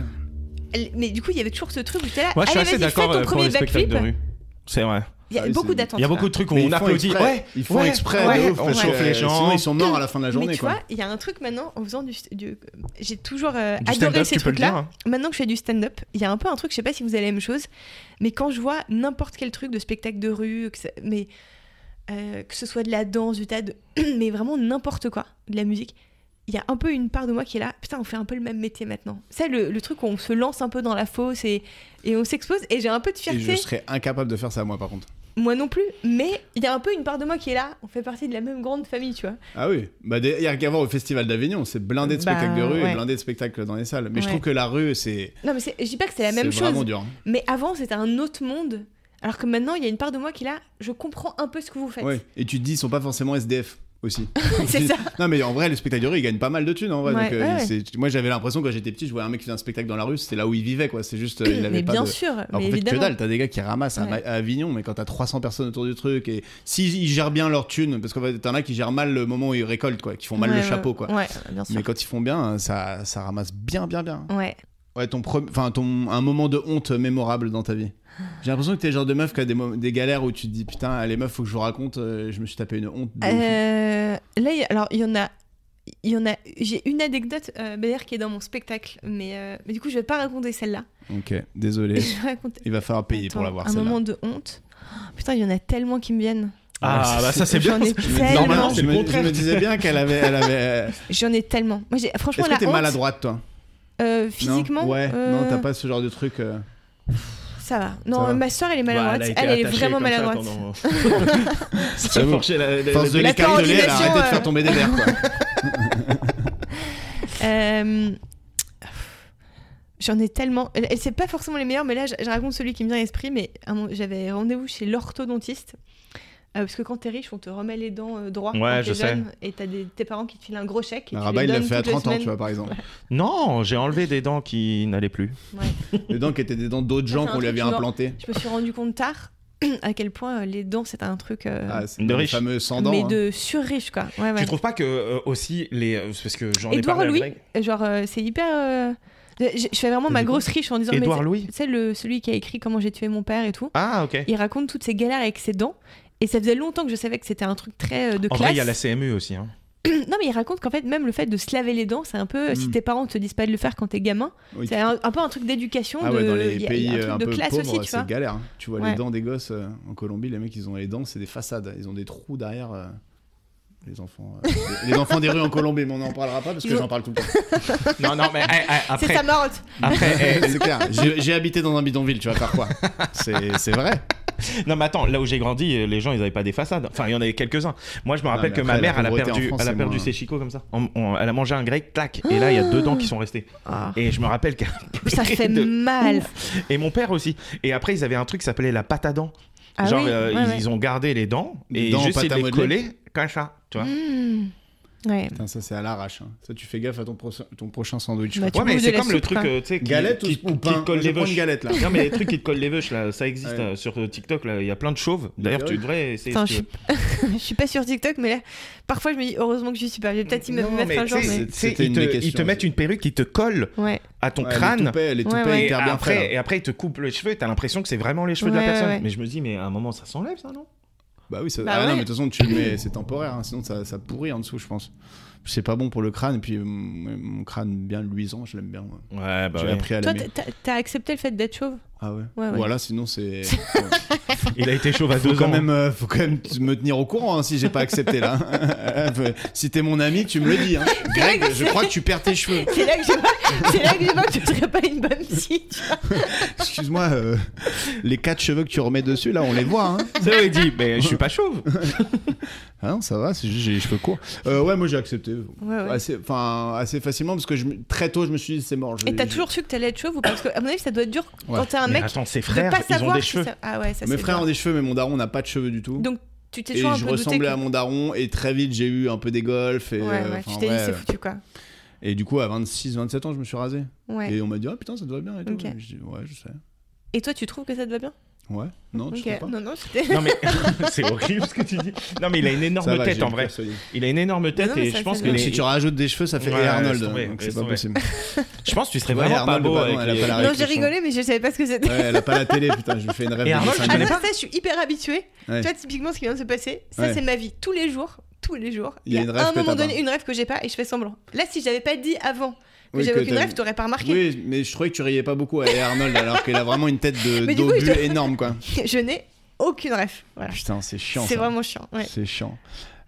S1: Elle- Mais du coup, il y avait toujours ce truc où j'étais là.
S3: Moi je suis
S1: allez,
S3: assez
S1: vas-y, fais
S3: d'accord
S1: ton
S3: euh, pour
S1: premier
S3: les spectacles
S1: backflip.
S3: de rue. C'est vrai.
S1: Il y
S2: Ah
S1: a
S2: oui,
S1: beaucoup
S2: c'est-
S1: d'attentes.
S3: Il y a beaucoup de trucs où on applaudit. Ouais,
S2: ils font
S3: ouais,
S2: exprès.
S3: ouais,
S2: de ouf,
S3: on
S2: parce
S3: chauffe
S2: que,
S3: les
S2: euh, Sinon,
S3: gens.
S2: ils sont morts à la fin de la journée.
S1: Mais tu
S2: quoi.
S1: vois, il y a un truc maintenant en faisant du. du- J'ai toujours euh,
S3: Du
S1: adoré
S3: stand-up,
S1: ces
S3: tu peux le dire.
S1: trucs-là.
S3: hein.
S1: Maintenant que je fais du stand-up, il y a un peu un truc, je sais pas si vous avez la même chose, mais quand je vois n'importe quel truc de spectacle de rue, que, ça- mais, euh, que ce soit de la danse, du tas de. mais vraiment n'importe quoi, de la musique, il il y a un peu une part de moi qui est là, putain, on fait un peu le même métier maintenant. C'est le, le truc où on se lance un peu dans la fosse et, et on s'expose. Et j'ai un peu de
S2: Et je
S1: fierté,
S2: serais incapable de faire ça, moi, par contre.
S1: moi non plus, mais il y a un peu une part de moi qui est là, on fait partie de la même grande famille, tu vois.
S2: Ah oui, bah, des- il y a qu'à voir au Festival d'Avignon, c'est blindé de
S1: Bah,
S2: spectacles de rue
S1: ouais.
S2: et blindé de spectacles dans les salles. Mais je
S1: Ouais.
S2: trouve que la rue, c'est
S1: Non, mais c'est- je dis pas que c'est la
S2: c'est
S1: même chose,
S2: vraiment dur. hein.
S1: mais avant c'était un autre monde. Alors que maintenant, il y a une part de moi qui est là, je comprends un peu ce que vous faites.
S2: Ouais. Et tu te dis, ils sont pas forcément SDF aussi.
S1: C'est ça.
S2: Non, mais en vrai, le spectacle de rue, il gagne pas mal de thunes. En vrai.
S1: Ouais,
S2: Donc, euh,
S1: ouais,
S2: il- c'est- Moi, j'avais l'impression quand j'étais petit, je voyais un mec qui faisait un spectacle dans la rue, c'était là où il vivait, quoi. C'est juste, euh, il avait
S1: mais
S2: pas
S1: bien
S2: de-
S1: sûr,
S2: Alors
S1: mais
S2: qu'en fait, que
S1: évidemment.
S2: dalle, t'as des gars qui ramassent à, Ma-
S1: Ouais.
S2: à Avignon, mais quand t'as 300 personnes autour du truc, et s'ils ils gèrent bien leur thune, parce qu'en fait, t'en as qui gèrent mal le moment où ils récoltent, quoi, qui font mal
S1: Ouais,
S2: le
S1: ouais,
S2: chapeau, quoi.
S1: Ouais, bien sûr.
S2: Mais quand ils font bien, ça, ça ramasse bien, bien, bien.
S1: Ouais.
S2: Ouais, ton pre- enfin, ton... un moment de honte mémorable dans ta vie. J'ai l'impression que t'es le genre de meuf qui a des, mo- des galères où tu te dis putain, les meufs, faut que je vous raconte, euh, je me suis tapé une honte. de ouf.
S1: Euh, là, il y a- alors il y en a, il y en a. J'ai une anecdote euh, d'ailleurs qui est dans mon spectacle, mais, euh, mais du coup je vais pas raconter celle-là.
S2: Ok, désolé.
S1: Euh. Je vais raconter.
S2: Il va falloir payer pour
S1: Attends,
S2: l'avoir
S1: Un
S2: celle-là.
S1: moment de honte. Oh, putain, il y en a tellement qui me viennent.
S3: Ah, bah ça, c'est bien.
S1: J'en ai tellement.
S3: Normalement, c'est
S2: je,
S3: le
S2: me, je
S3: contraire.
S2: me disais bien qu'elle avait. Elle avait...
S1: J'en ai tellement. Moi, j'ai franchement
S2: Est-ce que
S1: la
S2: t'es
S1: honte.
S2: maladroite, toi
S1: euh,
S2: Non
S1: physiquement.
S2: Ouais,
S1: euh,
S2: non, t'as pas ce genre de truc. euh.
S1: Ça va. Non,
S2: Ça va.
S1: ma soeur elle est maladroite.
S3: Bah, a été
S1: elle est
S3: attachée
S1: vraiment
S3: comme ça
S1: maladroite.
S3: pendant- euh, Ça
S2: J'avoue.
S3: forçait la- la-
S2: Force de
S3: la-
S1: la
S2: l'écarteler, elle a
S1: coordination,
S2: arrêté de faire
S1: euh.
S2: tomber des verres, quoi.
S1: Euh, J'en ai tellement. Elle- elle- C'est pas forcément les meilleurs, mais là, je, je raconte celui qui me vient à l'esprit. Mais à un moment, j'avais rendez-vous chez l'orthodontiste. euh, parce que quand t'es riche, on te remet les dents euh, droites
S3: Ouais,
S1: quand
S3: je
S1: t'es
S3: sais.
S1: jeune. Et t'as des- tes parents qui te filent un gros chèque. Et tu
S2: Rabat,
S1: les
S2: Ah, il l'a
S1: donnes
S2: fait à
S1: toutes les
S2: 30 ans, tu
S1: semaines.
S2: vois, par exemple.
S3: Non, j'ai enlevé des dents qui n'allaient plus.
S2: Les dents qui étaient des dents d'autres gens
S1: c'est un
S2: qu'on lui
S1: truc
S2: avait
S1: qui mord.
S2: implantées.
S1: Je me suis rendu compte tard à quel point euh, les dents, c'était un truc. euh,
S2: Ah, c'est
S3: De
S2: le
S3: riche.
S2: fameux sans dents.
S1: mais
S2: hein.
S1: de surriche, quoi. Ouais, ouais.
S3: Tu trouves pas que euh, aussi les euh, parce que j'en ai
S1: Édouard
S3: parlé à
S1: Louis,
S3: Greg.
S1: genre, euh, c'est hyper. euh, Je, je fais vraiment
S2: T'as
S1: ma
S2: dit quoi
S1: grosse riche en disant. mais
S3: Édouard
S1: c'est-
S3: Louis.
S1: Tu sais, le- celui qui a écrit Comment j'ai tué mon père et tout.
S3: Ah ok.
S1: il raconte toutes ses galères avec ses dents. Et ça faisait longtemps que je savais que c'était un truc très euh, de
S3: En
S1: classe.
S3: vrai, il y a la CMU aussi. hein.
S1: Non, mais il raconte qu'en fait, même le fait de se laver les dents, c'est un peu. euh, Si
S2: Mm.
S1: tes parents te disent pas de le faire quand t'es gamin,
S2: Oui.
S1: c'est un, un peu un truc d'éducation.
S2: Ah
S1: de-
S2: ouais, dans
S1: il
S2: les
S1: y a-
S2: pays
S1: il y a
S2: euh,
S1: un
S2: un
S1: truc
S2: peu
S1: de classe aussi,
S2: pauvres,
S1: tu vois.
S2: c'est galère. hein. Tu vois
S1: Ouais.
S2: les dents des gosses euh, en Colombie, les mecs, ils ont les dents, c'est des façades. Ils ont des trous derrière. euh, Les enfants, euh, les les enfants des rues en Colombie, mais on n'en parlera pas parce que
S1: Ils ont-
S2: j'en parle tout le temps.
S3: Non non mais eh, eh,
S1: C'est
S3: après
S1: sa morte
S3: après eh,
S2: C'est clair, j'ai j'ai habité dans un bidonville, tu vas faire quoi C'est c'est vrai.
S3: non mais attends là où j'ai grandi euh, les gens ils avaient pas des façades. Enfin il y en avait quelques uns. Moi je me rappelle
S2: mais
S3: que ma
S2: après, la
S3: mère elle a
S2: pauvreté en
S3: perdu
S2: France,
S3: elle a
S2: c'est
S3: perdu
S2: moins-
S3: ses chicots comme ça. On- on- elle a mangé un grec clac et là il y a deux dents qui sont restées.
S1: Ah,
S3: Et je me rappelle qu'elle a
S1: Ça
S3: pleuré
S1: fait
S3: de
S1: mal.
S3: ouf. Et mon père aussi. Et après ils avaient un truc qui s'appelait la pâte à dents.
S1: Ah
S3: Genre
S1: oui,
S3: euh,
S1: ouais,
S3: ils,
S1: ouais.
S3: ils ont gardé les dents
S2: Des
S3: et
S2: dents en
S3: juste
S2: pâte
S3: ils
S2: à
S3: les
S2: modeler.
S3: collaient comme ça. Tu vois.
S1: Mmh. Ouais.
S2: Putain, ça c'est à l'arrache. hein. Ça, tu fais gaffe à ton, pro- ton prochain sandwich.
S1: Bah,
S2: quoi.
S1: tu
S3: ouais, mais
S1: bouges de
S3: c'est
S1: la
S3: comme le
S1: soupe,
S3: truc,
S1: quoi.
S3: euh, tu sais, qui,
S2: Galette
S3: qui,
S2: ou, ou
S3: qui
S2: pain
S3: te colle
S2: Je
S3: les
S2: prends une
S3: veuches.
S2: galette là.
S3: Non, mais les trucs qui te collent les veuches, là, ça existe
S2: Ouais. Ah
S3: euh, sur euh, TikTok. Là, il y a plein de chauves. D'ailleurs, tu
S2: horrible.
S3: devrais essayer.
S1: Putain,
S3: si
S1: je
S3: tu
S1: suis... je suis pas sur TikTok, mais là, parfois je me dis heureusement que je suis pas. Je vais peut-être y me
S3: veux. Non,
S1: mettre
S3: mais
S1: un jour.
S3: tu sais,
S1: mais-
S3: tu sais,
S2: C'était
S3: ils,
S2: une
S3: te,
S2: des
S3: ils te
S2: questions.
S3: mettent une perruque qui te colle
S1: Ouais.
S3: à ton
S2: Ouais, Les
S3: crâne.
S2: toupets, les toupets
S1: Ouais, ouais.
S3: Et
S2: hyper bien faits, là.
S3: après, et après, ils te coupent les cheveux. T'as l'impression que c'est vraiment les cheveux de
S1: Ouais,
S3: la personne.
S1: ouais.
S3: Mais je me dis, mais à un moment, ça s'enlève, ça, non
S2: Bah oui, ça...
S1: Bah
S2: ah non,
S1: ouais.
S2: mais de toute façon, tu le mets, c'est temporaire, hein, sinon ça, ça pourrit en dessous, je pense. C'est pas bon pour le crâne, et puis euh, mon mon crâne bien luisant, je l'aime bien. moi.
S3: Ouais, bah.
S2: J'ai appris à
S1: Toi,
S2: l'aimer.
S1: t'as- t'as- t'as accepté le fait d'être chauve
S2: Ah ouais.
S1: Ouais, ouais.
S2: Voilà, sinon c'est.
S3: Il a été chauve à
S2: faut,
S3: deux
S2: quand
S3: ans.
S2: même, euh, faut quand même t- me tenir au courant hein, si j'ai pas accepté là. Euh, si t'es mon ami, tu me le dis. hein. Greg, je crois que tu perds tes cheveux.
S1: C'est là que je vois, c'est là que je vois que tu serais pas une bonne psy. tu vois.
S2: Excuse-moi, euh, les quatre cheveux que tu remets dessus, là, on les voit. Hein.
S3: C'est vrai, il dit, mais je suis pas chauve.
S2: Ah non, ça va, c'est juste j'ai les cheveux courts. Euh, ouais, moi j'ai accepté.
S1: Ah Ouais, ouais.
S2: Assez, enfin, assez facilement, parce que je, me- très tôt, je me suis dit, c'est mort. je-
S1: Et t'as
S2: je-
S1: toujours su que t'allais être chauve ou pas Parce que, à mon avis, ça doit être dur quand
S2: Ouais.
S1: t'es un
S3: Mais
S1: mec.
S3: attends, ses
S1: de
S3: frères,
S1: pas
S3: ils ont
S1: savoir
S3: des
S1: si
S3: cheveux.
S1: ça- Ah ouais, ça
S2: Mes
S1: c'est
S2: frères
S1: dur.
S2: ont des cheveux, mais mon daron n'a pas de cheveux du tout.
S1: Donc tu t'es
S2: et
S1: toujours un
S2: je
S1: peu douté
S2: ressemblais
S1: que-
S2: à mon daron, et très vite j'ai eu un peu des golfs. Et,
S1: Ouais,
S2: euh,
S1: ouais,
S2: enfin,
S1: tu t'es dit
S2: ouais,
S1: c'est
S2: euh,
S1: foutu quoi.
S2: et du coup, à 26, 27 ans, je me suis rasé.
S1: Ouais.
S2: Et on m'a dit, ah putain, ça te va bien et tout.
S1: Ok.
S2: Et je dis, ouais, je sais.
S1: Et... toi, tu trouves que ça te va bien
S2: Ouais, non, tu
S1: Ok.
S2: sais pas.
S1: Non, non, c'était.
S3: Non, mais c'est horrible ce que tu dis. Non, mais il a une
S2: Ça
S3: énorme
S2: va,
S3: tête
S2: j'ai
S3: en
S2: le
S3: vrai.
S2: cœur solide.
S3: Il a une énorme tête
S1: non, mais
S3: et
S1: ça
S3: je pense
S1: fait
S3: que
S1: mal.
S2: Donc
S3: les-
S2: si tu rajoutes des cheveux, ça fait
S3: Ouais,
S2: et
S3: laisse
S2: Arnold.
S3: tomber,
S2: donc
S3: laisse
S2: c'est pas
S3: tomber.
S2: possible.
S3: Je pense que tu serais
S2: Ouais,
S3: vraiment
S2: Arnold,
S3: pas beau
S2: bah non,
S3: avec
S2: elle a
S3: les-
S2: pas la-
S1: Non,
S2: Arrête,
S1: j'ai
S2: les cheveux.
S1: rigolé, mais je savais pas ce que c'était.
S2: Ouais, elle a pas la télé, putain, je me fais une rêve.
S3: Et
S2: de
S3: Arnold,
S2: cinq
S3: tu
S1: Ah, mais
S3: connais
S2: minutes.
S1: ça, je suis hyper habituée.
S2: Ouais.
S1: Tu vois, typiquement, ce qui vient de se passer, ça,
S2: Ouais.
S1: c'est ma vie. Tous les jours, tous les jours.
S2: Il y a une rêve
S1: à un
S2: que
S1: moment
S2: t'as
S1: donné
S2: pas.
S1: une rêve que j'ai pas et je fais semblant. Là, si j'avais pas dit avant que
S2: Oui,
S1: j'avais
S2: que
S1: aucune
S2: t'as-
S1: rêve, t'aurais pas remarqué.
S2: Oui, mais je trouvais que tu riais pas beaucoup à Hey Arnold alors qu'elle a vraiment une tête de
S1: Mais du coup, je-
S2: d'obus énorme quoi.
S1: Je n'ai aucune rêve. Voilà.
S2: Putain, c'est chiant.
S1: C'est
S2: ça.
S1: vraiment chiant. ouais.
S2: C'est chiant.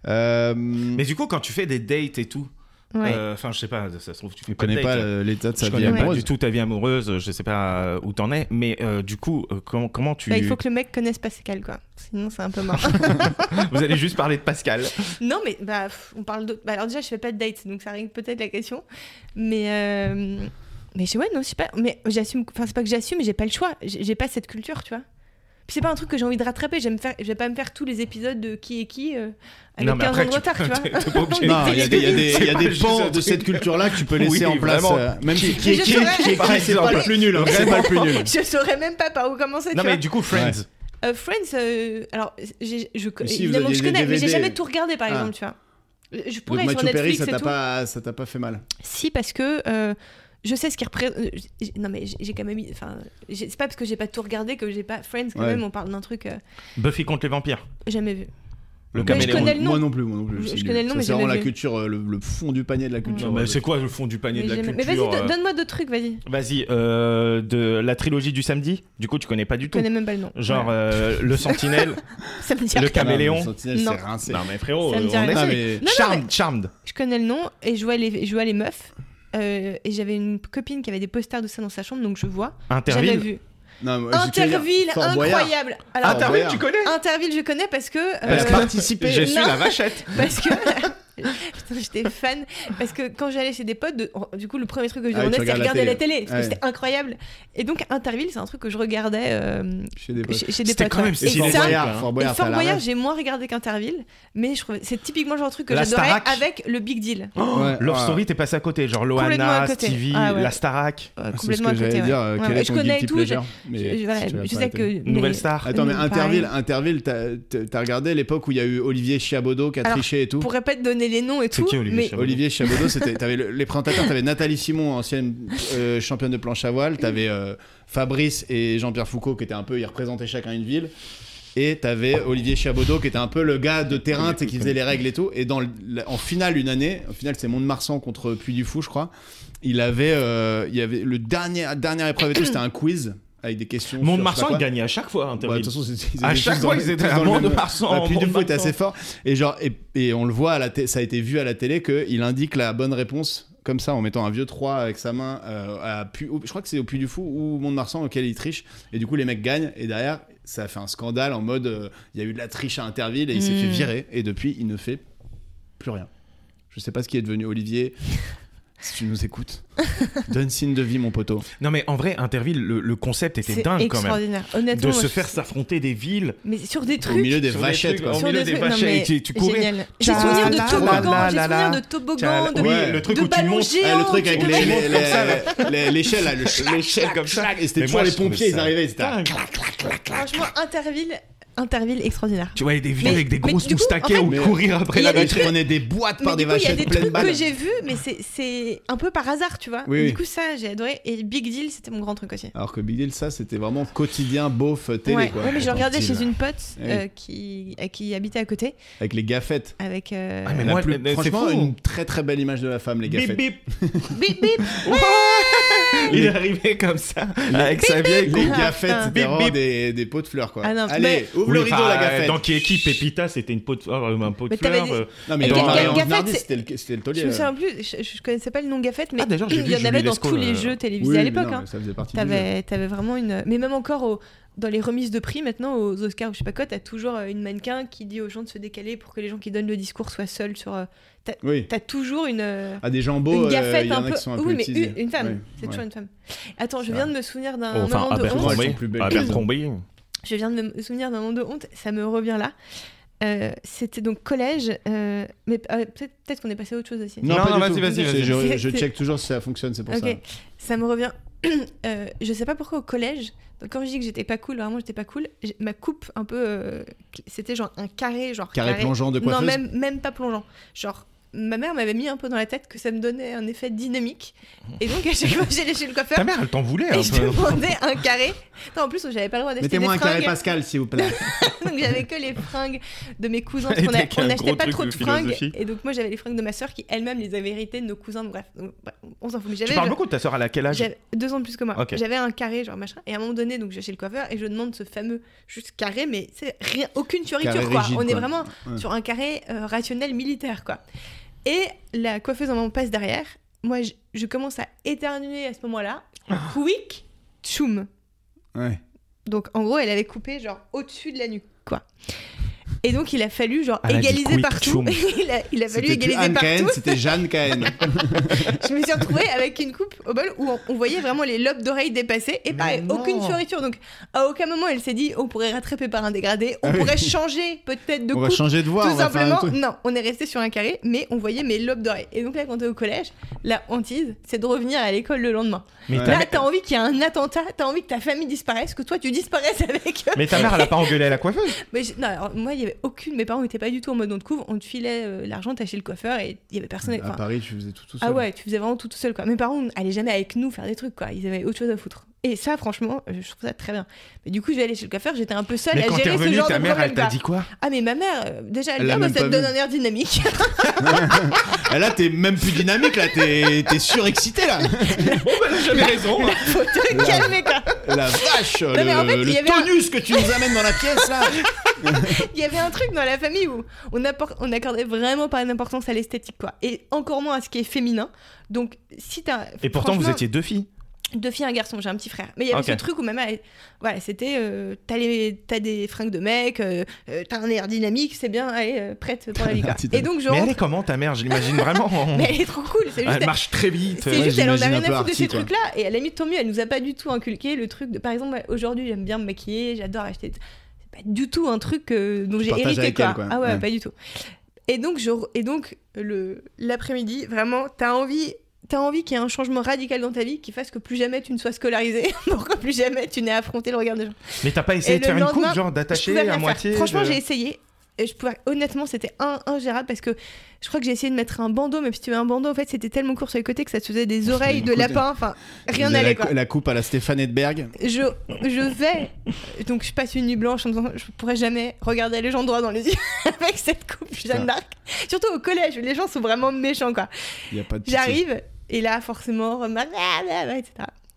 S2: Euh,
S3: Mais du coup, quand tu fais des dates et tout,
S1: Ouais.
S3: Euh, Enfin, je sais pas, ça se trouve, tu fais
S2: Je
S3: pas de
S2: connais pas
S3: date.
S2: euh, l'état de sa
S3: Je
S2: vie
S3: connais pas
S2: amoureuse.
S3: du tout ta vie amoureuse, je sais pas euh, où t'en es, mais euh, du coup, euh, comment, comment tu.
S1: Bah, il faut que le mec connaisse Pascal, quoi. Sinon, c'est un peu mort.
S3: Vous allez juste parler de Pascal.
S1: non, mais bah, pff, on parle d'autres. Bah, alors, déjà, je fais pas de date, donc ça règle peut-être la question. Mais. euh, Mais je- ouais, non, je sais pas. Mais j'assume. Enfin, c'est pas que j'assume, mais j'ai pas le choix. J'ai j'ai pas cette culture, tu vois. Puis c'est pas un truc que j'ai envie de rattraper. J'aime faire... Je vais pas me faire tous les épisodes de qui est qui euh, avec
S3: Non, mais
S1: 15
S3: après,
S1: ans de
S3: tu-
S1: retard, tu vois.
S3: t'es pas obligé.
S2: Non, il y a des, il y a des- il y a
S3: C'est
S2: des
S3: pas juste un
S2: pans de
S3: truc.
S2: cette culture-là que tu peux
S3: Oui,
S2: laisser en place.
S3: vraiment.
S2: euh, même si qui est
S1: Mais
S2: qui,
S1: je saurais-
S2: qui est qui, c'est
S3: Par
S2: pas le
S3: exemple.
S2: plus nul. hein, C'est pas le plus nul.
S1: Je saurais même pas par où commencer.
S3: Non,
S1: tu
S3: mais
S1: vois.
S3: du coup, Friends.
S1: Euh, Friends, euh, alors j'ai- je, co-
S2: Mais si, vous
S1: évidemment que
S2: aviez
S1: je
S2: des
S1: connais, mais j'ai
S2: DVD.
S1: jamais tout regardé par
S2: Ah.
S1: exemple, tu vois. Je
S2: Donc
S1: pourrais sur
S2: Mathieu Perry,
S1: Netflix
S2: ça
S1: et
S2: t'a
S1: tout.
S2: pas, ça t'a pas fait mal.
S1: Si parce que euh, je sais ce qui représente. Non mais j'ai- j'ai quand même, mis- enfin, j'ai- c'est pas parce que j'ai pas tout regardé que j'ai pas Friends quand
S2: Ouais.
S1: même. On parle d'un truc euh,
S3: Buffy contre les vampires.
S1: jamais vu.
S3: Le
S1: Mais je
S3: caméléon.
S1: connais le nom.
S2: Moi non plus, moi non plus.
S1: Je
S2: sais
S1: connais le nom,
S2: nul. Ça,
S1: mais
S2: C'est
S1: j'ai
S2: vraiment
S1: jamais
S2: la
S1: vu.
S2: culture, euh, le, le fond du panier de la culture.
S3: Non, mais
S2: euh,
S3: c'est quoi le fond du panier
S1: Mais,
S3: de la
S1: j'ai-
S3: culture
S1: mais vas-y, do-
S3: euh,
S1: donne-moi d'autres trucs, vas-y.
S3: Vas-y, euh, de la trilogie du samedi, du coup, tu connais pas du
S1: Je
S3: tout.
S1: connais même pas le nom.
S3: Genre
S1: Voilà.
S3: euh, le sentinelle.
S1: ça me dit.
S3: le
S1: rien.
S2: non, mais
S3: caméléon.
S2: le Sentinelle,
S1: Non.
S2: c'est rincé.
S3: non, mais frérot,
S1: Ça me
S3: euh,
S1: dit
S3: on
S1: rien.
S3: est.
S2: Non,
S1: Non,
S2: mais
S1: mais-
S3: Charmed, Charmed.
S1: Je connais le nom et je vois les, je vois les meufs. euh, et j'avais une copine qui avait des posters de ça dans sa chambre, donc je vois. Jamais
S3: Interville.
S1: vu.
S2: non, mais je- tu veux dire,
S1: Interville,
S2: Fort Boyard.
S1: incroyable. Alors,
S2: Fort Boyard.
S3: connais
S1: Interville, je connais parce que.
S2: Elle a
S1: euh,
S2: participé.
S3: Je suis
S1: Non.
S3: la vachette.
S1: parce que. Putain, j'étais fan. Parce que quand j'allais chez des potes, de- du coup, le premier truc que je
S2: Ah oui,
S1: demandais,
S2: tu
S1: c'est
S2: regardes la
S1: regarder la télé.
S2: télé.
S1: parce que
S2: Ouais.
S1: C'était incroyable. Et donc, Interville, c'est un truc que je regardais euh,
S2: Chez des potes.
S1: chez, chez des
S3: C'était
S1: potes.
S3: quand même
S1: ouais.
S2: Et
S1: Et
S3: stylé.
S1: ça,
S2: Boyard, Fort
S1: et
S2: Boyard,
S1: Fort
S2: ça
S1: Boyard,
S2: l'arrache.
S1: j'ai moins regardé qu'Interville, mais je trouvais- c'est typiquement le genre de truc que
S3: La
S1: j'adorais
S3: Starac.
S1: avec le Big Deal.
S2: Ouais,
S3: Love
S2: ouais.
S3: Story, t'es passé à côté. Genre
S1: Complètement à
S3: Loana,
S1: côté.
S3: Stevie,
S1: Ah ouais.
S3: la Starac,
S1: Euh,
S2: C'est ce
S1: complètement
S2: que
S1: à côté.
S2: j'allais dire.
S1: ouais.
S2: euh,
S1: Ouais,
S2: Quel
S1: ouais,
S2: est
S1: je
S2: ton
S1: connais
S2: guilty
S1: et tout.
S2: pleasure
S1: je-
S2: Mais
S1: je- voilà,
S2: si tu
S1: je
S2: l'as pas
S1: sais
S2: arrêté.
S1: que. mais-
S3: Nouvelle Star.
S2: Attends, mais
S1: Pareil.
S2: Interville, Interville, t'as- t'as t'as regardé l'époque où il y a eu Olivier Chiabodo qui a
S1: Alors,
S2: triché et tout
S1: pourrais pas te donner les noms et
S3: C'est
S1: tout,
S3: qui, Olivier
S1: mais
S3: Chabois
S2: Olivier Chabodeau, c'était, t'avais le- les présentateurs, t'avais Nathalie Simon, ancienne euh, championne de planche à voile, t'avais euh, Fabrice et Jean-Pierre Foucault qui étaient un peu, ils représentaient chacun une ville, et t'avais Olivier Chabodeau qui était un peu le gars de terrain, tu sais, qui faisait les règles et tout, et dans le- la- en finale une année, en finale c'est Mont-de-Marsan contre Puy-du-Fou, je crois, il avait, euh, il y avait le dernier, dernière épreuve et tout, c'était un quiz avec des questions. sur je sais pas
S3: Mont-de-Marsan,
S2: quoi.
S3: il gagnait à chaque fois.
S2: Bah, de
S3: Interville.
S2: toute façon, c'était- ils
S3: à
S2: étaient
S3: chaque
S2: tous dans
S3: fois,
S2: le-
S3: ils étaient
S2: tous
S3: à
S2: dans le même-
S3: Mont-de-Marsan.
S2: bah, puis du coup, il
S3: Mont-de-Marsan.
S2: était assez fort. Et genre, et, et on le voit, à la té- ça a été vu à la télé qu'il indique la bonne réponse comme ça, en mettant un vieux 3 avec sa main euh, à Puy- au- je crois que c'est au Puy du Fou ou au Mont-de-Marsan auquel il triche. Et du coup, les mecs gagnent. Et derrière, ça a fait un scandale en mode, euh, il y a eu de la triche à Interville et il s'est
S1: Mm.
S2: fait virer. Et depuis, il ne fait plus rien. Je sais pas ce qui est devenu Olivier. Si tu nous écoutes, donne signe de vie, mon poteau.
S3: Non, mais en vrai, Interville, le, le concept était
S1: c'est
S3: dingue quand même.
S1: extraordinaire. Honnêtement,
S3: De
S1: moi,
S3: se
S1: je-
S3: faire s'affronter des villes.
S1: Mais sur des trucs.
S2: Au milieu des
S3: Sur des
S2: vachettes,
S3: trucs,
S2: quoi.
S3: au
S1: sur
S3: milieu des
S1: trucs- non,
S3: vachettes,
S1: mais
S3: tu- tu courais.
S1: génial. J'ai souvenir de
S3: Tchalala,
S1: toboggan, j'ai
S3: la, la,
S1: souvenir
S3: la.
S1: de toboggan, de,
S3: Oui,
S2: Ouais.
S3: le truc
S1: de
S3: où tu
S1: ballons
S3: montes.
S1: géants.
S2: Ah, le truc
S1: tu
S2: avec
S1: peux
S2: les-
S1: mettre-
S2: les-
S3: comme ça,
S2: les-
S3: là.
S2: les- l'échelle, là, le ch- l'échelle comme ça. Et c'était
S3: Mais
S2: toujours
S3: moi,
S2: les
S3: je trouvais
S2: pompiers,
S3: ça
S2: ils arrivaient, c'était
S3: dingue.
S1: Franchement, Interville, Interville extraordinaire.
S3: Tu vois, des villes
S1: Mais-
S3: avec des
S1: mais
S3: grosses
S1: du coup, en
S3: moustaquets
S1: fait,
S3: ou
S2: mais-
S3: courir après
S1: il y
S3: la
S1: a des
S3: vache.
S2: Ils prenaient des boîtes
S1: Mais
S2: par des
S1: du coup, il y a
S2: vachettes
S1: des
S2: pleines
S1: trucs que
S2: balles.
S1: j'ai vus, mais c'est- c'est un peu par hasard, tu vois.
S2: Oui,
S1: du
S2: oui.
S1: coup, ça, j'ai adoré. Et Big Deal, c'était mon grand truc aussi.
S2: Alors que Big Deal, ça, c'était vraiment quotidien, beauf, télé,
S1: ouais.
S2: quoi.
S1: Ouais, mais je le regardais
S3: Attends,
S1: chez une pote
S2: Ouais.
S1: euh, qui, à qui habitait à côté
S2: Avec les gaffettes.
S1: avec. euh,
S3: Ah, mais
S2: La
S3: moi,
S2: plus-
S3: mais- mais c'est
S2: franchement,
S3: fou.
S2: une très très belle image de la femme, les
S3: Bip
S2: gaffettes.
S3: bip
S1: Bip bip
S3: Il est arrivé comme ça avec sa vieille
S2: Les
S3: coupe.
S2: gaffettes, c'était
S3: Bip,
S2: vraiment
S3: bip.
S2: des, des pots de fleurs, quoi.
S1: Ah non,
S2: Allez, ouvre le
S3: Oui,
S2: rideau,
S3: enfin,
S2: la gaffette.
S3: Ah, Dans qui est qui Pépita, c'était une peau de fleur. Un pot de
S1: Mais t'avais
S3: fleur.
S1: des-
S3: euh.
S2: Non, mais
S1: Ga-
S2: dans
S1: Ga-
S2: Marie-Ange
S1: Gaffette,
S2: Nardi,
S1: c'est-
S2: c'était le, c'était le taulier.
S1: Je me
S2: euh.
S1: souviens plus, je, je connaissais pas le nom Gaffette, mais
S3: Ah, d'ailleurs, j'ai
S1: il
S3: vu
S1: y en
S3: Julie
S1: avait dans
S3: Lescaut,
S1: tous les
S3: euh,
S1: jeux
S2: Oui,
S1: télévisés à
S2: mais
S1: l'époque.
S2: non,
S1: hein.
S2: mais Ça faisait partie du jeu.
S1: T'avais t'avais vraiment une. Mais même encore au- dans les remises de prix maintenant, aux Oscars ou je sais pas quoi, t'as toujours euh, une mannequin qui dit aux gens de se décaler pour que les gens qui donnent le discours soient seuls sur. euh,
S2: Oui.
S1: T'as toujours une. euh,
S2: À des jambos,
S1: une
S2: euh,
S1: gaffette
S2: il y
S1: un
S2: en a
S1: peu.
S2: qui sont un peu
S1: oui, mais
S2: utilisés.
S1: une, une femme.
S2: Ouais,
S1: C'est
S2: ouais.
S1: toujours une femme. Attends, je
S2: C'est Oh,
S1: viens de me souvenir d'un
S3: Enfin,
S2: ah
S1: moment de honte.
S2: Bertrand. Elles sont
S3: Abercrombie.
S2: plus belles.
S3: Abercrombie.
S1: Je viens de me souvenir d'un moment de honte. Ça me revient là. Euh, C'était donc collège, euh, mais euh, peut-être peut-être qu'on est passé à autre chose aussi.
S3: Non,
S2: pas
S3: non,
S2: du
S3: vas-y,
S2: tout.
S3: vas-y,
S2: C'est-
S3: vas-y.
S2: Je,
S1: C'est-
S2: je
S1: c'est-
S2: check toujours si ça fonctionne, c'est pour
S1: Ok, ça. me revient. Euh, je sais pas pourquoi au collège, donc quand je dis que j'étais pas cool, vraiment j'étais pas cool, j'ai- ma coupe un peu. euh, c'était genre un carré, genre.
S2: ça. Carré plongeant de
S1: Non,
S2: coiffeuse.
S1: même, même pas plongeant. Genre, ma mère m'avait mis un peu dans la tête que ça me donnait un effet dynamique. Et donc à chaque fois que j'allais chez le
S3: Ta
S1: coiffeur,
S3: mère, elle t'en voulait hein,
S1: et
S3: un
S1: je
S3: peu.
S1: demandais un carré. Non, en plus, j'avais pas le droit d'acheter des
S2: Mettez-moi un carré
S1: fringues.
S2: Pascal, s'il vous plaît.
S1: Donc j'avais que les fringues de mes cousins.
S3: Et
S1: Parce qu'on a-
S3: t'as qu'un
S1: on
S3: gros
S1: n'achetait pas
S3: truc
S1: trop
S3: de
S1: de fringues.
S3: philosophie.
S1: Et donc moi j'avais les fringues de ma soeur qui elle-même les avait héritées de nos cousins. Bref, donc, bah, on s'en fout. Mais
S3: Tu
S1: j'avais-
S3: parles beaucoup de ta soeur à quel âge
S1: j'avais deux ans de plus que moi.
S3: Ah, Ok.
S1: J'avais un carré, genre machin. Et à un moment donné, donc je vais chez le coiffeur et je demande ce fameux juste carré, mais c'est rien, aucune fioriture
S2: Carré
S1: quoi.
S2: rigide,
S1: On est
S2: quoi.
S1: vraiment
S2: Ouais.
S1: sur un carré euh, rationnel militaire quoi. Et la coiffeuse en passe derrière. Moi, je, je commence à éternuer à ce moment-là.
S3: Ah.
S1: Quick, tchoum.
S2: Ouais.
S1: Donc en gros, elle avait coupé genre au-dessus de la nuque, quoi. Et donc il a fallu genre
S3: Elle a dit
S1: égaliser
S3: quick,
S1: partout.
S3: tchoum.
S1: il, a, il a fallu
S2: C'était plus
S1: égaliser
S2: Anne Cahen,
S1: partout.
S2: c'était Jeanne Cahen.
S1: Je me suis retrouvée avec une coupe au bol où on, on voyait vraiment les lobes d'oreilles dépasser et pareil,
S3: non.
S1: aucune fioriture. Donc à aucun moment elle s'est dit on pourrait rattraper par un dégradé, on
S2: Ah oui.
S1: pourrait changer peut-être de
S2: on
S1: coupe.
S2: va changer de voix,
S1: Tout
S2: on va faire un
S1: simplement,
S2: truc.
S1: non, on est resté sur un carré, mais on voyait mes lobes d'oreilles. Et donc là, quand t'es au collège, la hantise, c'est de revenir à l'école le lendemain.
S3: Mais,
S2: Ouais.
S3: ta...
S1: Là, t'as envie qu'il y ait un attentat, t'as envie que ta famille disparaisse, que toi tu disparaisses avec eux.
S3: mais ta mère, elle a pas engueulé à la coiffeuse.
S1: Mais je- non, alors, moi, il y avait aucune. Mes parents n'étaient pas du tout en mode on te couvre, on te filait euh, l'argent, t'as chez le coiffeur et il y avait personne.
S2: À
S1: enfin,
S2: Paris, tu faisais tout tout seul.
S1: ah ouais, tu faisais vraiment tout tout seul quoi. Mes parents n'allaient jamais avec nous faire des trucs quoi. Ils avaient autre chose à foutre. Et ça, franchement, euh, je trouve ça très bien. Mais du coup, je vais aller chez le coiffeur, j'étais un peu seule
S3: Mais
S1: à
S3: quand t'es
S1: gérer ce
S3: revenu,
S1: genre
S3: ta
S1: de
S3: mère,
S1: problème.
S3: elle t'a
S1: quoi.
S3: dit quoi
S1: Ah mais ma mère, euh, déjà, elle,
S2: Elle
S1: dit,
S2: a
S1: Ah, bah,
S2: même
S1: ça te
S2: pas
S1: donne
S2: vu.
S1: un air dynamique.
S2: Ah, Là, t'es même plus dynamique, là, t'es t'es surexcité, là. bah,
S3: J'avais raison.
S2: hein.
S1: Faut te calmer quoi.
S2: La vache, le,
S1: mais en fait, il y
S2: le
S1: avait un-
S2: tonus que tu nous amènes dans la pièce, là.
S1: Il y avait un truc dans la famille où on, appor- on accordait vraiment pas d'importance à l'esthétique quoi. Et encore moins à ce qui est féminin. Donc si t'as.
S3: Et pourtant, vous
S1: franchement,
S3: étiez deux filles.
S1: deux filles et un garçon, j'ai un petit frère. Mais il y avait
S3: Ok.
S1: ce truc où ma mère, elle- voilà, c'était euh, t'as, les- t'as des fringues de mec, euh, euh, t'as un air dynamique, c'est bien, allez, euh, prête pour la vie. quoi.
S2: Merci,
S1: Et
S2: Tania.
S1: donc je
S3: Mais
S1: rentre,
S3: elle est comment, ta mère Je l'imagine vraiment.
S1: mais elle est trop cool, c'est juste.
S3: Elle marche très vite.
S1: C'est
S2: ouais,
S1: juste, elle en a
S2: j'imagine
S1: rien
S2: un
S1: à foutre
S2: peu
S1: de
S2: arty,
S1: ces
S2: quoi.
S1: trucs-là. Et à la limite, tant mieux, elle nous a pas du tout inculqué le truc de. Par exemple, aujourd'hui, j'aime bien me maquiller, j'adore acheter. C'est pas du tout un truc euh, dont j'ai
S2: partages
S1: hérité,
S2: avec
S1: quoi.
S2: elle, quoi.
S1: Ah ouais,
S2: Ouais.
S1: pas du tout. Et donc, je... et donc le... l'après-midi, vraiment, t'as envie. T'as envie qu'il y ait un changement radical dans ta vie qui fasse que plus jamais tu ne sois scolarisé, pour que plus jamais tu n'aies affronté le regard des gens.
S3: Mais t'as pas essayé
S1: Et
S3: de faire
S1: le
S3: une coupe,
S1: lendemain,
S3: genre
S1: Je pouvais
S3: d'attacher
S1: rien
S3: à
S1: faire.
S3: moitié
S1: Franchement,
S3: de-
S1: j'ai essayé. Et je pouvais... Honnêtement, c'était un ingérable parce que je crois que j'ai essayé de mettre un bandeau, mais si tu mets un bandeau, en fait, c'était tellement court sur les côtés que ça te faisait des oreilles de
S2: Écoute,
S1: lapin. Enfin, rien
S2: Vous avez
S1: n'allait
S2: la,
S1: quoi.
S2: la coupe à la Stéphane Edberg.
S1: Je, je vais. Donc, je passe une nuit blanche en me disant je pourrais jamais regarder les gens droit dans les yeux avec cette coupe Jeanne d'Arc. Surtout au collège, les gens sont vraiment méchants quoi.
S2: Il y a pas de pitié.
S1: J'arrive, et là, forcément, bah, remarque, blablabla, etc.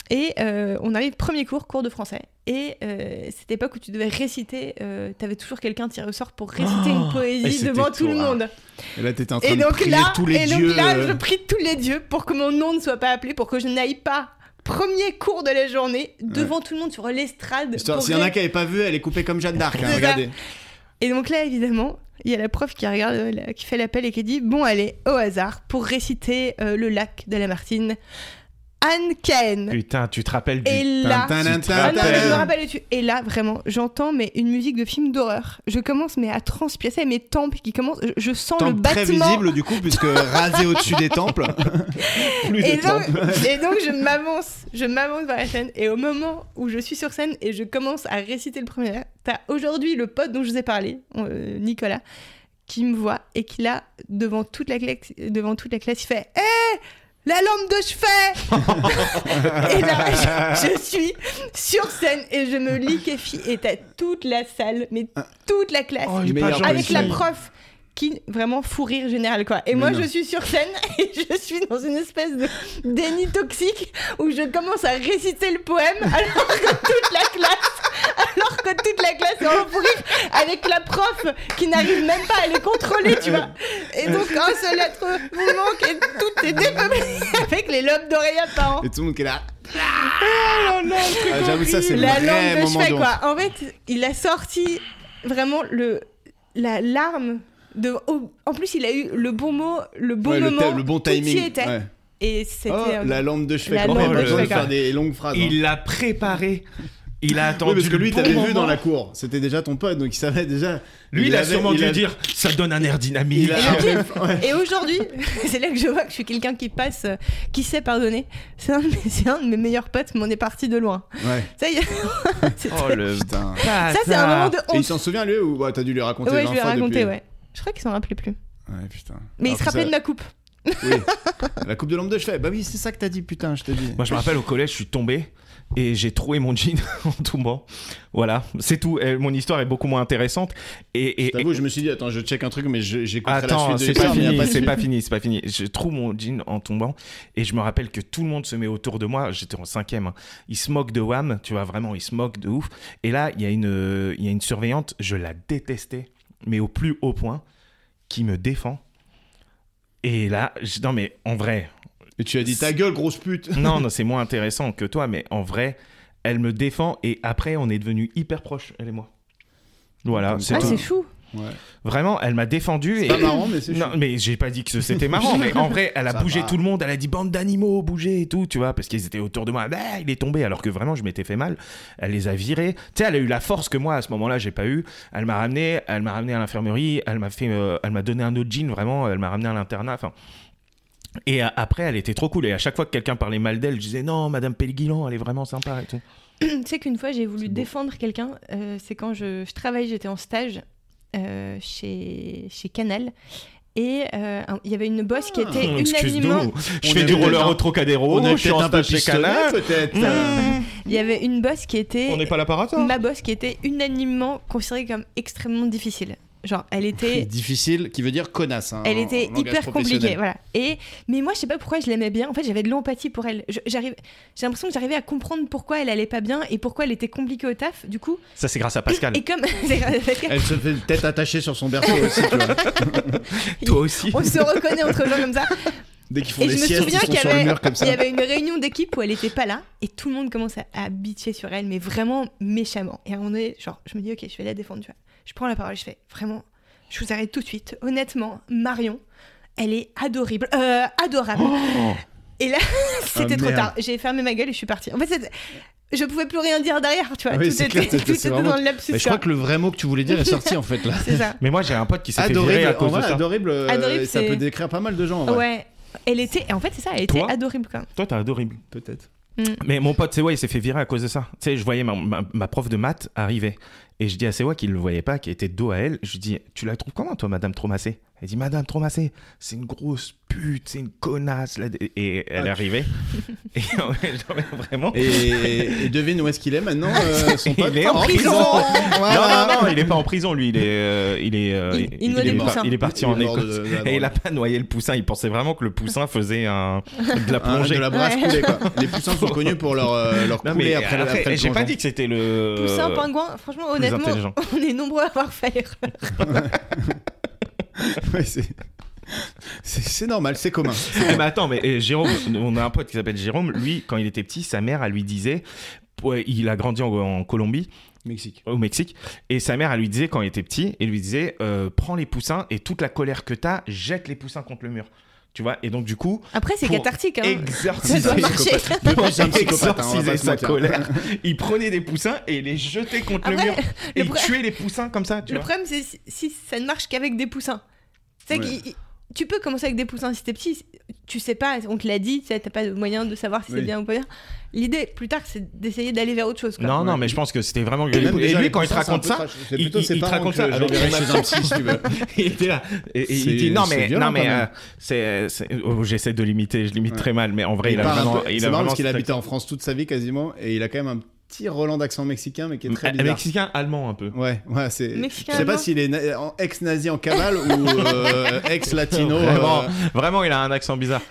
S1: Et euh, on arrive, premier cours, cours de français. Et euh, cette époque où tu devais réciter, euh, t'avais toujours quelqu'un tiré au sort pour réciter une
S2: Oh et
S1: poésie
S2: c'était
S1: devant tout le
S2: tout,
S1: monde.
S2: Et là, t'étais en train
S1: Et
S2: de
S1: donc
S2: prier
S1: là,
S2: tous les
S1: et
S2: dieux.
S1: donc là
S2: euh,
S1: je prie tous les dieux pour que mon nom ne soit pas appelé, pour que je n'aille pas. Premier cours de la journée, devant tout le monde sur l'estrade.
S2: Histoire,
S1: pour
S2: s'il y en a
S1: ré-
S2: qui n'avaient pas vu, elle est coupée comme Jeanne d'Arc. hein,
S1: C'est ça.
S2: regardez.
S1: Et donc là, évidemment, il y a la prof qui regarde, euh, la- qui fait l'appel et qui dit Bon, allez, au hasard, pour réciter euh, le lac de la Martine, Anne Cahen.
S3: Putain, tu te rappelles du.
S1: Et
S2: Tin,
S1: là,
S2: tin,
S3: tu
S2: tin,
S3: te
S2: tin,
S1: Ah non, mais je me
S2: tin.
S1: rappelle dessus. Et là, vraiment, j'entends mais une musique de film d'horreur. Je commence mais à transpirer, ça, mes tempes qui commencent. Je, je sens le
S2: Temple très
S1: battement.
S2: visible du coup, puisque rasé au-dessus des temples. Plus hein.
S1: et,
S2: de
S1: donc,
S2: temples.
S1: et donc, je m'avance, je m'avance vers la scène. Et au moment où je suis sur scène et je commence à réciter le premier, air, t'as aujourd'hui le pote dont je vous ai parlé, euh, Nicolas, qui me voit et qui là, devant toute la classe, devant toute la classe, il fait Hé la lampe de chevet Et là, je, je suis sur scène et je me liquéfie. Et t'as toute la salle, mais toute la classe
S3: Oh, il est
S2: Mais
S3: pas
S2: alors,
S3: gentil.
S1: avec la prof qui vraiment fou rire général quoi et
S2: Mais
S1: moi
S2: non.
S1: je suis sur scène et je suis dans une espèce de déni toxique où je commence à réciter le poème alors que toute la classe alors que toute la classe est en fou rire avec la prof qui n'arrive même pas à les contrôler tu vois et donc un seul être vous manque et tout est dépeuplé avec les lobes d'oreille à part hein.
S2: Et tout le monde qui est là. Ah, J'avoue, ça, c'est le
S1: la
S2: vrai
S1: langue de
S2: moment
S1: chevet
S2: de honte.
S1: quoi. En fait, il a sorti vraiment le la larme de. oh, en plus, il a eu le bon mot, le bon
S2: Ouais, le
S1: moment,
S2: ta- le bon
S1: tout y
S2: timing.
S1: était.
S2: ouais.
S1: Et c'était.
S2: Oh,
S1: euh,
S2: la lampe de chevet.
S1: la
S2: quand même,
S1: lampe
S2: pas
S3: de
S2: besoin de
S3: chevet,
S2: faire
S1: quoi.
S2: des longues phrases. hein.
S3: Il l'a préparé. Il a attendu.
S2: Oui, parce que lui,
S3: le
S2: t'avais
S3: bon
S2: vu dans
S3: moment.
S2: la cour. C'était déjà ton pote, donc il savait déjà.
S3: Lui, il a
S2: avait-
S3: sûrement dû
S2: a-
S3: dire ça donne un air dynamique.
S2: Il a-
S1: Et le pire, et aujourd'hui, c'est là que je vois que je suis quelqu'un qui passe, euh, qui sait pardonner. C'est un, de mes- c'est un de mes meilleurs potes, mais on est parti de loin.
S2: Ouais.
S1: Ça, y est, c'était-
S3: Oh le
S2: Putain.
S1: ça c'est un moment de
S2: Et il
S1: honte.
S2: s'en souvient, lui, ou bah, t'as dû lui raconter
S1: Ouais,
S2: 20
S1: je lui ai
S2: fois
S1: raconté,
S2: depuis.
S1: ouais. Je crois qu'il s'en rappelait plus.
S2: Ouais, putain.
S1: Mais
S2: Alors
S1: il se
S2: que
S1: rappelait de
S2: ça-
S1: ma coupe.
S2: Oui. La coupe de lampe de chevet. Bah oui, c'est ça que t'as dit, putain, je t'ai dit.
S3: Moi, je me rappelle au collège, je suis tombé et j'ai troué mon jean en tombant. Voilà, c'est tout. Eh, Mon histoire est beaucoup moins intéressante. Et, et,
S2: T'avoue, je me suis dit, attends, je check un truc, mais je- j'écouterai la
S3: Attends,
S2: suite de
S3: c'est
S2: l'histoire,
S3: pas,
S2: mais il y a
S3: fini,
S2: pas de
S3: c'est
S2: suite.
S3: pas fini, c'est pas fini. Je trouve mon jean en tombant et je me rappelle que tout le monde se met autour de moi. J'étais en cinquième. hein. Ils se moquent de Wham, tu vois vraiment, ils se moquent de ouf. Et là, il y a une, euh, il y a une surveillante, je la détestais, mais au plus haut point, qui me défend. Et là, je- non mais en vrai,
S2: Et tu as dit ta gueule, grosse pute
S3: non, non, c'est moins intéressant que toi, mais en vrai, elle me défend et après, on est devenus hyper proches, elle et moi. Voilà, c'est
S2: Ah,
S1: Ah,
S3: tout.
S1: c'est fou.
S2: Ouais.
S3: Vraiment, elle m'a défendu et.
S2: Pas marrant, mais c'est
S3: Non,
S2: chou.
S3: mais j'ai pas dit que c'était marrant, mais en vrai, elle a
S2: Ça
S3: bougé
S2: va.
S3: tout le monde, elle a dit bande d'animaux, bougez et tout, tu vois, parce qu'ils étaient autour de moi, bah, il est tombé, alors que vraiment, je m'étais fait mal. Elle les a virés. Tu sais, elle a eu la force que moi, à ce moment-là, j'ai pas eu. Elle m'a ramené, elle m'a ramené à l'infirmerie, elle m'a fait, euh, elle m'a donné un autre jean, vraiment, elle m'a ramené à l'internat, enfin. Et euh, après, elle était trop cool. Et à chaque fois que quelqu'un parlait mal d'elle, je disais non, Madame Pelguilan, elle est vraiment sympa et tout.
S1: Tu sais qu'une fois, j'ai voulu
S2: beau.
S1: défendre quelqu'un. euh, c'est quand je, je travaillais, j'étais en stage euh, chez, chez Canal. Et euh, un- il y avait une boss qui
S2: Ah.
S1: était unanimement.
S3: Excuse-nous, Oh, je
S2: On
S3: fais
S2: est
S3: du roller
S2: peut-être
S3: au
S2: un-
S3: Trocadéro,
S2: On a
S3: je suis
S2: peut-être
S3: en
S2: un peu
S3: stage Oh, chez
S2: pistonné,
S3: Canal.
S2: peut-être.
S3: Mmh,
S1: Il y avait une boss qui était.
S3: On n'est pas là par hasard.
S1: ma boss qui était unanimement considérée comme extrêmement difficile. Genre, elle
S2: Et
S1: était.
S2: Difficile, qui veut dire connasse. hein,
S1: Elle
S2: en-
S1: était
S2: en langage
S1: hyper compliquée,
S2: professionnel.
S1: voilà. Et mais moi, je sais pas pourquoi je l'aimais bien. En fait, j'avais de l'empathie pour elle. Je- J'arrive, j'ai l'impression que j'arrivais à comprendre pourquoi elle allait pas bien et pourquoi elle était compliquée au taf. Du coup,
S3: Ça, c'est grâce à Pascal.
S1: et comme C'est grave, parce que
S2: Elle se fait peut-être attacher sur son berceau aussi, tu vois.
S3: Toi aussi.
S1: on se reconnaît entre gens comme ça.
S2: Dès qu'ils font
S1: Et
S2: des
S1: je me
S2: siestes, ils
S1: souviens
S2: sont
S1: qu'il y
S2: sur le
S1: avait,
S2: mur comme ça.
S1: il y avait une réunion d'équipe où elle était pas là et tout le monde commence à, à bitcher sur elle, mais vraiment méchamment. Et à un moment donné, genre, je me dis, ok, je vais la défendre, tu vois. Je prends la parole, je fais vraiment, je vous arrête tout de suite. Honnêtement, Marion, elle est adorable. Euh, adorable. et là, c'était
S2: Oh, Ah,
S1: trop
S2: merde.
S1: tard. J'ai fermé ma gueule et je suis partie. En fait, c'était- je pouvais plus rien dire derrière, tu vois.
S2: Oui,
S1: tout
S2: c'est
S1: était,
S2: clair, c'était-
S1: tout était
S2: c'est vraiment-
S1: dans le lapsus.
S2: Mais je crois
S1: quoi.
S2: que le vrai mot que tu voulais dire est sorti en fait là.
S1: C'est ça.
S3: Mais moi, j'ai un pote qui s'est fait
S2: Adorable,
S3: virer à
S2: en
S3: cause de
S2: vrai,
S3: ça.
S2: adorable, euh,
S1: Adorable,
S2: ça
S1: c'est-
S2: peut décrire pas mal de gens en
S1: Ouais.
S2: vrai.
S1: Elle était, et en fait, c'est ça, elle était
S3: Toi
S1: adorable quand même.
S3: Toi, t'es adorable.
S2: Peut-être.
S3: Mais mon pote Sewa, il s'est fait virer à cause de ça. Tu sais, je voyais ma, ma- ma prof de maths arriver. Et je dis à Sewa qu'il ne le voyait pas, qui était de dos à elle. Je lui dis Tu la trouves comment, toi, Madame Tromassé Elle dit Madame Tromassé, c'est une grosse pute, c'est une connasse. là. Et elle est
S2: Ah.
S3: arrivée. et non, mais- non, mais vraiment.
S2: Et, et devine où est-ce qu'il est maintenant, euh, son
S3: Il
S2: pote
S3: est en
S2: Voilà.
S3: Non, non, non, il n'est pas en prison, lui. Il est, euh, il est, euh,
S1: Il- il noie
S3: est
S1: des
S3: par-
S1: poussins.
S3: il est parti
S2: Il est
S3: en
S2: mort de-
S3: Écosse.
S2: de la drogue.
S3: et il n'a pas noyé le poussin. Il pensait vraiment que le poussin faisait un, de la
S2: Ah,
S3: plongée.
S2: de la brasse
S1: Ouais.
S2: coulée quoi. Les poussins sont connus pour leur, euh, leur
S3: Non,
S2: coulée
S3: mais
S2: après,
S3: après,
S2: après le
S3: j'ai pas
S2: plongeon.
S3: dit que c'était le.
S2: Euh,
S1: Poussin, pingouin, franchement,
S3: plus
S1: honnêtement,
S3: intelligent.
S1: on est nombreux à avoir fait l'erreur.
S2: Ouais, c'est- c'est c'est normal, c'est commun.
S3: Eh ben attends, mais eh, Jérôme, on a un pote qui s'appelle Jérôme. Lui, quand il était petit, sa mère, elle lui disait. ouais, Il a grandi en, en Colombie,
S2: Mexique.
S3: au Mexique, et sa mère, elle lui disait quand il était petit, elle lui disait euh, prends les poussins et toute la colère que t'as, jette les poussins contre le mur. Tu vois Et donc, du coup,
S1: Après, c'est
S3: Pour
S1: cathartique. Hein.
S3: exorciser,
S1: Ça doit marcher.
S2: Depuis, c'est un psychopathe, hein, on va
S3: exorciser
S2: pas se
S3: sa
S2: mentir.
S3: colère, il prenait des poussins et il les jetait contre le
S1: Après,
S3: mur. Et
S1: le
S3: il
S1: pro-
S3: tuait les poussins comme ça, tu
S1: Le
S3: vois.
S1: problème, c'est si, si ça ne marche qu'avec des poussins. C'est
S2: Ouais.
S1: que tu peux commencer avec des poussins si t'es petit. si- Tu sais pas, on te l'a dit, tu sais, t'as pas de moyen de savoir si
S2: Oui.
S1: c'est bien ou pas bien. L'idée, plus tard, c'est d'essayer d'aller vers autre chose. quoi.
S3: Non, non,
S2: Ouais.
S3: mais je pense que c'était vraiment.
S2: Et,
S3: Et,
S2: même déjà,
S3: lui,
S2: les
S3: quand il te
S2: poussins, c'est un
S3: raconte
S2: peu
S3: ça,
S2: trash. C'est
S3: il-
S2: plutôt
S3: il-
S2: ses
S3: il te
S2: parents
S3: raconte
S2: que
S3: ça
S2: j'avais
S3: avec
S2: viré
S3: son
S2: chez un psy, si tu veux.
S3: il était là. Et, et
S2: C'est-
S3: il dit non
S2: c'est
S3: mais
S2: violent,
S3: non mais
S2: quand même.
S3: euh, c'est, c'est- oh, j'essaie de l'imiter, je l'imite
S2: Ouais.
S3: très mal, mais en vrai il,
S2: Il
S3: a
S2: part un
S3: vraiment,
S2: peu-
S3: il
S2: C'est
S3: a
S2: marrant
S3: vraiment
S2: parce qu'il
S3: cet
S2: habitait
S3: accent.
S2: en France toute sa vie quasiment et il a quand même un petit Roland d'accent mexicain mais qui est très
S3: Un- un
S2: bizarre.
S3: mexicain allemand un peu.
S2: Ouais, ouais, c'est.
S1: Mexicain,
S2: Je sais pas
S1: non
S2: s'il est na- en ex-nazi en cavale ou euh, ex-latino.
S3: vraiment,
S2: euh,
S3: vraiment il a un accent bizarre.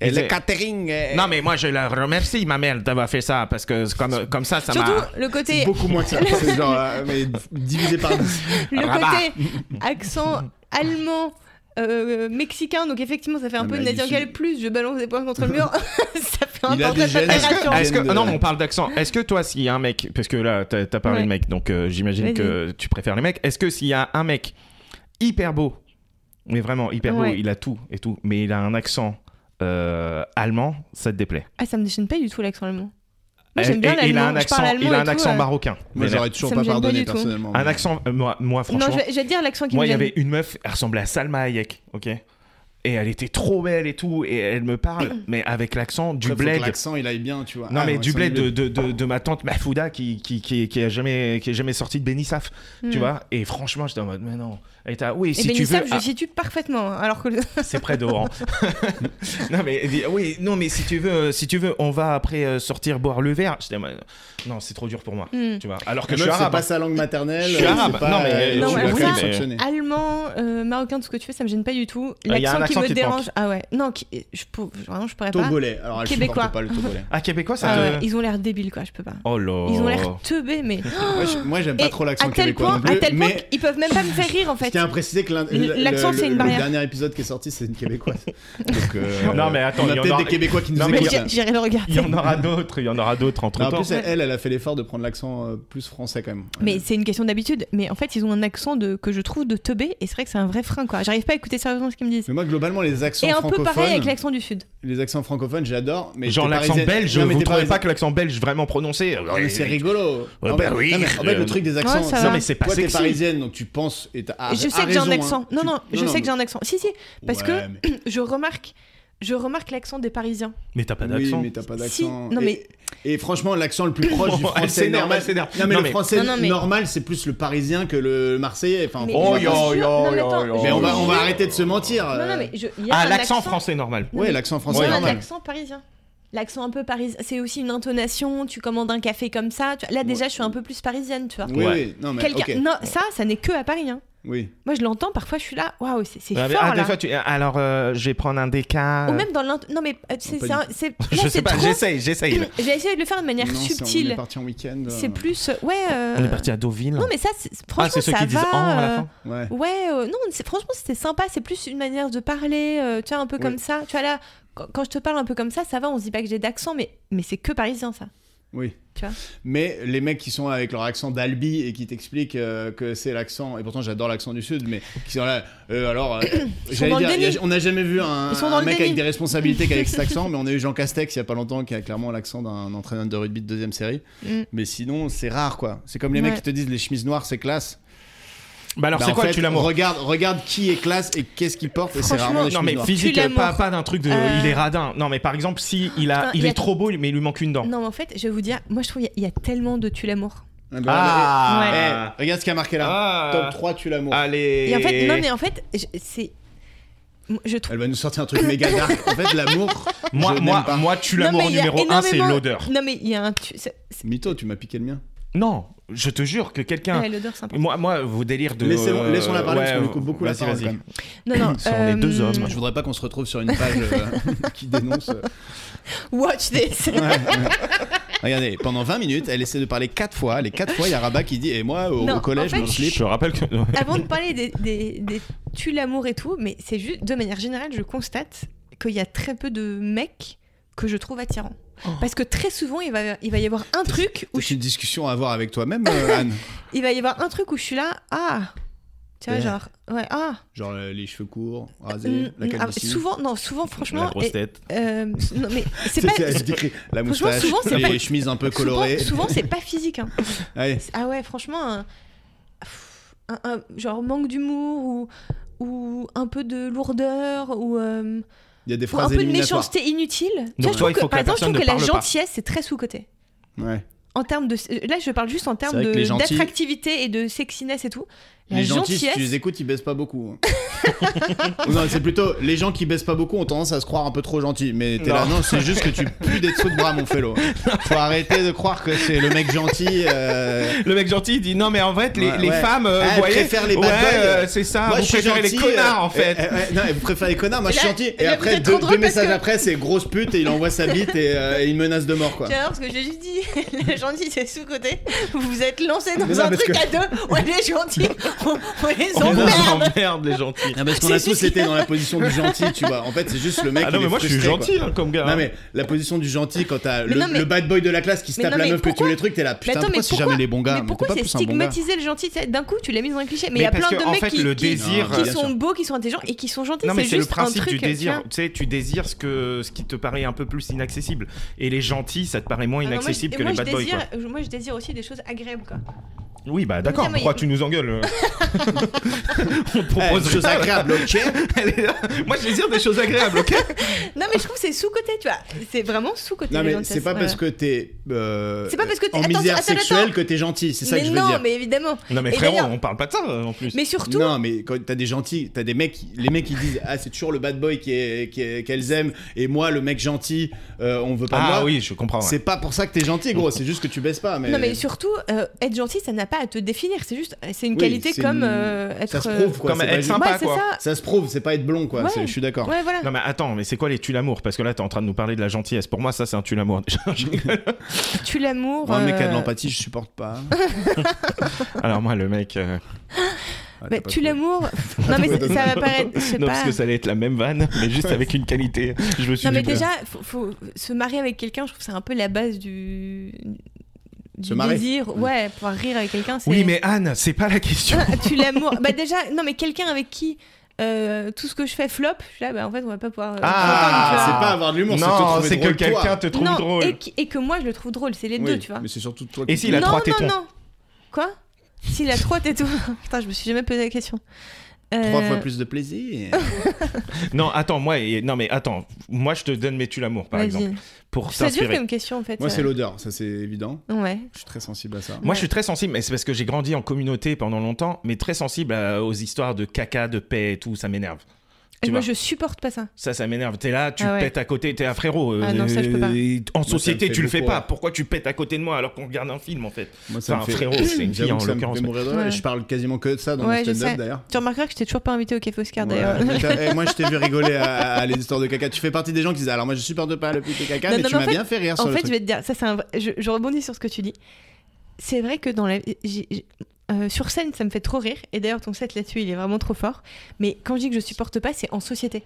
S2: et
S3: Il
S2: le
S3: dit-
S2: catering. euh,
S3: non mais moi je la remercie ma mère d'avoir fait ça parce que c'est comme comme ça ça
S1: Surtout,
S3: m'a
S1: le côté,
S2: Beaucoup moins que ça. C'est genre, euh, mais divisé par 10.
S1: le
S3: Rabat.
S1: côté accent allemand. euh, mexicain, donc effectivement ça fait un
S2: Ah,
S1: peu
S2: mais
S1: une
S2: il
S1: Nadia
S2: suffit-
S1: Gal plus, je balance des points contre le mur, ça fait un
S2: Il a
S1: portrait
S2: des
S1: de
S2: gènes.
S1: la
S2: Est-ce que-
S1: fédération.
S3: Est-ce que
S2: de-
S3: non, mais on parle d'accent. Est-ce que toi, s'il y a un mec, parce que là, t'as t'as parlé
S1: Ouais.
S3: de mec, donc euh, j'imagine
S1: Vas-y.
S3: que tu préfères les mecs. Est-ce que s'il y a un mec hyper beau, mais vraiment hyper beau,
S1: Ouais.
S3: il a tout et tout, mais il a un accent euh, allemand, ça te déplaît
S1: Ah, ça me déchaîne pas du tout l'accent allemand. Moi,
S3: Et-
S1: j'aime bien
S3: et Il a
S1: l'allemand.
S3: un
S1: je parle
S3: accent,
S1: allemand
S3: il a
S1: et
S3: un
S1: tout,
S3: accent
S1: euh.
S3: marocain.
S2: Moi,
S3: Mais
S2: j'aurais toujours
S1: Ça
S2: pas
S1: me gêne pas
S2: pardonné
S1: du tout.
S2: personnellement.
S3: Un accent, euh, moi, moi,
S1: Non, je
S3: franchement,
S1: vais, je vais dire l'accent qui
S3: moi,
S1: me
S3: il y
S1: gêne.
S3: avait une meuf, elle ressemblait à Salma Hayek, ok Et elle était trop belle et tout, et elle me parle, mais avec l'accent du
S2: Après, faut que
S3: bled.
S2: L'accent, il aille bien, tu vois.
S3: Non
S2: Ah,
S3: mais
S2: ouais,
S3: du
S2: ça,
S3: bled
S2: il-
S3: de, de, de, de ma tante Mahfouda qui, qui, qui, qui a jamais qui est jamais sortie de Benissaf, tu
S1: Hmm.
S3: vois Et franchement, j'étais en mode mais non. Et t'as oui,
S1: Et
S3: si tu
S1: Benissam,
S3: veux
S1: je situe parfaitement. hein, Alors que le-
S3: Ah, c'est près d'Oran. non mais elle dit, oui, non mais si tu veux euh, si tu veux, on va après euh, sortir boire le verre. J'étais en mode, non, c'est trop dur pour moi.
S1: Hmm.
S3: Tu vois Alors que
S2: La
S3: je suis
S2: meuf, c'est
S3: arabe.
S2: pas sa langue maternelle.
S3: Je suis
S2: euh,
S3: arabe.
S2: c'est pas,
S3: Non, mais-
S2: euh,
S1: Non,
S2: tu
S1: mais
S2: dois
S1: ça-
S2: quand même sanctionner.
S1: allemand, euh, marocain, tout ce que tu veux, ça me gêne pas du tout.
S3: Il y a
S1: L'accent
S3: un
S1: qui
S3: l'accent
S1: me
S3: qui te
S1: dérange.
S3: manque.
S1: Ah ouais, non, qui- je, pour- vraiment, je pourrais pas.
S2: Togolais. Alors, je
S1: Québécois.
S2: supporte pas le Togolais.
S3: Ah, québécois, ça
S1: Ah
S3: te.
S1: ouais, ils ont l'air débiles, quoi, je peux pas.
S3: Oh là.
S1: Ils ont l'air teubés, mais.
S2: Moi, je- Moi, j'aime
S1: Et
S2: pas trop l'accent
S1: à tel
S2: québécois
S1: point,
S2: non plus,
S1: à tel point
S2: mais...
S1: qu'ils peuvent même pas me faire rire en
S2: Je
S1: fait.
S2: tiens à préciser que l'un- le-
S1: L'accent,
S2: le-
S1: c'est une
S2: le-
S1: barrière.
S2: Le dernier épisode qui est sorti, c'est une québécoise. Donc, euh,
S3: Non, mais attends,
S2: on a
S3: il y en
S2: peut-être
S3: aura-
S2: des Québécois qui nous
S3: Non, mais
S2: écoutent.
S3: il y
S1: J'ai- J'irai le regarder.
S3: Il y en aura d'autres, il y en aura d'autres entre
S2: Non, en
S3: temps.
S2: plus, elle, elle a fait l'effort de prendre l'accent euh, plus français quand même.
S1: Mais c'est une question d'habitude. Mais en fait, ils ont un accent de, que je trouve de teubé et c'est vrai que c'est un vrai frein quoi. J'arrive pas à écouter sérieusement ce qu'ils me disent.
S2: Mais moi, globalement, les accents
S1: Et un peu
S2: francophones,
S1: pareil avec l'accent du sud.
S2: les accents francophones, j'adore. Mais
S3: Genre
S2: t'es
S3: l'accent
S2: parisienne-
S3: belge,
S2: Non, mais
S3: vous
S2: t'es
S3: trouvez pas
S2: parisienne-
S3: que l'accent belge vraiment prononcé euh,
S2: Mais c'est
S3: euh,
S2: rigolo.
S3: Ouais,
S2: en,
S3: bah
S2: fait,
S3: oui.
S2: non, mais en fait, le truc des accents,
S1: Ouais, ça
S2: c'est-
S1: va.
S3: Non, mais c'est pas
S2: toi, t'es
S3: sexy.
S2: parisienne, donc tu penses et t'as- à-
S1: je
S2: à
S1: sais que j'ai un
S2: raison, hein.
S1: accent. Non,
S2: Tu-
S1: non, je sais que j'ai
S2: mais-
S1: un accent. Si, si, parce
S2: Ouais,
S1: que-
S2: mais-
S1: je remarque. Je remarque l'accent des Parisiens.
S3: Mais t'as pas
S2: Oui,
S3: d'accent.
S2: mais t'as pas
S1: Si,
S2: d'accent.
S1: non,
S2: Et-
S1: mais-
S2: et, franchement, l'accent le plus proche du
S3: Elle
S2: français
S3: s'énerve,
S2: normal.
S3: elle s'énerve.
S2: Non, mais
S3: Non,
S2: le
S3: mais-
S2: français
S1: Non, non, mais-
S2: normal, c'est plus le parisien que le marseillais. Enfin,
S1: Mais-
S2: on
S3: Oh
S2: va
S1: bien
S3: yo
S2: pas-
S1: sûr.
S3: yo
S1: Non, mais
S3: yo,
S1: attends,
S3: yo.
S1: yo.
S2: Mais on va, on va
S1: Mais-
S2: arrêter de se mentir. euh.
S1: Non, non, mais je- il y a
S3: Ah,
S1: un
S3: l'accent
S1: accent-
S3: français normal.
S1: Non,
S2: Ouais,
S1: mais-
S2: l'accent
S1: Non,
S2: français
S1: mais
S3: Ouais,
S2: normal.
S1: l'accent parisien. L'accent un peu parisien. C'est aussi une intonation. Tu commandes un café comme ça. tu vois. Là, déjà, je suis un peu plus parisienne, tu vois.
S2: Oui,
S3: Ouais.
S2: oui, non, mais
S1: Quelqu'un-
S2: ok.
S1: Non, ça, ça n'est que à Paris. hein.
S2: Oui.
S1: Moi, je l'entends, parfois, je suis là. Waouh, c'est c'est
S3: Ah, mais-
S1: fort,
S3: ah, des
S1: là.
S3: fois, tu- Alors, euh, je vais prendre un déca.
S1: Ou même dans l'int... Non, mais euh, c'est...
S2: pas
S1: c'est un- c'est- là,
S3: Je sais
S1: c'est
S3: pas,
S1: trop-
S3: j'essaye, j'essaye.
S1: J'ai essayé de le faire de manière
S2: Non, c'est- On est
S1: subtile.
S2: parti en week-end. euh,
S1: C'est plus... euh, Ouais... euh,
S3: On est parti à Deauville.
S1: Non, mais ça, c'est-
S3: ah,
S1: franchement,
S3: c'est ceux
S1: ça
S3: qui disent
S1: va...
S3: en à la
S1: euh,
S3: fin.
S2: Ouais.
S1: Ouais, euh, non, c'est- franchement, c'était sympa. C'est plus une manière de parler, euh, tu vois, un peu comme ça. Tu vois, là, quand, quand je te parle un peu comme ça, ça va, on se dit pas que j'ai d'accent, mais, mais c'est que parisien, ça.
S2: Oui.
S1: Tu vois.
S2: Mais les mecs qui sont avec leur accent d'Albi et qui t'expliquent euh, que c'est l'accent, et pourtant j'adore l'accent du Sud, mais qui sont là, euh, alors, euh, j'allais
S1: dans le
S2: dire,
S1: déni.
S2: y a- on n'a jamais vu un,
S1: Ils sont
S2: un
S1: dans le
S2: mec
S1: déni.
S2: avec des responsabilités qu'avec cet accent, mais on a eu Jean Castex il y a pas longtemps qui a clairement l'accent d'un entraîneur de rugby de deuxième série.
S1: Mm.
S2: Mais sinon, c'est rare quoi. C'est comme les
S1: Ouais.
S2: mecs qui te disent les chemises noires c'est classe.
S3: Bah alors,
S2: Bah,
S3: c'est
S2: en
S3: quoi
S2: fait,
S3: tu l'amour
S2: Regarde, regarde qui est classe et qu'est-ce qu'il porte, et c'est
S1: Franchement,
S2: rarement les
S3: Non
S2: chemises
S3: mais
S2: noires.
S3: physique,
S1: Tu
S3: euh,
S1: l'amour.
S3: pas, pas d'un truc de,
S1: Euh.
S3: il est radin. Non mais par exemple, si il a,
S1: Putain,
S3: il
S1: il y
S3: est
S1: a-
S3: trop beau, mais il lui manque une dent.
S1: Non, mais en fait, je vais vous dire, moi, je trouve qu'il y, a- il y a tellement de tu l'amour.
S2: Ah, bah,
S3: Ah,
S2: eh, regarde ce qu'il y a marqué là.
S3: Ah.
S2: Top 3, tu l'amour.
S3: Allez.
S1: Et en fait, non, mais en fait, je- c'est. Je trouve.
S2: Elle va nous sortir un truc méga dark. En fait, l'amour.
S3: moi,
S2: je n'aime
S3: moi,
S2: pas.
S3: moi, tu
S1: Non,
S3: l'amour
S1: mais il y a
S3: numéro un, c'est
S1: énormément-
S3: l'odeur.
S1: Non, mais il y a un. Tu... c'est- c'est-
S2: Mytho, tu m'as piqué le mien.
S3: Non, je te jure que quelqu'un.
S1: Ouais, l'odeur, sympa.
S3: Moi, moi, vos délires de.
S2: Laissez-
S3: euh,
S2: Laissons-la parler parce qu'on
S3: ouais,
S2: lui coupe beaucoup la
S3: vas-y,
S2: parole.
S3: vas-y.
S2: quand même.
S1: Non, non. euh,
S3: Ce sont Mmh. les deux hommes.
S2: Je voudrais pas qu'on se retrouve sur une page euh, qui dénonce. euh.
S1: Watch this.
S2: Regardez, pendant 20 minutes, elle essaie de parler 4 fois. Les 4 fois, il y a Rabat qui dit Et moi, au,
S1: Non,
S2: au collège,
S1: en fait,
S2: mon
S3: Je
S2: slip.
S3: te rappelle que.
S1: Avant de parler des, des, des tu l'amour et tout, mais c'est juste, de manière générale, je constate qu'il y a très peu de mecs que je trouve attirants.
S3: Oh.
S1: Parce que très souvent, il va, il va y avoir un truc où
S2: C'est
S1: je,
S2: une discussion à avoir avec toi-même, euh, Anne.
S1: il va y avoir un truc où je suis là, ah, tu vois,
S2: Ouais.
S1: genre, ouais, ah,
S2: Genre euh, les cheveux courts,
S1: hum,
S2: rasés, la
S1: hum, ah,
S2: calvitie.
S1: souvent, non, souvent, franchement,
S3: La grosse
S1: et,
S3: tête.
S1: euh, non mais c'est
S2: C'est-
S1: pas,
S2: c'est- je décris la
S1: Franchement,
S2: moustache,
S1: souvent, c'est
S2: les
S1: pas-
S2: chemises un peu
S1: souvent,
S2: colorées.
S1: souvent, c'est pas physique. hein.
S2: Ouais.
S1: Ah ouais, franchement, un, un- un- genre manque d'humour ou ou un peu de lourdeur ou euh,
S2: Il y a des
S1: Ou un
S2: phrases
S1: peu de
S2: éliminatoires.
S1: méchanceté inutile. Tu vois,
S3: Donc
S1: je
S3: toi,
S1: trouve
S3: il
S1: que,
S3: faut que
S1: par
S3: la
S1: exemple, je
S3: personne
S1: trouve que
S3: ne
S1: la
S3: parle pas.
S1: gentillesse, c'est très sous-côté.
S2: Ouais.
S1: En termes de, euh, là, je parle juste en termes
S2: vrai que les
S1: de-
S2: gentils-
S1: d'attractivité et de sexiness et tout. La
S2: Les gentils, si
S1: gentillesse.
S2: tu les écoutes, ils baissent pas beaucoup. hein. non, c'est plutôt les gens qui baissent pas beaucoup ont tendance à se croire un peu trop gentils. Mais t'es
S3: Non.
S2: là, non, c'est juste que tu pues des dessous de bras, mon fellow. Faut arrêter de croire que c'est le mec gentil. euh,
S3: Le mec gentil il dit non mais en fait les,
S2: Ouais,
S3: les
S2: ouais.
S3: femmes euh,
S2: Ah,
S3: vous voyez
S2: préfèrent les bad
S3: ouais,
S2: boys.
S3: euh, c'est ça
S2: moi, je
S3: vous
S2: suis
S3: préférez
S2: gentil,
S3: les connards
S2: euh,
S3: en fait
S2: euh, euh, non, elle préfère les connards. Moi, je suis
S1: Là,
S2: gentil. Et
S1: là, vous
S2: après,
S1: êtes
S2: deux,
S1: trop drôle
S2: deux messages
S1: parce que-
S2: après, c'est grosse pute et il envoie sa bite et, euh, et il menace de mort, quoi.
S1: Tu vois, parce que j'ai juste dit, la gentille, c'est sous-côté. Vous vous êtes lancé dans
S2: Mais non,
S1: un
S2: parce
S1: truc
S2: que-
S1: à deux. On est gentils, on, on les
S3: On
S1: emmerde.
S3: les emmerde les gentils
S2: Ah, parce qu'on a
S1: C'est juste
S2: tous été dans la position du gentil, tu vois. En fait, c'est juste le mec.
S3: ah non
S2: il
S3: mais
S2: est
S3: moi je suis
S2: frustré, quoi.
S3: gentil hein, comme gars
S2: Non
S3: hein.
S2: mais la position du gentil quand t'as
S1: Mais
S2: le,
S1: non, mais-
S2: le bad boy de la classe qui se
S1: Mais
S2: tape
S1: non,
S2: la
S1: mais
S2: meuf
S1: pourquoi
S2: que tu les trucs t'es là putain
S1: mais attends, mais
S2: pourquoi c'est jamais les bons gars
S1: Mais
S2: t'es
S1: pourquoi
S2: pas
S1: c'est
S2: plus un bon gars
S1: stigmatiser le gentil tu sais, D'un coup, tu l'as mis dans un cliché. Mais il y
S3: Mais
S1: a
S3: parce
S1: plein
S3: que,
S1: de
S3: en
S1: mecs
S3: fait,
S1: qui,
S3: le
S1: qui-
S3: désir-
S1: qui
S2: Bien
S1: sont
S2: sûr.
S1: beaux, qui sont intelligents et qui sont gentils.
S3: Non mais c'est le
S1: juste un
S3: principe
S1: truc,
S3: du
S1: tu vois.
S3: désir, tu sais, tu désires ce que ce qui te paraît un peu plus inaccessible. Et les gentils, ça te paraît moins
S1: Ah non, moi, je-
S3: inaccessible
S1: et
S3: que
S1: moi,
S3: les
S1: je
S3: bad boys.
S1: désire- Moi, je désire aussi des choses agréables, quoi.
S3: quoi. Oui bah
S1: ça,
S3: d'accord.
S1: moi,
S3: Pourquoi
S1: il-
S3: tu nous engueules euh On te
S2: Eh,
S3: propose
S2: chose
S3: rien.
S2: agréable ok
S3: Elle est là. Moi je désire des choses agréables, ok
S1: Non mais je trouve que c'est sous-côté, tu vois. C'est vraiment sous-côté.
S2: non
S1: la
S2: mais
S1: gentillesse,
S2: c'est pas
S1: ouais.
S2: parce que t'es euh,
S1: C'est pas parce que t'es-
S2: en
S1: attends,
S2: misère
S1: attends,
S2: sexuelle
S1: attends.
S2: que t'es gentil c'est ça
S1: mais
S2: que je veux
S1: non,
S2: dire
S1: mais évidemment.
S3: Non mais
S1: Et
S3: frérot,
S1: d'ailleurs-
S3: on parle pas de ça euh, en plus.
S1: Mais surtout,
S2: Non, mais quand t'as des gentils, t'as des mecs, les mecs ils disent Ah, c'est toujours le bad boy qui est- qui est- qu'elles aiment, et moi, le mec gentil, euh, on veut pas de
S3: Ah
S2: moi.
S3: oui, je comprends. ouais.
S2: C'est pas pour ça que t'es gentil, gros, c'est juste que tu baisses pas. Mais...
S1: non mais surtout, euh, être gentil, ça n'a pas à te définir, c'est juste, c'est une
S2: Oui,
S1: qualité
S2: c'est
S1: comme
S2: une-
S1: euh, être.
S2: Ça se
S1: euh,
S2: prouve, quoi.
S3: Comme
S2: c'est pas
S3: être
S2: juste-
S3: sympa,
S1: ouais, c'est
S3: quoi.
S1: ça.
S2: Ça se prouve, c'est pas être blond, quoi.
S1: Ouais.
S2: c'est- Je suis d'accord.
S1: Ouais, voilà.
S3: Non mais attends, mais c'est quoi les tu l'amour Parce que là t'es en train de nous parler de la gentillesse. Pour moi ça c'est un tu l'amour déjà. Je rigole.
S1: Tu l'amour.
S2: Moi, un mec qui a de
S1: euh,
S2: l'empathie, je supporte pas.
S3: Alors moi le mec... euh,
S2: Ah,
S1: bah,
S2: t'as pas
S1: tu
S2: trouvé.
S1: l'amour. non mais ça ça va paraître. Je sais
S3: Non
S1: pas.
S3: parce que ça allait être la même vanne, mais juste avec une qualité. Je me suis
S1: Non mais
S3: dit, bon,
S1: déjà, faut, faut se marier avec quelqu'un. Je trouve que c'est un peu la base du. du
S2: Se Mm. marrer.
S1: désir. Ouais, pouvoir rire avec quelqu'un. c'est-
S3: Oui mais Anne, c'est pas la question.
S1: Ah, tu l'amour. Bah déjà, non mais quelqu'un avec qui euh, tout ce que je fais flop, je suis là, bah en fait on va pas pouvoir. euh, s'entendre,
S3: Ah,
S1: tu vois.
S2: c'est pas avoir de l'humour, c'est te
S3: non,
S2: trouver
S3: c'est que
S2: drôle, toi.
S3: quelqu'un te trouve
S1: non,
S3: drôle.
S1: Et, qui- et que moi je le trouve drôle, c'est les
S2: Oui,
S1: deux, tu vois.
S2: Mais c'est surtout toi
S3: Et
S2: qui.
S3: s'il a
S1: non,
S3: trois
S1: non,
S3: tétons.
S1: non. Quoi S'il a trois tétons. Putain, je me suis jamais posé la question. Euh,
S2: Trois fois plus de plaisir.
S3: Non, attends, moi, et- non mais attends, moi je te donne mes tu l'amour par
S1: vas-y.
S3: exemple pour
S1: Ça dure
S3: t'inspirer.
S1: comme question en fait.
S2: Moi, c'est
S1: euh.
S2: l'odeur, ça c'est évident.
S1: Ouais.
S2: Je suis très sensible à ça.
S3: Moi, je suis très sensible, mais c'est parce que j'ai grandi en communauté pendant longtemps, mais très sensible à- aux histoires de caca, de paix et tout, ça m'énerve.
S1: Et
S3: Tu
S1: moi
S3: vois,
S1: je supporte pas ça.
S3: ça, ça m'énerve. T'es là, tu
S1: Ah ouais.
S3: pètes à côté, t'es un frérot. Euh,
S1: Ah non, ça, je peux pas.
S3: En
S2: me
S3: société,
S2: fait
S3: tu le fais
S2: beaucoup,
S3: pas.
S2: ouais.
S3: Pourquoi tu pètes à côté de moi alors qu'on regarde un film en fait
S2: Moi, ça
S3: Enfin,
S2: me
S3: un
S2: fait-
S3: frérot, c'est une fille
S2: J'avoue
S3: en
S2: que ça me
S3: l'occurrence.
S2: fait
S3: mais-
S2: mourir de rire.
S1: Ouais.
S2: Je parle quasiment que de ça dans
S1: Ouais, je
S2: mon stand-up
S1: sais.
S2: d'ailleurs.
S1: Tu remarqueras que je t'ai toujours pas invité au Café Oscar
S2: Voilà.
S1: d'ailleurs.
S2: Mais t'as- eh, moi je t'ai vu rigoler à, à les histoires de caca. Tu fais partie des gens qui disent alors moi je supporte pas le pute de caca,
S1: Non,
S2: mais
S1: non,
S2: tu
S1: mais en
S2: m'as
S1: fait-
S2: bien fait rire
S1: En
S2: sur
S1: fait,
S2: le
S1: je
S2: truc.
S1: vais te dire, ça c'est un vrai- je, je rebondis sur ce que tu dis. C'est vrai que dans la, j'ai- j'ai- euh, sur scène, ça me fait trop rire. Et d'ailleurs, ton set là-dessus, il est vraiment trop fort. Mais quand je dis que je supporte pas, c'est en société.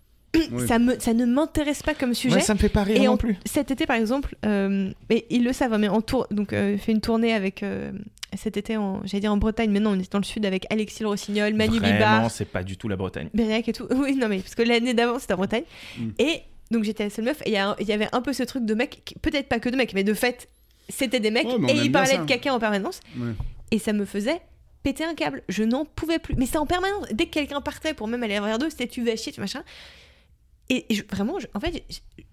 S2: Oui.
S1: Ça, me, ça ne m'intéresse pas comme sujet.
S3: Ouais, ça me fait pas rire
S1: Et
S3: non
S1: en-
S3: plus.
S1: Cet été, par exemple, euh, mais ils le savent, hein, mais en tour, donc euh, fait une tournée avec euh, cet été, en- j'allais dire en Bretagne, mais non, on était dans le sud avec Alexis le Rossignol, Manu
S3: Vraiment,
S1: Bibar,
S3: c'est pas du tout la Bretagne.
S1: Bernac et tout. Oui, non, mais parce que l'année d'avant, c'était en Bretagne.
S2: Mm.
S1: Et donc, j'étais la seule meuf. Et il y a un- il y avait un peu ce truc de mecs, qui- peut-être pas que de mecs, mais de fait, c'était des mecs.
S2: Ouais, mais on
S1: et
S2: aime
S1: ils
S2: bien
S1: parlaient
S2: ça.
S1: de caca en permanence.
S2: Ouais.
S1: Et ça me faisait péter un câble. Je n'en pouvais plus. Mais c'est en permanence. Dès que quelqu'un partait pour même aller vers d'eux, c'était tu vas chier, tu machin. Et je- vraiment, je- en fait,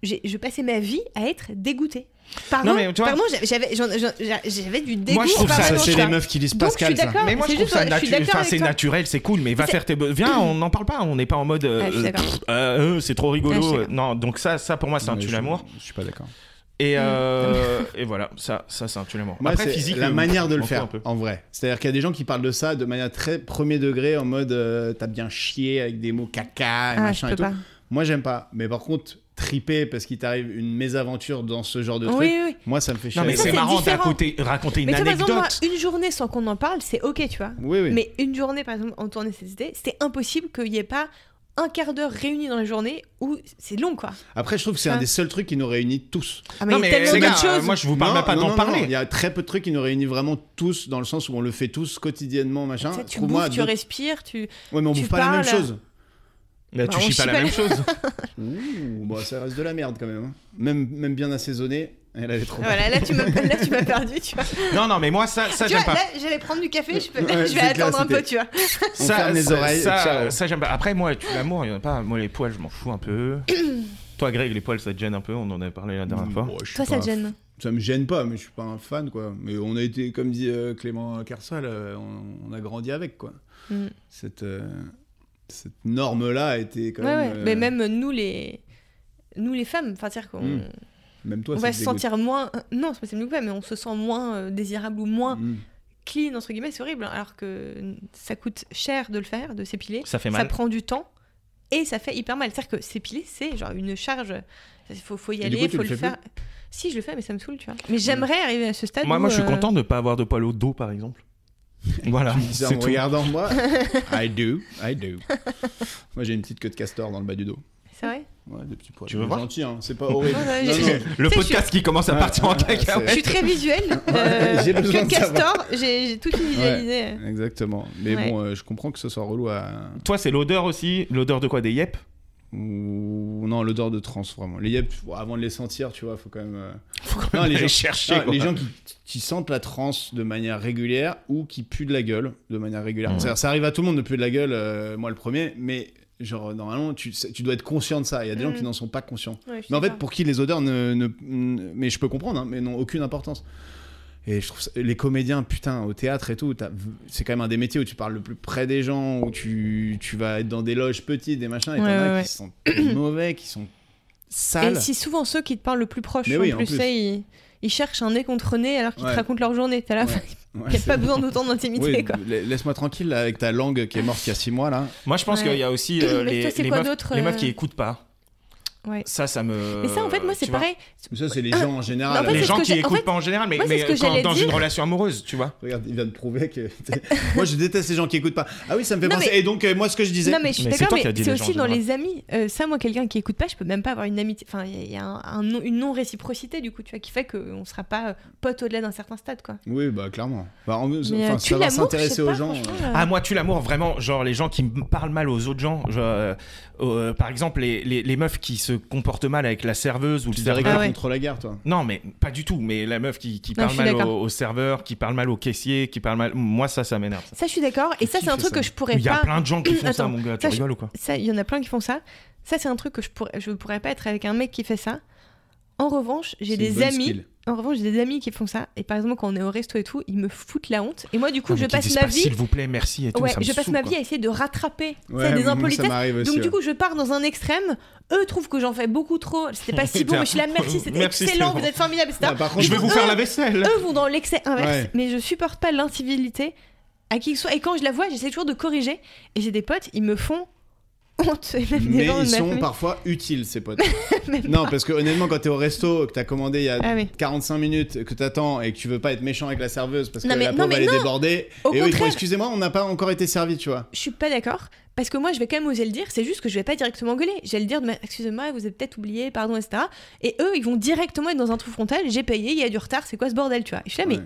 S1: j'ai- je passais ma vie à être dégoûtée. Pardon,
S3: Non, mais tu vois-
S1: pardon, j'avais- j'avais j'en- j'en- j'avais du dégoût.
S3: Moi, je
S1: en
S3: trouve ça,
S1: permanence,
S3: c'est
S1: quoi.
S3: les
S2: meufs qui lisent
S1: Donc, je suis d'accord.
S3: Mais moi,
S1: c'est
S3: je trouve
S1: juste,
S3: ça
S1: je suis
S3: naturel.
S1: d'accord
S3: Enfin,
S1: avec
S3: c'est
S1: toi.
S3: naturel, c'est cool, mais va
S1: C'est-
S3: faire tes. be- Viens, on n'en parle pas, on n'est pas en mode. euh,
S1: Ah, je suis d'accord.
S3: euh, euh, c'est trop
S1: Ah, je suis
S3: rigolo.
S1: d'accord.
S3: non, donc ça, ça pour moi, c'est un
S2: Mais
S3: Hein, tu
S2: je-
S3: l'amour.
S2: Je suis pas d'accord.
S3: Et,
S1: Mm.
S3: euh, et voilà, ça, ça c'est un tue l'amour.
S2: Moi,
S3: Après,
S2: c'est
S3: physique,
S2: la
S3: euh,
S2: manière de
S3: on
S2: le
S3: s'en fout un
S2: faire,
S3: peu.
S2: en vrai. C'est-à-dire qu'il y a des gens qui parlent de ça de manière très premier degré, en mode euh, t'as bien chié avec des mots caca et
S1: Ah, je
S2: machin et
S1: peux
S2: tout.
S1: pas.
S2: Moi, j'aime pas. Mais par contre, triper parce qu'il t'arrive une mésaventure dans ce genre de
S1: Oui,
S2: truc,
S1: oui, oui.
S2: moi, ça me fait chier.
S3: Non, mais
S1: Ça,
S3: c'est
S1: c'est
S3: marrant de
S1: différent.
S3: raconter, raconter une
S1: Mais tu vois, par exemple,
S3: anecdote.
S1: moi, une journée sans qu'on en parle, c'est ok, tu vois.
S2: Oui, oui.
S1: Mais une journée, par exemple, en tournée cette idée, c'est impossible qu'il n'y ait pas un quart d'heure réuni dans la journée où c'est long, quoi.
S2: Après, je trouve que c'est
S1: Ah.
S2: un des seuls trucs qui nous réunit tous.
S1: Ah, mais il y a
S3: les
S1: tellement
S3: gars,
S1: d'autres choses.
S3: moi, je vous parle
S2: Non,
S3: même pas
S2: non,
S3: d'en
S2: non, non,
S3: parler.
S2: Il y a très peu de trucs qui nous réunissent vraiment tous, dans le sens où on le fait tous quotidiennement, machin.
S1: Tu sais, tu
S2: Trouve-moi
S1: bouffes, tu
S2: d'autres-
S1: respires, tu.
S2: Ouais, mais on
S1: tu
S2: bouffe pas la même
S1: parles.
S2: chose.
S3: Là,
S1: Bah,
S3: tu
S1: on
S3: chies
S1: chie
S3: pas la
S1: pas
S3: même chose.
S2: Ouh, bon, ça reste de la merde quand même. hein. Même, même bien assaisonné, elle allait trop.
S1: Voilà, là tu m'as là, tu m'as perdu, tu vois.
S3: Non, non, mais moi, ça, ça
S1: tu
S3: j'aime
S1: vois,
S3: pas.
S1: là j'allais prendre du café, je, peux-
S2: Ouais,
S1: je
S2: c'est
S1: vais
S2: clair,
S1: attendre un peu,
S2: c'était-
S1: tu vois.
S2: On
S3: ça,
S2: ferme les
S3: ça-
S2: oreilles,
S3: Ça,
S2: ciao.
S3: ça, j'aime pas. Après, moi, tu l'amour, il y en a pas. Moi, les poils, je m'en fous un peu. Toi, Greg, les poils, ça te gêne un peu. On en avait parlé la dernière fois.
S2: Bon, je suis
S1: Toi, ça
S2: pas-
S1: te gêne.
S2: Ça me gêne pas, mais je suis pas un fan, quoi. Mais on a été, comme dit euh, Clément Carsal, euh, on, on a grandi avec, quoi.
S1: Mm.
S2: Cette, euh, cette norme-là a été quand
S1: Ouais, ouais.
S2: même. euh,
S1: Mais même nous, les. Nous les femmes, enfin, c'est-à-dire qu'on
S2: Mm. même toi,
S1: on
S2: ça
S1: va
S2: te
S1: se
S2: dégoûte.
S1: sentir moins. Non, c'est pas nous mais on se sent moins euh, désirable ou moins
S2: Mm.
S1: clean, entre guillemets, c'est horrible. hein, alors que ça coûte cher de le faire, de s'épiler.
S3: Ça fait
S1: Ça
S3: mal.
S1: prend du temps et ça fait hyper mal. C'est-à-dire que s'épiler, c'est genre une charge. Il faut, faut y
S2: Et du
S1: aller,
S2: coup, tu
S1: faut
S2: le
S1: le,
S2: fais
S1: faire. Si, je le fais, mais ça me saoule, tu vois. Mais j'aimerais arriver à ce stade.
S3: Moi,
S1: où,
S3: moi, je suis
S1: euh,
S3: content de ne pas avoir de poils au dos, par exemple. Voilà,
S2: Tu me disais en
S3: Ah, c'est
S2: me
S3: tout.
S2: regardant moi. I do, I do. moi, j'ai une petite queue de castor dans le bas du dos.
S1: C'est vrai
S2: Ouais, des petits poils.
S3: Tu veux voir
S2: Gentil, hein. C'est pas horrible.
S1: Non, non,
S2: Non,
S1: j'ai-
S2: non.
S3: Le
S1: Tu sais,
S3: podcast qui commence à
S2: Ouais,
S3: partir en
S2: ouais, ouais,
S3: cacahuète.
S1: Je suis très visuelle.
S2: Ouais, j'ai
S1: Euh,
S2: besoin
S1: que
S2: de savoir.
S1: Castor, j'ai j'ai tout visualisé.
S2: Exactement. Mais
S1: Ouais.
S2: bon, euh, je comprends que ce soit relou à.
S3: Toi, c'est l'odeur aussi. L'odeur de quoi Des yep
S2: Ou- Non, l'odeur de trans, vraiment. Les yep, faut- avant de les sentir, tu vois, faut quand même. euh, Non, les
S3: les
S2: gens-
S3: chercher.
S2: non,
S3: quoi.
S2: les gens qui, qui sentent la trans de manière régulière ou qui puent de la gueule de manière régulière.
S3: Ouais.
S2: C'est-à-dire, Ça arrive à tout le monde de puer de la gueule, euh, moi le premier, mais genre, normalement, tu, sais- tu dois être conscient de ça. Il y a des gens
S1: Mm.
S2: qui n'en sont pas conscients.
S1: Ouais, je suis
S2: Mais en fait,
S1: d'accord.
S2: pour qui les odeurs ne. ne- ne- mais je peux comprendre, hein, mais n'ont aucune importance. Et je trouve ça- les comédiens, putain, au théâtre et tout, t'as- c'est quand même un des métiers où tu parles le plus près des gens, où tu, tu vas être dans des loges petites, des machins, et
S1: Ouais,
S2: t'en as
S1: ouais,
S2: qui sont mauvais, qui sont
S1: Et
S2: sales.
S1: si souvent ceux qui te parlent le plus proche,
S2: Mais
S1: en
S2: oui, en
S1: plus,
S2: plus.
S1: ça, ils, ils cherchent un nez contre nez alors qu'ils
S2: Ouais.
S1: te racontent leur journée. T'as là,
S2: Ouais. Ouais,
S1: Il n'y a
S2: c'est-
S1: pas besoin d'autant d'intimité,
S2: Oui,
S1: quoi.
S2: la- Laisse-moi tranquille là, avec ta langue qui est morte il y a 6 mois là.
S3: Moi, je pense
S1: Ouais.
S3: qu'il y a aussi euh,
S1: Mais
S3: les,
S1: toi, c'est
S3: les
S1: quoi
S3: meufs,
S1: d'autre,
S3: les meufs
S1: euh,
S3: qui écoutent pas.
S1: Ouais.
S3: Ça, ça me.
S1: Mais ça, en fait, moi, c'est
S3: Euh, tu vois.
S1: pareil.
S2: Mais ça, c'est les gens en général.
S1: Mais en fait,
S3: les
S1: c'est ce
S3: gens
S1: que
S3: qui
S1: j'ai- en
S3: écoutent
S1: fait,
S3: pas en général, mais,
S1: moi, c'est
S3: mais
S1: ce que
S3: quand-
S1: j'allais
S3: dans
S1: dire.
S3: une relation amoureuse, tu vois.
S2: Regarde, il vient de prouver que. moi, je déteste les gens qui écoutent pas. Ah oui, ça me fait
S1: Non,
S2: penser.
S1: mais-
S2: Et donc, euh, moi, ce que je disais.
S1: Non, mais je suis
S3: Mais c'est
S1: d'accord,
S3: toi qui
S1: mais
S3: as dit
S1: c'est
S3: les gens,
S1: aussi dans
S3: Gérard.
S1: les amis. Euh, ça, moi, quelqu'un qui écoute pas, je peux même pas avoir une amitié. Enfin, il y a un, un non- une non-réciprocité, du coup, tu vois, qui fait qu'on sera pas euh, potes au-delà d'un certain stade, quoi.
S2: Oui, bah clairement. Bah, en-
S1: Mais
S2: enfin,
S1: euh, tu
S2: savoir
S1: l'amour, je
S2: s'intéresser
S1: sais
S2: aux
S1: pas,
S2: gens.
S1: franchement,
S2: euh,
S1: euh,
S3: Ah, moi, tu l'amour, vraiment. Genre, les gens qui me parlent mal aux autres gens. Je- euh, euh, par exemple, les, les- les meufs qui se comportent mal avec la serveuse ou le
S2: Tu t'es
S3: serveur.
S1: Ah ouais.
S2: contre la gare, toi.
S3: Non, mais pas du tout. Mais la meuf qui, qui
S1: Non,
S3: parle
S1: je suis
S3: mal au,
S1: d'accord.
S3: au serveur, qui parle mal au caissier, qui parle mal. Moi, ça, ça m'énerve. ça.
S1: Ça, je suis d'accord. Et ça, c'est un
S2: Qui fait
S1: truc
S2: ça
S1: que je pourrais
S3: Il y a
S1: pas.
S3: plein de gens qui font ça,
S1: Attends,
S3: mon gars. Tu
S1: ça, je-
S3: rigoles ou quoi
S1: Ça, il y en a plein qui font ça. Ça, c'est un truc que je pourrais, je pourrais pas être avec un mec qui fait ça. En revanche, j'ai
S2: C'est une
S1: des
S2: bonne
S1: amis.
S2: skill.
S1: En revanche, j'ai des amis qui font ça. Et par exemple, quand on est au resto et tout, ils me foutent la honte. Et moi, du coup,
S3: Non,
S1: je
S3: mais qui
S1: passe
S3: disent
S1: ma
S3: pas,
S1: vie.
S3: S'il vous plaît, merci et tout.
S1: Ouais,
S3: ça me
S1: je passe
S3: saoule,
S1: ma
S3: quoi.
S1: vie à essayer de rattraper tu sais,
S2: Ouais,
S1: des
S2: moi,
S1: impolitesses.
S2: ça m'arrive aussi.
S1: Donc du
S2: ouais.
S1: coup, je pars dans un extrême. Eux trouvent que j'en fais beaucoup trop. C'était pas si bon, mais je suis là, merci, c'était
S3: Merci,
S1: excellent,
S3: c'est bon.
S1: vous êtes formidable, etc.
S2: Ah, par contre,
S3: Je vais
S1: Ils
S3: vous
S1: vont-
S3: faire la
S1: eux-
S3: vaisselle.
S1: Eux vont dans l'excès inverse,
S2: Ouais.
S1: mais je supporte pas l'incivilité à qui que ce soit. Et quand je la vois, j'essaie toujours de corriger. Et j'ai des potes, ils me font honte. Et même des
S2: Mais
S1: gens de
S2: ils
S1: ma
S2: sont
S1: famille.
S2: parfois utiles, ces potes.
S1: Même
S2: non, parce que honnêtement, quand t'es au resto, que t'as commandé il y a
S1: Ah oui.
S2: 45 minutes, que t'attends et que tu veux pas être méchant avec la serveuse parce que
S1: Non, mais-
S2: la
S1: non,
S2: pauvre
S1: mais
S2: elle est
S1: non.
S2: débordée.
S1: Au
S2: et eux, ils font
S1: contraire.
S2: excusez-moi, on n'a pas encore été servi, tu vois.
S1: Je suis pas d'accord. Parce que moi, je vais quand même oser le dire. C'est juste que je vais pas directement gueuler. Je vais le dire de ma... Excusez-moi, vous avez peut-être oublié, pardon, etc. Et eux, ils vont directement être dans un trou frontal. J'ai payé, il y a du retard, c'est quoi ce bordel, tu vois Et je suis là, mais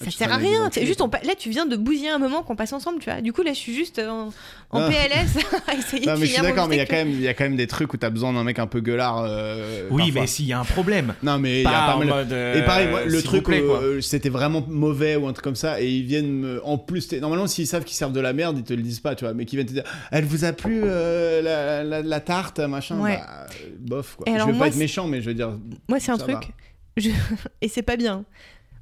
S2: Ouais.
S1: ça
S2: tu
S1: sert à
S2: travailles avec des
S1: rien.
S2: enculés,
S1: C'est juste,
S2: quoi.
S1: on pa- là, tu viens de bousiller un moment qu'on passe ensemble, tu vois. Du coup, là, je suis juste euh, en, en
S2: Ah.
S1: PLS à essayer
S2: Non,
S1: de
S2: mais je suis
S1: finir mon
S2: d'accord, mais il y, a
S1: steak.
S2: quand même, il y a quand même des trucs où t'as besoin d'un mec un peu gueulard. euh,
S3: Oui,
S2: parfois.
S3: mais s'il y a un problème.
S2: Non, mais il y a
S3: Pas
S2: pas
S3: en
S2: mal.
S3: mode, euh,
S2: Et pareil, moi, le
S3: s'il
S2: truc,
S3: vous plaît, quoi.
S2: euh, c'était vraiment mauvais ou un truc comme ça, et ils viennent me- en plus. t'es- Normalement, s'ils savent qu'ils servent de la merde, ils te le disent pas, tu vois, mais qu'ils viennent te dire, elle vous a plu euh, la, la- la tarte, machin,
S1: Ouais.
S2: bah, euh, bof, quoi.
S1: Et
S2: je
S1: alors,
S2: vais
S1: moi,
S2: pas être
S1: c'est-
S2: méchant, mais je veux dire,
S1: Moi, c'est un
S2: Ça
S1: truc,
S2: va.
S1: je- et c'est pas bien,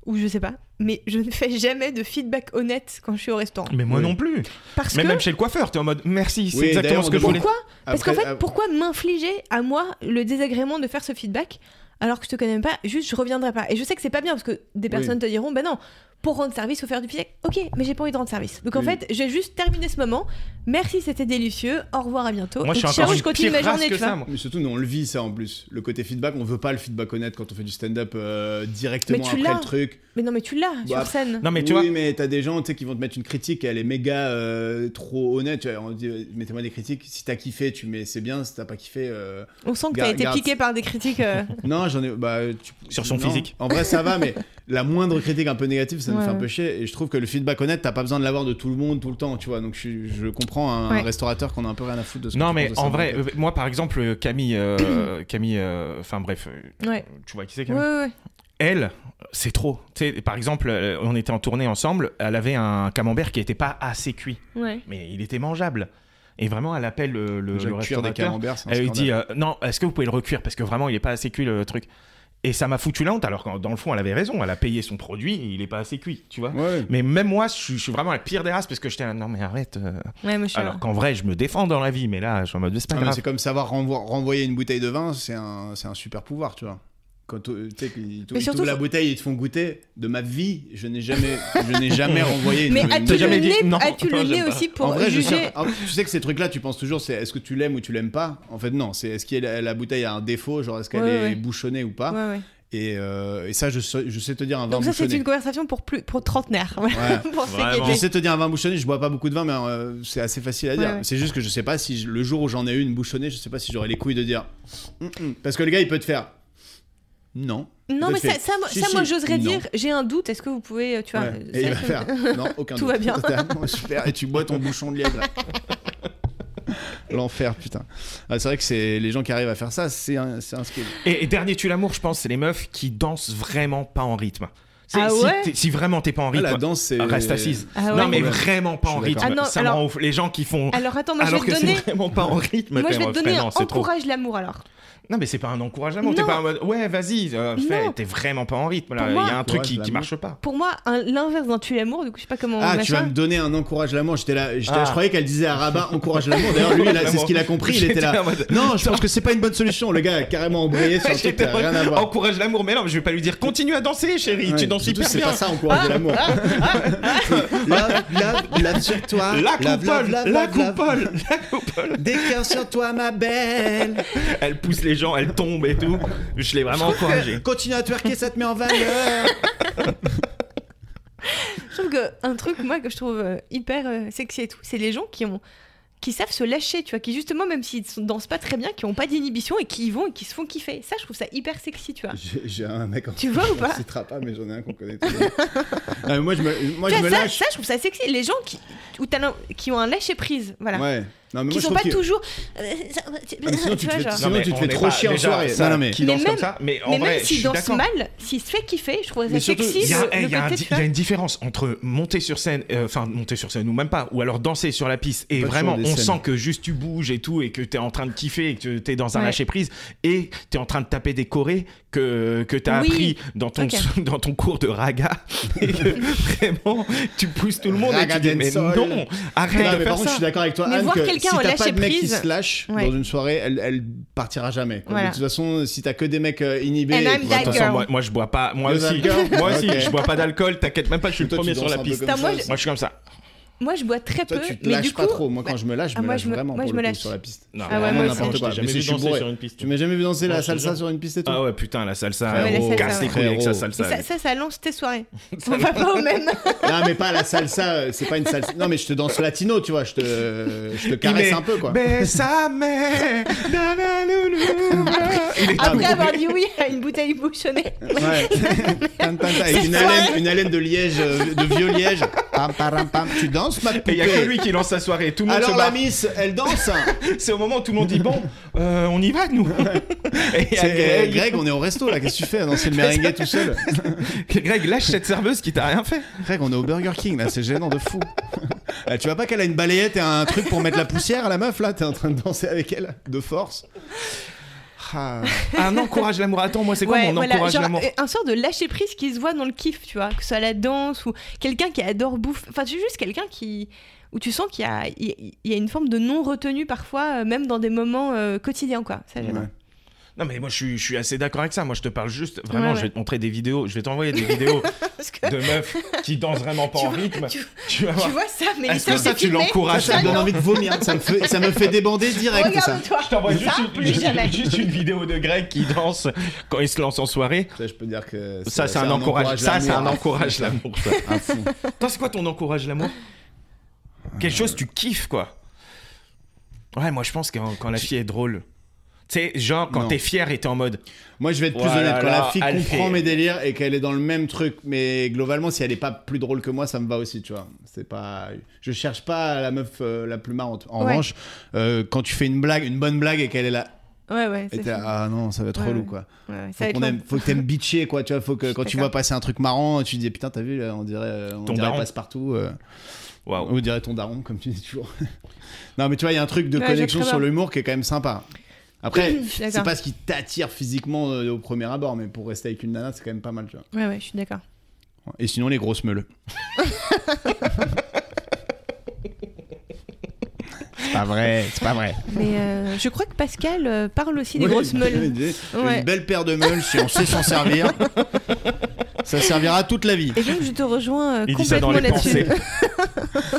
S1: ou je sais pas, mais je ne fais jamais de feedback honnête quand je suis au restaurant.
S3: Mais moi
S2: Oui.
S3: non plus.
S1: Parce
S3: Mais
S1: que.
S3: même chez le coiffeur, t'es en mode merci, c'est
S2: Oui,
S3: exactement
S2: d'ailleurs,
S3: ce que
S2: on
S3: je voulais.
S1: Pourquoi Parce qu'en
S2: après,
S3: euh,
S1: fait,
S2: ah,
S1: pourquoi m'infliger à moi le désagrément de faire ce feedback alors que je te connais même pas, juste je reviendrai pas. Et je sais que c'est pas bien parce que des personnes te diront, bah non, pour rendre service ou faire du feedback, ok, mais j'ai pas envie de rendre service. Donc en
S2: Oui.
S1: fait, j'ai juste terminé ce moment. Merci, c'était délicieux. Au revoir, à bientôt.
S3: Moi, je
S1: et
S3: suis
S1: ciao,
S3: encore
S1: je
S3: une
S1: continue
S3: pire
S1: ma
S3: race
S1: journée,
S3: que
S1: tu vois.
S3: ça. moi.
S2: Mais surtout, nous, on le vit, ça en plus. Le côté feedback, on veut pas le feedback honnête quand on fait du stand-up euh, directement
S1: Mais tu
S2: après
S1: l'as.
S2: le truc.
S1: Mais non, mais tu l'as
S2: Bah,
S1: sur scène.
S3: Non mais tu
S2: oui,
S3: vois,
S2: mais t'as des gens tu sais, qui vont te mettre une critique, elle est méga euh, trop honnête. Tu vois, on dit, euh, mettez-moi des critiques. Si t'as kiffé, tu mets c'est bien. Si t'as pas kiffé, euh,
S1: On sent
S3: Bah,
S1: que t'as
S2: Gar-
S1: été
S2: garde-
S1: piqué par des critiques. euh,
S2: non, j'en ai. Bah, tu-
S3: Sur son
S2: non.
S3: physique.
S2: En vrai, ça va, mais la moindre critique un peu négative, ça nous
S1: Ouais,
S2: fait un
S1: ouais.
S2: peu chier. Et je trouve que le feedback honnête, t'as pas besoin de l'avoir de tout le monde tout le temps, tu vois. Donc je, suis- je comprends un
S1: Ouais.
S2: restaurateur qu'on a un peu rien à foutre de ce que
S3: Non,
S2: tu
S3: mais
S2: penses de
S3: en
S2: ça,
S3: vrai,
S2: fait.
S3: euh, moi par exemple, euh, Camille, euh, Camille, euh, enfin bref, euh,
S1: Ouais.
S3: tu vois qui c'est
S1: Ouais,
S3: Camille
S1: ouais, ouais.
S3: Elle, c'est trop. Tu sais, par exemple, euh, on était en tournée ensemble, elle avait un camembert qui n'était pas assez cuit,
S1: ouais.
S3: mais il était mangeable. Et vraiment, elle appelle le, euh, le,
S2: Déjà,
S3: le
S2: cuire des
S3: restaurateur.
S2: camemberts, c'est un
S3: Elle lui
S2: scandale.
S3: dit euh, non, est-ce que vous pouvez le recuire parce que vraiment il est pas assez cuit le truc. Et ça m'a foutu la honte alors que dans le fond elle avait raison, elle a payé son produit, et il est pas assez cuit, tu vois.
S2: Ouais.
S3: Mais même moi, je suis, je suis vraiment la pire des races parce que j'étais là, non mais arrête. euh.
S1: Ouais, moi, je suis
S3: Alors
S1: là.
S3: qu'en vrai, je me défends dans la vie, mais là, je suis en mode c'est pas
S2: Ah, mais
S3: grave.
S2: c'est comme savoir renvo- renvoyer une bouteille de vin, c'est un, c'est un super pouvoir, tu vois. Quand euh, tu sais qu'ils t'ou-
S1: Mais
S2: ils
S1: surtout,
S2: t'ouvrent la
S1: faut-
S2: bouteille et te font goûter, de ma vie, je n'ai jamais, je n'ai jamais renvoyé une,
S1: Mais
S2: une
S1: as-tu
S2: bouteille.
S1: le,
S3: jamais dit
S1: nez-
S3: non,
S1: as-tu le
S3: j'aime
S1: nez
S3: pas.
S1: aussi pour
S2: en vrai, je
S1: juger
S2: sais, en- tu sais que ces trucs-là, tu penses toujours, c'est est-ce que tu l'aimes ou tu l'aimes pas En fait, non. C'est est-ce que la, la bouteille a un défaut, genre est-ce qu'elle
S1: Ouais,
S2: est
S1: ouais.
S2: bouchonnée ou pas
S1: Ouais, ouais.
S2: et, euh, et ça, je sais, je sais te dire un vin
S1: Donc ça, c'est
S2: bouchonné.
S1: une conversation pour, plus, pour trentenaire. Voilà,
S2: Ouais.
S1: pour
S3: Vraiment.
S1: s'égayer.
S2: Je sais te dire un vin bouchonné, je bois pas beaucoup de vin, mais euh, c'est assez facile à dire.
S1: Ouais, ouais.
S2: C'est juste que je sais pas si je- le jour où j'en ai eu une bouchonnée, je sais pas si j'aurais les couilles de dire. Hum, hum. Parce que le gars, il peut te faire. Non.
S1: Non,
S2: Tout
S1: mais
S2: à fait.
S1: ça, ça, moi-
S2: Si,
S1: ça,
S2: si.
S1: moi, j'oserais
S2: Non.
S1: dire, j'ai un doute, est-ce que vous pouvez, euh, tu vois...
S2: Ouais.
S1: euh,
S2: Et il va
S1: ça-
S2: faire. Non, aucun
S1: Tout
S2: doute.
S1: va bien.
S2: Totalement, super. Et tu bois ton bouchon de lièvre. L'enfer, putain. Ah, c'est vrai que c'est les gens qui arrivent à faire ça, c'est un, c'est un skill.
S3: Et, et dernier tue l'amour, je pense, c'est les meufs qui dansent vraiment pas en rythme. C'est-
S1: Ah
S3: si
S1: ouais
S3: t'es- si, vraiment t'es pas en
S2: Ah,
S3: rythme,
S2: la danse, c'est.
S3: reste assise.
S1: Ah ouais.
S3: Non mais
S2: Ouais.
S3: vraiment pas en
S2: Je suis
S3: rythme.
S2: d'accord.
S1: Ah non,
S3: ça me
S1: alors-
S3: rend ouf. Les gens qui font
S1: Alors attends, moi,
S3: alors
S1: je
S3: que
S1: vais te donner...
S3: c'est vraiment pas en rythme.
S1: Moi, je
S3: t'es
S1: vais
S3: en
S1: te
S3: mode,
S1: donner
S3: frère,
S1: un
S3: non, c'est trop.
S1: encourage l'amour, alors.
S3: Non, mais c'est pas un encouragement. T'es
S1: Non.
S3: pas en mode, ouais, vas-y, euh, fais.
S1: Non.
S3: T'es vraiment pas en rythme. là.
S1: Pour
S3: Il y
S1: moi-
S3: a un truc qui,
S2: Encourage l'amour.
S3: qui marche pas.
S1: Pour moi, un- l'inverse d'un tue l'amour, du coup, je sais pas comment...
S2: Ah,
S1: on
S2: tu
S1: machin.
S2: vas me donner un encourage l'amour. J'étais là, j'étais là,
S3: Ah.
S2: je croyais qu'elle disait à Rabat encourage l'amour. D'ailleurs, lui, là, c'est ce qu'il a compris. Il était là.
S3: en mode-
S2: Non, je pense que c'est pas une bonne solution. Le gars a carrément embrayé sur un truc qui
S3: J'étais
S2: a
S3: en mode,
S2: rien à voir.
S3: Encourage l'amour, mais non, je vais pas Ah, lui dire continue à danser, chérie.
S2: Ouais.
S3: Tu danse
S2: Surtout,
S3: hyper
S2: c'est
S3: bien.
S2: pas ça en courant de l'amour.
S6: Lave, lave, lave sur toi.
S3: ah. La
S6: Lave, lave,
S3: coupole,
S6: lave,
S3: la
S6: lave, lave.
S3: coupole, la coupole.
S6: Des cœurs sur toi, ma belle.
S3: Elle pousse les gens, elle tombe et tout. Je l'ai vraiment encouragée.
S6: Continue à twerker, ça te met en valeur.
S1: Je trouve qu'un truc, moi, que je trouve euh, hyper euh, sexy et tout, c'est les gens qui ont qui savent se lâcher, tu vois, qui justement, même s'ils ne dansent pas très bien, qui ont pas d'inhibition et qui y vont et qui se font kiffer. Ça, je trouve ça hyper sexy, tu vois.
S2: J'ai j'ai un mec en
S1: Tu vois ou pas
S2: On le citera pas, mais j'en ai un qu'on connaît tous les deux. Ah, mais Moi, je me, moi,
S1: Tu
S2: je me
S1: vois, ça,
S2: lâche.
S1: ça, je trouve ça sexy. Les gens qui, où t'as l'im- qui ont un lâcher-prise, voilà.
S2: Ouais. Non, mais
S1: Qui sont
S2: moi, je trouve
S1: pas
S2: qu'il-
S1: toujours. euh, ça-
S2: Ah, mais sinon, tu
S1: tu
S2: te
S1: vois,
S2: fais-
S1: genre.
S2: Sinon, tu te
S3: on
S2: fais
S3: est
S2: trop chier en
S3: déjà,
S2: soirée.
S3: ça,
S2: Non, non, mais-
S3: Qui
S1: Mais
S3: danse
S1: même-
S3: comme ça. Mais en
S1: Mais
S3: vrai,
S1: même
S3: je
S1: s'ils
S3: suis
S1: dansent
S3: d'accord.
S1: mal, s'ils se fait kiffer, je trouve ça
S2: Mais surtout,
S1: sexy.
S3: Il y, a,
S1: le-
S3: eh,
S1: le
S3: il y a un
S1: côté,
S3: di-
S1: tu
S3: il y
S1: vois.
S3: a une différence entre monter sur scène, euh, enfin monter sur scène ou même pas, ou alors danser sur la piste et
S2: Pas
S3: vraiment
S2: toujours
S3: on
S2: des scènes.
S3: sent que juste tu bouges et tout et que t'es en train de kiffer et que t'es dans un
S1: Ouais.
S3: lâcher prise et t'es en train de taper des chorés que, que t'as
S1: Oui.
S3: appris dans ton,
S1: Ok.
S3: dans ton cours de raga et que vraiment tu pousses tout le monde et
S2: Raga
S3: tu dis mais
S2: dancehall.
S3: non, arrête
S2: Non,
S3: de
S2: mais
S3: faire
S2: par contre, je
S3: ça.
S2: suis d'accord avec toi,
S1: Mais
S2: Anne,
S1: voir
S2: que si
S1: quelqu'un en
S2: t'as pas
S1: lâcher
S2: de mec qui
S1: prise,
S2: se lâche
S1: ouais.
S2: dans une soirée, elle, elle partira jamais. quoi.
S1: Voilà.
S2: De toute façon, si t'as que des mecs euh, inhibés,
S1: And
S2: et
S1: I'm
S2: puis-
S1: that
S3: Attends,
S1: girl.
S3: moi, moi, je bois pas, moi
S2: You're
S3: aussi,
S2: that girl.
S3: moi aussi
S2: Ok.
S3: je bois pas d'alcool, t'inquiète même pas, je suis le
S2: Toi, tu
S3: premier sur
S2: danses
S3: la
S2: un peu
S3: piste.
S2: comme
S1: Putain, moi,
S2: ça.
S1: je-
S3: Moi je suis comme ça.
S1: Moi, je bois très
S2: Toi,
S1: peu,
S2: tu te
S1: mais du
S2: lâches
S1: coup.
S2: pas trop. Moi, quand je me lâche, je
S1: Ah,
S2: me
S1: moi,
S2: lâche
S1: je me-
S2: vraiment
S1: moi,
S2: pour
S1: je me
S2: le coup,
S1: lâche.
S2: sur la piste.
S3: Non,
S1: Ah ouais,
S3: vraiment,
S1: moi aussi.
S3: n'importe
S1: J'ai
S3: quoi.
S2: jamais
S3: Mais
S2: vu
S3: si je suis
S2: danser
S3: bourré.
S2: sur Tu m'as jamais vu danser
S3: Non,
S2: la
S3: je te
S2: salsa
S3: jure.
S2: sur une piste et tout
S3: Ah ouais, putain, la salsa,
S2: Ouais, la
S3: on
S1: salsa,
S3: casse les
S1: ouais.
S3: couilles avec sa
S2: Frérot.
S1: Mais
S3: salsa.
S1: ça, ça, ça lance tes soirées. On va pas au même.
S2: Non, mais pas la salsa, euh, c'est pas une salsa. Non, mais je te danse latino, tu vois, je te, je te caresse
S3: met-
S2: un peu, quoi.
S3: Bésame, nananounou. Il est
S1: Après
S3: tout
S1: avoir
S3: bourré.
S1: dit oui à une bouteille bouchonnée.
S2: Ouais. Tan, tan, tan, avec une haleine, une haleine de liège, euh, de vieux liège. Pam, param, pam. Tu danses, ma
S3: Et
S2: poupée
S3: il y a que lui qui lance sa soirée. Tout le monde
S2: Alors
S3: se
S2: la
S3: barre.
S2: miss, elle danse.
S3: C'est au moment où tout le monde dit bon, euh, on y va nous. Et il y a
S2: C'est- euh,
S3: Greg, Greg,
S2: Greg, on est au resto là, qu'est-ce que tu fais à danser le merengue tout seul
S3: lâche cette serveuse qui t'a rien fait.
S2: Greg, on est au Burger King là, c'est gênant de fou. Eh, tu vois pas qu'elle a une balayette et un truc pour mettre la poussière à la meuf là T'es en train de danser avec elle de force Ah.
S3: Un encourage l'amour. Attends, moi c'est quoi
S1: Ouais,
S3: mon
S1: voilà,
S3: encourage
S1: genre,
S3: l'amour
S1: euh, Un sort de lâcher prise qui se voit dans le kiff, tu vois, que ce soit la danse ou quelqu'un qui adore bouffer. Enfin, c'est juste quelqu'un qui. où tu sens qu'il y a, il il y a une forme de non-retenue parfois, euh, même dans des moments euh, quotidiens, quoi. Ça, j'adore.
S2: Ouais.
S3: Non mais moi je suis, je suis assez d'accord avec ça. Moi je te parle juste vraiment.
S1: Ouais, ouais.
S3: Je vais te montrer des vidéos. Je vais t'envoyer des vidéos
S1: Parce que
S3: de meufs qui dansent vraiment pas
S1: Tu
S3: en
S1: vois-
S3: rythme.
S1: tu-
S3: Tu vas voir.
S1: tu vois ça, mais
S3: Est-ce
S1: ça,
S3: que ça,
S1: c'est
S3: tu
S1: filmé.
S3: l'encourages,
S2: Ça me donne
S1: non.
S2: envie de vomir, ça me fait, ça me fait débander direct ça.
S1: Regarde-toi.
S3: Je t'envoie juste,
S1: Ça,
S3: une-
S1: plus jamais.
S3: juste une vidéo de Greg qui danse quand il se lance en soirée.
S2: Ça, je peux dire que
S3: Ça, c'est un, encourage. Ça, c'est un
S2: l'amour.
S3: encourage l'amour. ça.
S2: Un fou.
S3: Toi, c'est quoi ton encourage l'amour Quelque chose tu kiffes, quoi. Ouais, moi, je pense que quand la fille est drôle. Tu sais, genre, quand
S2: Non.
S3: t'es fier et t'es en mode.
S2: Moi, je vais être plus
S3: Voilà,
S2: honnête. Quand la
S3: là,
S2: fille
S3: elle
S2: comprend
S3: fait-
S2: mes délires et qu'elle est dans le même truc, mais globalement, si elle est pas plus drôle que moi, ça me va aussi, tu vois. C'est pas. Je cherche pas la meuf euh, la plus marrante. En
S1: Ouais.
S2: revanche, euh, quand tu fais une blague, une bonne blague et qu'elle est là,
S1: Ouais, ouais,
S2: et
S1: c'est
S2: t'es là,
S1: ça.
S2: ah non, ça va être
S1: Ouais,
S2: relou,
S1: ouais.
S2: quoi.
S1: Ouais, ouais, ça
S2: Faut
S1: va être
S2: qu'on
S1: long.
S2: aime, faut que t'aimes bitcher, quoi. Tu vois, faut que quand tu
S1: D'accord.
S2: vois passer un truc marrant, tu te dis putain, t'as vu, là, on dirait, euh, on
S3: Ton
S2: dirait
S3: daron.
S2: passe partout. euh.
S3: Waouh.
S2: On dirait ton daron, comme tu dis toujours. non, mais tu vois, il y a un truc de
S1: Ouais, je
S2: connexion
S1: vois très
S2: sur
S1: bien.
S2: l'humour qui est quand même sympa. Après,
S1: D'accord.
S2: c'est pas ce qui t'attire physiquement euh, au premier abord, mais pour rester avec une nana, c'est quand même pas mal, tu vois.
S1: Ouais, ouais, je suis d'accord.
S2: Et sinon, les grosses meules. c'est pas vrai, c'est pas vrai.
S1: Mais euh, je crois que Pascal euh, parle aussi des grosses meules. Ouais.
S2: Une belle paire de meules, si on sait s'en servir, ça servira toute la vie.
S1: Et donc, je te rejoins euh,
S3: Il dit ça dans
S1: complètement
S3: les
S1: là-dessus.
S3: pensées.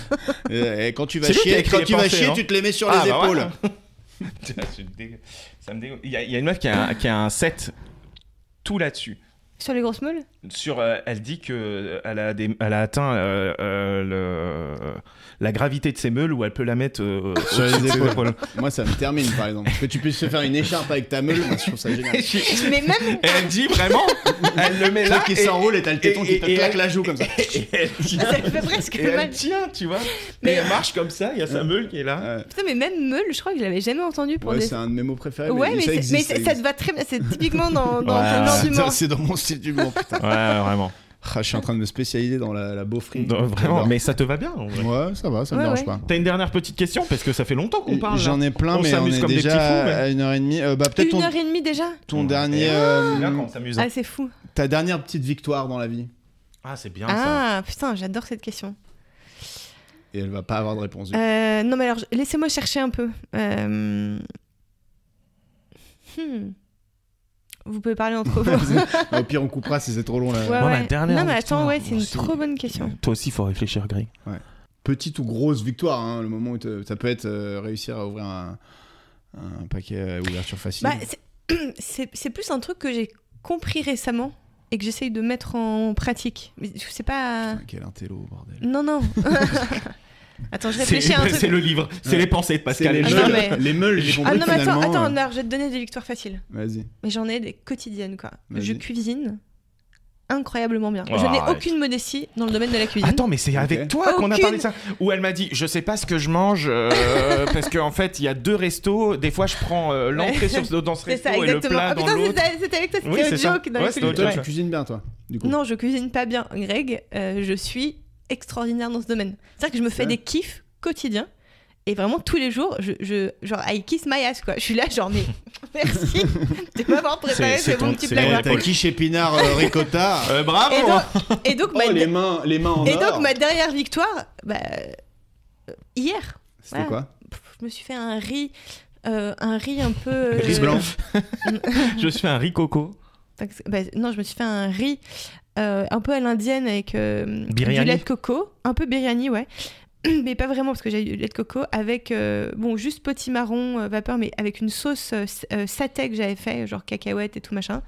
S2: Euh, et quand tu vas
S3: C'est lui qui a
S2: chier,
S3: écrit
S2: quand
S3: les
S2: tu vas
S3: pensées,
S2: chier,
S3: hein.
S2: tu te les mets sur
S3: Ah,
S2: les
S3: bah
S2: épaules.
S3: voilà. Putain, je suis dégue- Ça me dégue- Il y, a- il y a une meuf qui a, un- qui a un set tout là-dessus.
S1: Sur les grosses meules
S3: Sur, euh, elle dit que euh, elle a, des- elle a atteint euh, euh, le- la gravité de ses meules où elle peut la mettre euh,
S2: Sur les
S3: au-dessus de ses
S2: épaules.
S3: épaules.
S2: Moi, ça me termine, par exemple. Que tu puisses te faire une écharpe avec ta meule, moi, je trouve ça génial.
S3: Et je-
S1: Mais même.
S3: et elle dit vraiment, elle le met
S2: Le
S3: là
S2: truc qui
S3: et-
S2: s'enroule et t'as le téton
S3: et-
S2: qui te
S3: et- et
S2: claque
S3: elle-
S2: la joue comme ça.
S3: et elle dit-
S1: Ça fait presque
S3: Et elle
S1: mal.
S3: tient, tu vois.
S1: Mais-
S3: Et elle marche comme ça, il y a sa meule qui est là.
S2: Ouais,
S1: Putain, mais même Meule, je crois que je l'avais jamais entendu pour
S2: Ouais,
S1: des.
S2: c'est un de mes mots préférés.
S1: ouais, mais,
S2: ça
S1: c'est- mais
S2: existe.
S1: c'est- ça te va très bien. C'est typiquement dans, dans
S3: Ouais,
S1: ton genre
S2: existe.
S1: d'humour.
S2: C'est dans mon style d'humour, putain.
S3: Ouais, vraiment.
S2: Ah, je suis en train de me spécialiser dans la, la beaufrie.
S3: vraiment,
S2: J'adore.
S3: mais ça te va bien. en vrai.
S2: Ouais, ça va, ça me
S1: Ouais,
S2: dérange
S1: ouais.
S2: pas.
S3: T'as une dernière petite question parce que ça fait longtemps qu'on parle.
S2: Euh, J'en ai plein,
S3: On
S2: mais on
S3: s'amuse
S2: est
S3: comme des
S2: déjà
S3: petits fous, mais-
S2: à une heure et demie. Euh, bah, peut-être
S1: Une
S2: ton,
S1: heure et demie déjà
S2: ton
S3: Ouais.
S2: dernier. euh,
S3: Là, quand on s'amuse.
S1: Ah, c'est fou.
S2: ta dernière petite victoire dans la vie.
S3: Ah, c'est bien ça.
S1: Ah, putain, j'adore cette question.
S2: Et elle va pas avoir de réponse.
S3: Ah.
S1: Euh, non, mais alors, laissez-moi chercher un peu. Euh, hmm. Vous pouvez parler entre vous.
S2: Au pire, on coupera si c'est trop long. Là.
S1: Ouais,
S3: Moi, ma
S1: ouais.
S3: dernière
S1: non, mais
S3: victoire,
S1: attends, ouais, c'est une
S3: c'est-
S1: trop bonne question.
S3: Toi aussi, faut réfléchir, Greg.
S2: Petite ou grosse victoire, hein, le moment où te- ça peut être euh, réussir à ouvrir un, un paquet euh, ouverture facile.
S1: Bah, c'est- c'est c'est plus un truc que j'ai compris récemment et que j'essaye de mettre en pratique. Mais je sais pas.
S2: Putain, Ah, quel intello, bordel.
S1: Non, non. attends, je
S3: C'est
S1: réfléchis à un truc.
S3: c'est le livre, c'est
S2: Ouais.
S3: les pensées de Pascal.
S2: les
S1: Ah
S2: meules,
S1: non, mais-
S2: les meules, j'ai
S1: Ah
S2: compris
S1: non, mais attends,
S2: finalement,
S1: attends,
S2: euh,
S1: non, je vais te donner des victoires faciles.
S2: Vas-y.
S1: Mais j'en ai des quotidiennes, quoi. Je
S2: Vas-y.
S1: cuisine incroyablement bien.
S3: Oh,
S1: je n'ai
S3: arrête.
S1: aucune modestie dans le domaine de la cuisine.
S3: Attends, mais c'est avec
S2: Ok.
S3: toi qu'on a
S1: Aucune.
S3: parlé de ça. Où elle m'a dit, je sais pas ce que je mange euh, parce qu'en fait, il y a deux restos. Des fois, je prends euh, l'entrée sur dans ce
S1: c'est
S3: resto
S1: ça,
S3: et le
S1: exactement.
S3: plat
S1: Ah,
S3: dans
S1: putain,
S3: l'autre.
S1: c'était- c'était avec toi, c'était
S3: Oui,
S1: au
S3: c'est ça.
S1: joke dans
S3: Ouais,
S1: les
S3: c'était au
S1: coulisses,
S2: Toi,
S1: ouais.
S2: tu cuisines bien, toi, du coup.
S1: Non, je cuisine pas bien, Greg. Euh, je suis extraordinaire dans ce domaine. C'est-à-dire que je me fais
S2: Ouais.
S1: des kiffs quotidiens. Et vraiment, tous les jours, je, je- genre, I kiss my ass, quoi. Je suis là, genre, mais merci de m'avoir préparé
S3: C'est-
S1: ce
S3: c'est
S1: bon
S3: ton-
S1: petit
S3: c'est-
S1: plat.
S3: t'as
S2: Eh, qui chez Pinard Ricotta
S3: Euh, bravo.
S1: Et donc, et donc,
S2: Oh,
S1: ma,
S2: les mains, les mains en
S1: et
S2: or.
S1: donc ma dernière victoire, bah, euh, hier,
S2: C'était
S1: voilà.
S2: quoi
S1: Pff, je me suis fait un riz, euh, un riz un peu... euh,
S2: Riz blanc.
S3: je suis un riz coco.
S1: Fait que c'est- bah, non, je me suis fait un riz euh, un peu à l'indienne avec euh, du
S3: Biryani.
S1: lait de coco, un peu biryani, ouais. Mais pas vraiment parce que j'ai eu du lait de coco avec euh, bon juste potimarron euh, vapeur mais avec une sauce euh, s- euh, satay que j'avais fait genre cacahuètes et tout machin.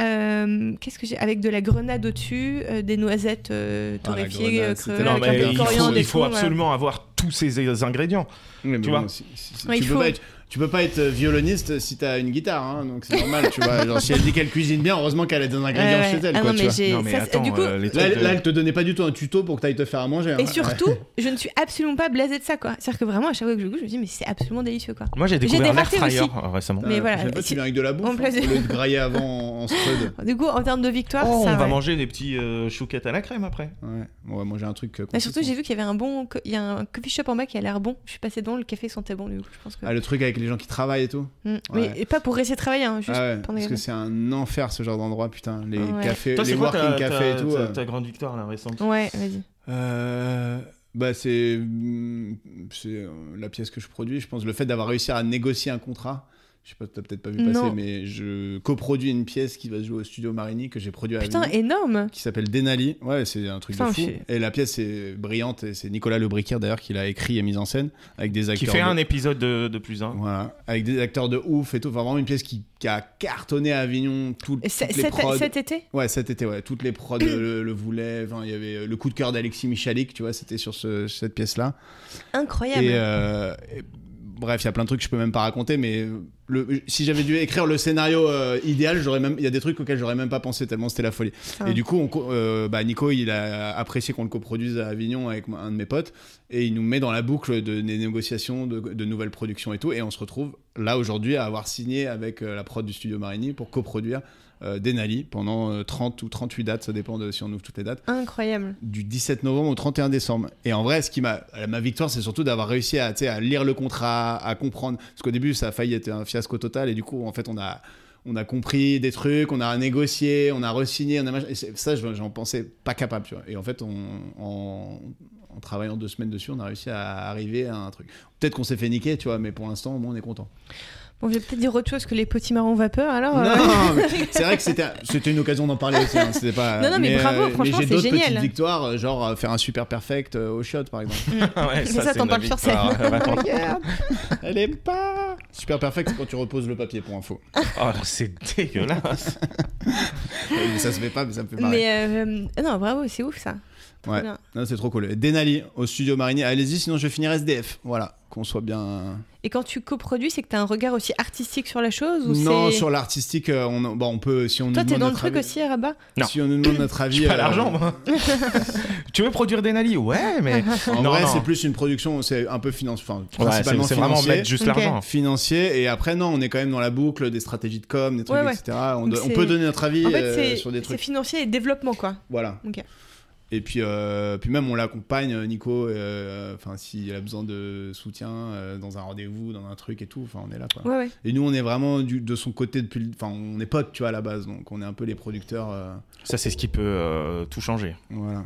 S1: Euh, Qu'est-ce que j'ai avec de la grenade au-dessus, euh, des noisettes euh,
S2: Ah, la
S1: torréfiées,
S2: grenade,
S1: euh,
S2: c'était
S1: crevées,
S2: là,
S3: Non,
S1: avec
S2: un peu
S3: mais
S1: un peu de
S2: de
S3: il faut,
S1: coriandre et
S3: il faut
S1: tout, voilà.
S3: absolument avoir tous ces euh, ingrédients.
S2: Oui, mais
S3: Tu
S2: bon,
S3: vois.
S2: si- si- si-
S1: Ouais,
S2: tu,
S1: il
S2: peux
S1: faut.
S2: pas être, tu peux pas être euh, violoniste si t'as une guitare, hein, donc c'est normal, tu vois. Genre, si elle dit qu'elle cuisine bien, heureusement qu'elle a des ingrédients
S1: Ouais, ouais.
S2: chez elle,
S1: Ah
S2: quoi,
S1: non,
S2: tu
S1: mais
S2: vois.
S1: j'ai-
S3: non mais
S1: ça, c'est-
S3: attends,
S1: du coup,
S3: euh, les
S2: Là,
S3: trucs de-
S2: là, elle te donnait pas du tout un tuto pour que t'ailles te faire à manger. hein.
S1: Et surtout, je ne suis absolument pas blasée de ça, quoi. C'est-à-dire que vraiment, à chaque fois que je goûte, je me dis, mais c'est absolument délicieux, quoi.
S3: Moi j'ai
S1: des
S3: découvert l'air
S1: ratés
S3: fryer
S1: aussi.
S3: euh, récemment.
S1: mais voilà,
S2: J'aime pas,
S1: si-
S2: tu viens avec de la bouffe,
S1: en
S2: hein,
S1: place-
S2: au lieu de grailler avant en, en scrud.
S1: Du coup, en termes de victoire,
S3: Oh,
S1: ça.
S3: on va
S1: ouais.
S3: manger des petits euh, chouquettes à la crème après.
S2: Ouais, ouais, moi j'ai un truc. euh,
S1: Mais Bah, surtout,
S2: consistant.
S1: j'ai vu qu'il y avait un bon, co- il y a un coffee shop en bas qui a l'air bon. Je suis passée devant, le café sentait bon, du coup, je pense que.
S2: Ah, le truc avec les gens qui travaillent et tout.
S1: Mm. Mais
S2: ouais.
S1: et pas pour essayer de travailler, hein, juste
S2: Ah ouais,
S1: prendre des
S2: parce que c'est un enfer ce genre d'endroit, putain. Les
S1: Ouais.
S2: cafés,
S3: Toi
S2: les
S3: c'est quoi ta,
S2: working
S3: ta-
S2: cafés et tout.
S3: ta-
S2: euh.
S3: ta grande victoire là récente
S1: Ouais, vas-y.
S2: Euh, bah c'est mm, c'est euh, la pièce que je produis, je pense. Le fait d'avoir réussi à négocier un contrat. Je sais pas, t'as peut-être pas vu passer,
S1: Non.
S2: mais je coproduis une pièce qui va se jouer au studio Marini que j'ai produit à
S1: Putain,
S2: Avignon,
S1: énorme
S2: qui s'appelle Denali. Ouais, c'est un truc
S1: Putain,
S2: de fou.
S1: je-
S2: Et la pièce est brillante et c'est Nicolas Lebriquier d'ailleurs qui l'a écrit et mise en scène avec des
S3: Qui
S2: acteurs.
S3: fait
S2: de-
S3: un épisode de, de plus un.
S2: Voilà, avec des acteurs de ouf et tout. Enfin, vraiment une pièce qui, qui a cartonné à Avignon tout,
S1: Et c'est-
S2: toutes les
S1: cet,
S2: prods.
S1: cet été
S2: Ouais, cet été, ouais. Toutes les prods le, le voulaient. Enfin, il y avait euh, le coup de cœur d'Alexis Michalik, tu vois, c'était sur ce- cette pièce-là.
S1: Incroyable
S2: Et, euh, et- bref, il y a plein de trucs que je peux même pas raconter, mais le, si j'avais dû écrire le scénario euh, idéal, j'aurais même, il y a des trucs auxquels j'aurais même pas pensé tellement c'était la folie.
S1: Putain.
S2: Et du coup, on co- euh, bah, Nico, il a apprécié qu'on le coproduise à Avignon avec un de mes potes, et il nous met dans la boucle de, des négociations, de, de nouvelles productions et tout, et on se retrouve là aujourd'hui à avoir signé avec euh, la prod du studio Marini pour coproduire euh, Denali pendant euh, 30 ou 38 dates, ça dépend de si on ouvre toutes les dates
S1: Incroyable
S2: du 17 novembre au 31 décembre. Et en vrai, ce qui m'a ma victoire, c'est surtout d'avoir réussi à, tu sais, à lire le contrat, à comprendre. Parce qu'au début, ça a failli être un fiasco total. Et du coup, en fait, on a, on a compris des trucs, on a négocié, on a re-signé. On a mach- et c'est- ça, je- j'en pensais pas capable. tu vois. Et en fait, on, en, en travaillant deux semaines dessus, on a réussi à arriver à un truc. Peut-être qu'on s'est fait niquer, tu vois, mais pour l'instant, au moins, on est content.
S1: Bon, je vais peut-être dire autre chose que les petits marrons vapeur, alors... euh,
S2: Non, mais c'est vrai que c'était c'était une occasion d'en parler aussi. hein, c'était pas.
S1: Non, non, mais bravo,
S2: mais
S1: franchement,
S2: j'ai
S1: c'est
S2: d'autres
S1: génial.
S2: petites victoires, euh, genre euh, faire un super perfect euh, au shot, par exemple.
S3: Ouais,
S1: Mais ça,
S3: c'est
S1: t'en
S3: une
S1: parles sur scène.
S3: victoire. Ouais.
S1: Regarde.
S2: Elle aime pas. Super perfect, c'est quand tu reposes le papier pour info.
S3: Oh, c'est dégueulasse.
S2: ça se fait pas, mais ça me fait marrer.
S1: Mais euh, euh, non, bravo, c'est ouf ça. Trop
S2: Ouais.
S1: bien.
S2: Non, c'est trop cool. Denali au studio Marinier. Allez-y, sinon je vais finir SDF. Voilà, qu'on soit bien.
S1: Et quand tu coproduis, c'est que t'as un regard aussi artistique sur la chose ou
S2: Non,
S1: c'est-
S2: sur l'artistique, euh, on, bon, on peut si on
S1: Toi,
S2: nous
S1: t'es
S2: demande
S1: dans le
S2: notre
S1: truc
S2: avis-
S1: aussi, Rabat
S3: Non.
S2: Si on nous demande notre avis,
S3: J'ai pas
S2: euh,
S3: l'argent moi. tu veux produire des nalis Ouais, mais
S2: En
S3: Non,
S2: vrai,
S3: non.
S2: c'est plus une production, c'est un peu finance, enfin,
S3: Ouais, c'est
S2: principalement
S3: c'est vraiment
S2: financier.
S3: mettre juste
S1: Ok.
S3: l'argent.
S2: financier et après non on est quand même dans la boucle des stratégies de com des trucs
S1: Ouais, ouais.
S2: etc on,
S1: Donc
S2: do- on
S1: c'est-
S2: peut donner notre avis
S1: En fait,
S2: euh,
S1: c'est-
S2: sur des
S1: c'est
S2: trucs
S1: financier et développement, quoi.
S2: voilà
S1: Ok.
S2: et puis euh, puis même on l'accompagne euh, Nico euh, enfin s'il a besoin de soutien euh, dans un rendez-vous dans un truc et tout enfin on est là quoi
S1: Ouais, ouais.
S2: et nous on est vraiment du- de son côté depuis le- enfin on est potes tu vois à la base donc on est un peu les producteurs euh,
S3: Ça c'est ce qui peut euh, tout changer.
S2: voilà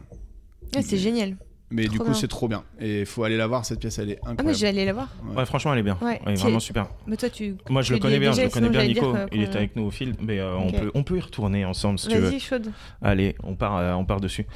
S1: Ouais, Ah, c'est génial.
S2: Mais du
S1: Trop
S2: coup,
S1: bien.
S2: c'est trop bien. Et faut aller la voir, cette pièce, elle est
S1: Ah, mais je
S2: incroyable.
S1: vais aller la voir.
S3: Ouais, franchement, elle est bien.
S1: Ouais,
S3: Elle est
S1: c'est-
S3: vraiment super.
S1: Mais toi, tu.
S3: Moi, je
S1: tu
S3: le connais
S1: l'as
S3: bien, je
S1: déjà,
S3: le connais
S1: sinon
S3: bien,
S1: j'allais dire
S3: Nico.
S1: que-
S3: Il était
S1: qu'on-
S3: avec nous au film, mais euh,
S1: Ok.
S3: on, peut, on peut y retourner ensemble si tu veux.
S1: Vas-y, chaude.
S3: Allez, on part, euh, on part dessus.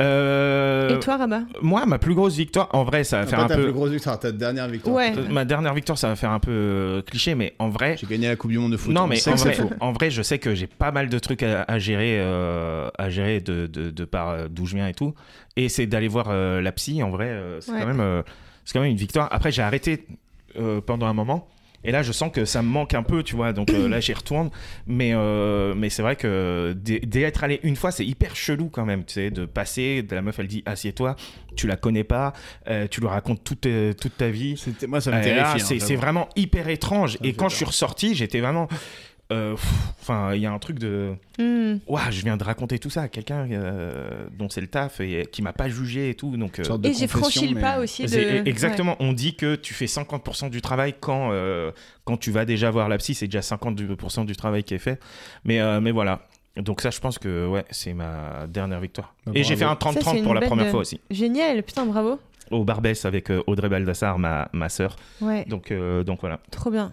S3: Euh,
S1: Et toi, Rabat
S3: Moi, ma plus grosse victoire, en vrai, ça va faire
S2: Après, Ah, bah,
S3: un
S2: ta
S3: peu.
S2: plus grosse victoire, ta dernière victoire.
S1: Ouais.
S3: Euh, Ma dernière victoire, ça va faire un peu euh, cliché, mais en vrai.
S2: J'ai gagné la Coupe du Monde de foot.
S3: Non,
S2: On
S3: mais
S2: sait
S3: en
S2: que c'est
S3: vrai,
S2: faux.
S3: en vrai, je sais que j'ai pas mal de trucs à, à gérer, euh, à gérer de, de, de par euh, d'où je viens et tout. Et c'est d'aller voir euh, la psy, en vrai, euh, c'est
S1: Ouais.
S3: quand même, euh, c'est quand même une victoire. Après, j'ai arrêté euh, pendant un moment. Et là, je sens que ça me manque un peu, tu vois. Donc euh, là, j'y retourne. Mais, euh, mais c'est vrai que d- d'être allé une fois, c'est hyper chelou quand même, tu sais, de passer. De la meuf, elle dit assieds-toi, tu la connais pas, euh, tu lui racontes toute, euh, toute ta vie.
S2: C'était- Moi, ça me
S3: Et Ah, là,
S2: terrifie. hein,
S3: c'est, c'est
S2: j'avoue.
S3: vraiment hyper étrange.
S2: me
S3: Et
S2: fait
S3: quand
S2: peur.
S3: je suis ressorti, j'étais vraiment. euh, pff, Enfin, il y a un truc de.
S1: Hmm.
S3: Ouah, je viens de raconter tout ça à quelqu'un euh, dont c'est le taf et qui m'a pas jugé et tout. Donc, euh,
S2: Une sorte de
S1: Et j'ai
S2: confession,
S1: franchi le
S2: mais-
S1: pas aussi de.
S3: c'est- e-,
S1: ouais.
S3: exactement. On dit que tu fais 50% du travail quand, euh, quand tu vas déjà voir la psy. C'est déjà 50% du travail qui est fait. Mais, euh, mais voilà. Donc, ça, je pense que ouais, c'est ma dernière victoire.
S2: Bah,
S3: et j'ai
S2: bravo.
S3: fait un
S1: Ça, c'est
S3: 30-30
S1: une
S3: pour la
S1: belle-
S3: première fois aussi.
S1: Génial, putain, bravo.
S3: Au Barbès avec euh, Audrey Baldassar, ma, ma sœur.
S1: Ouais,
S3: Donc, euh, donc voilà.
S1: trop bien.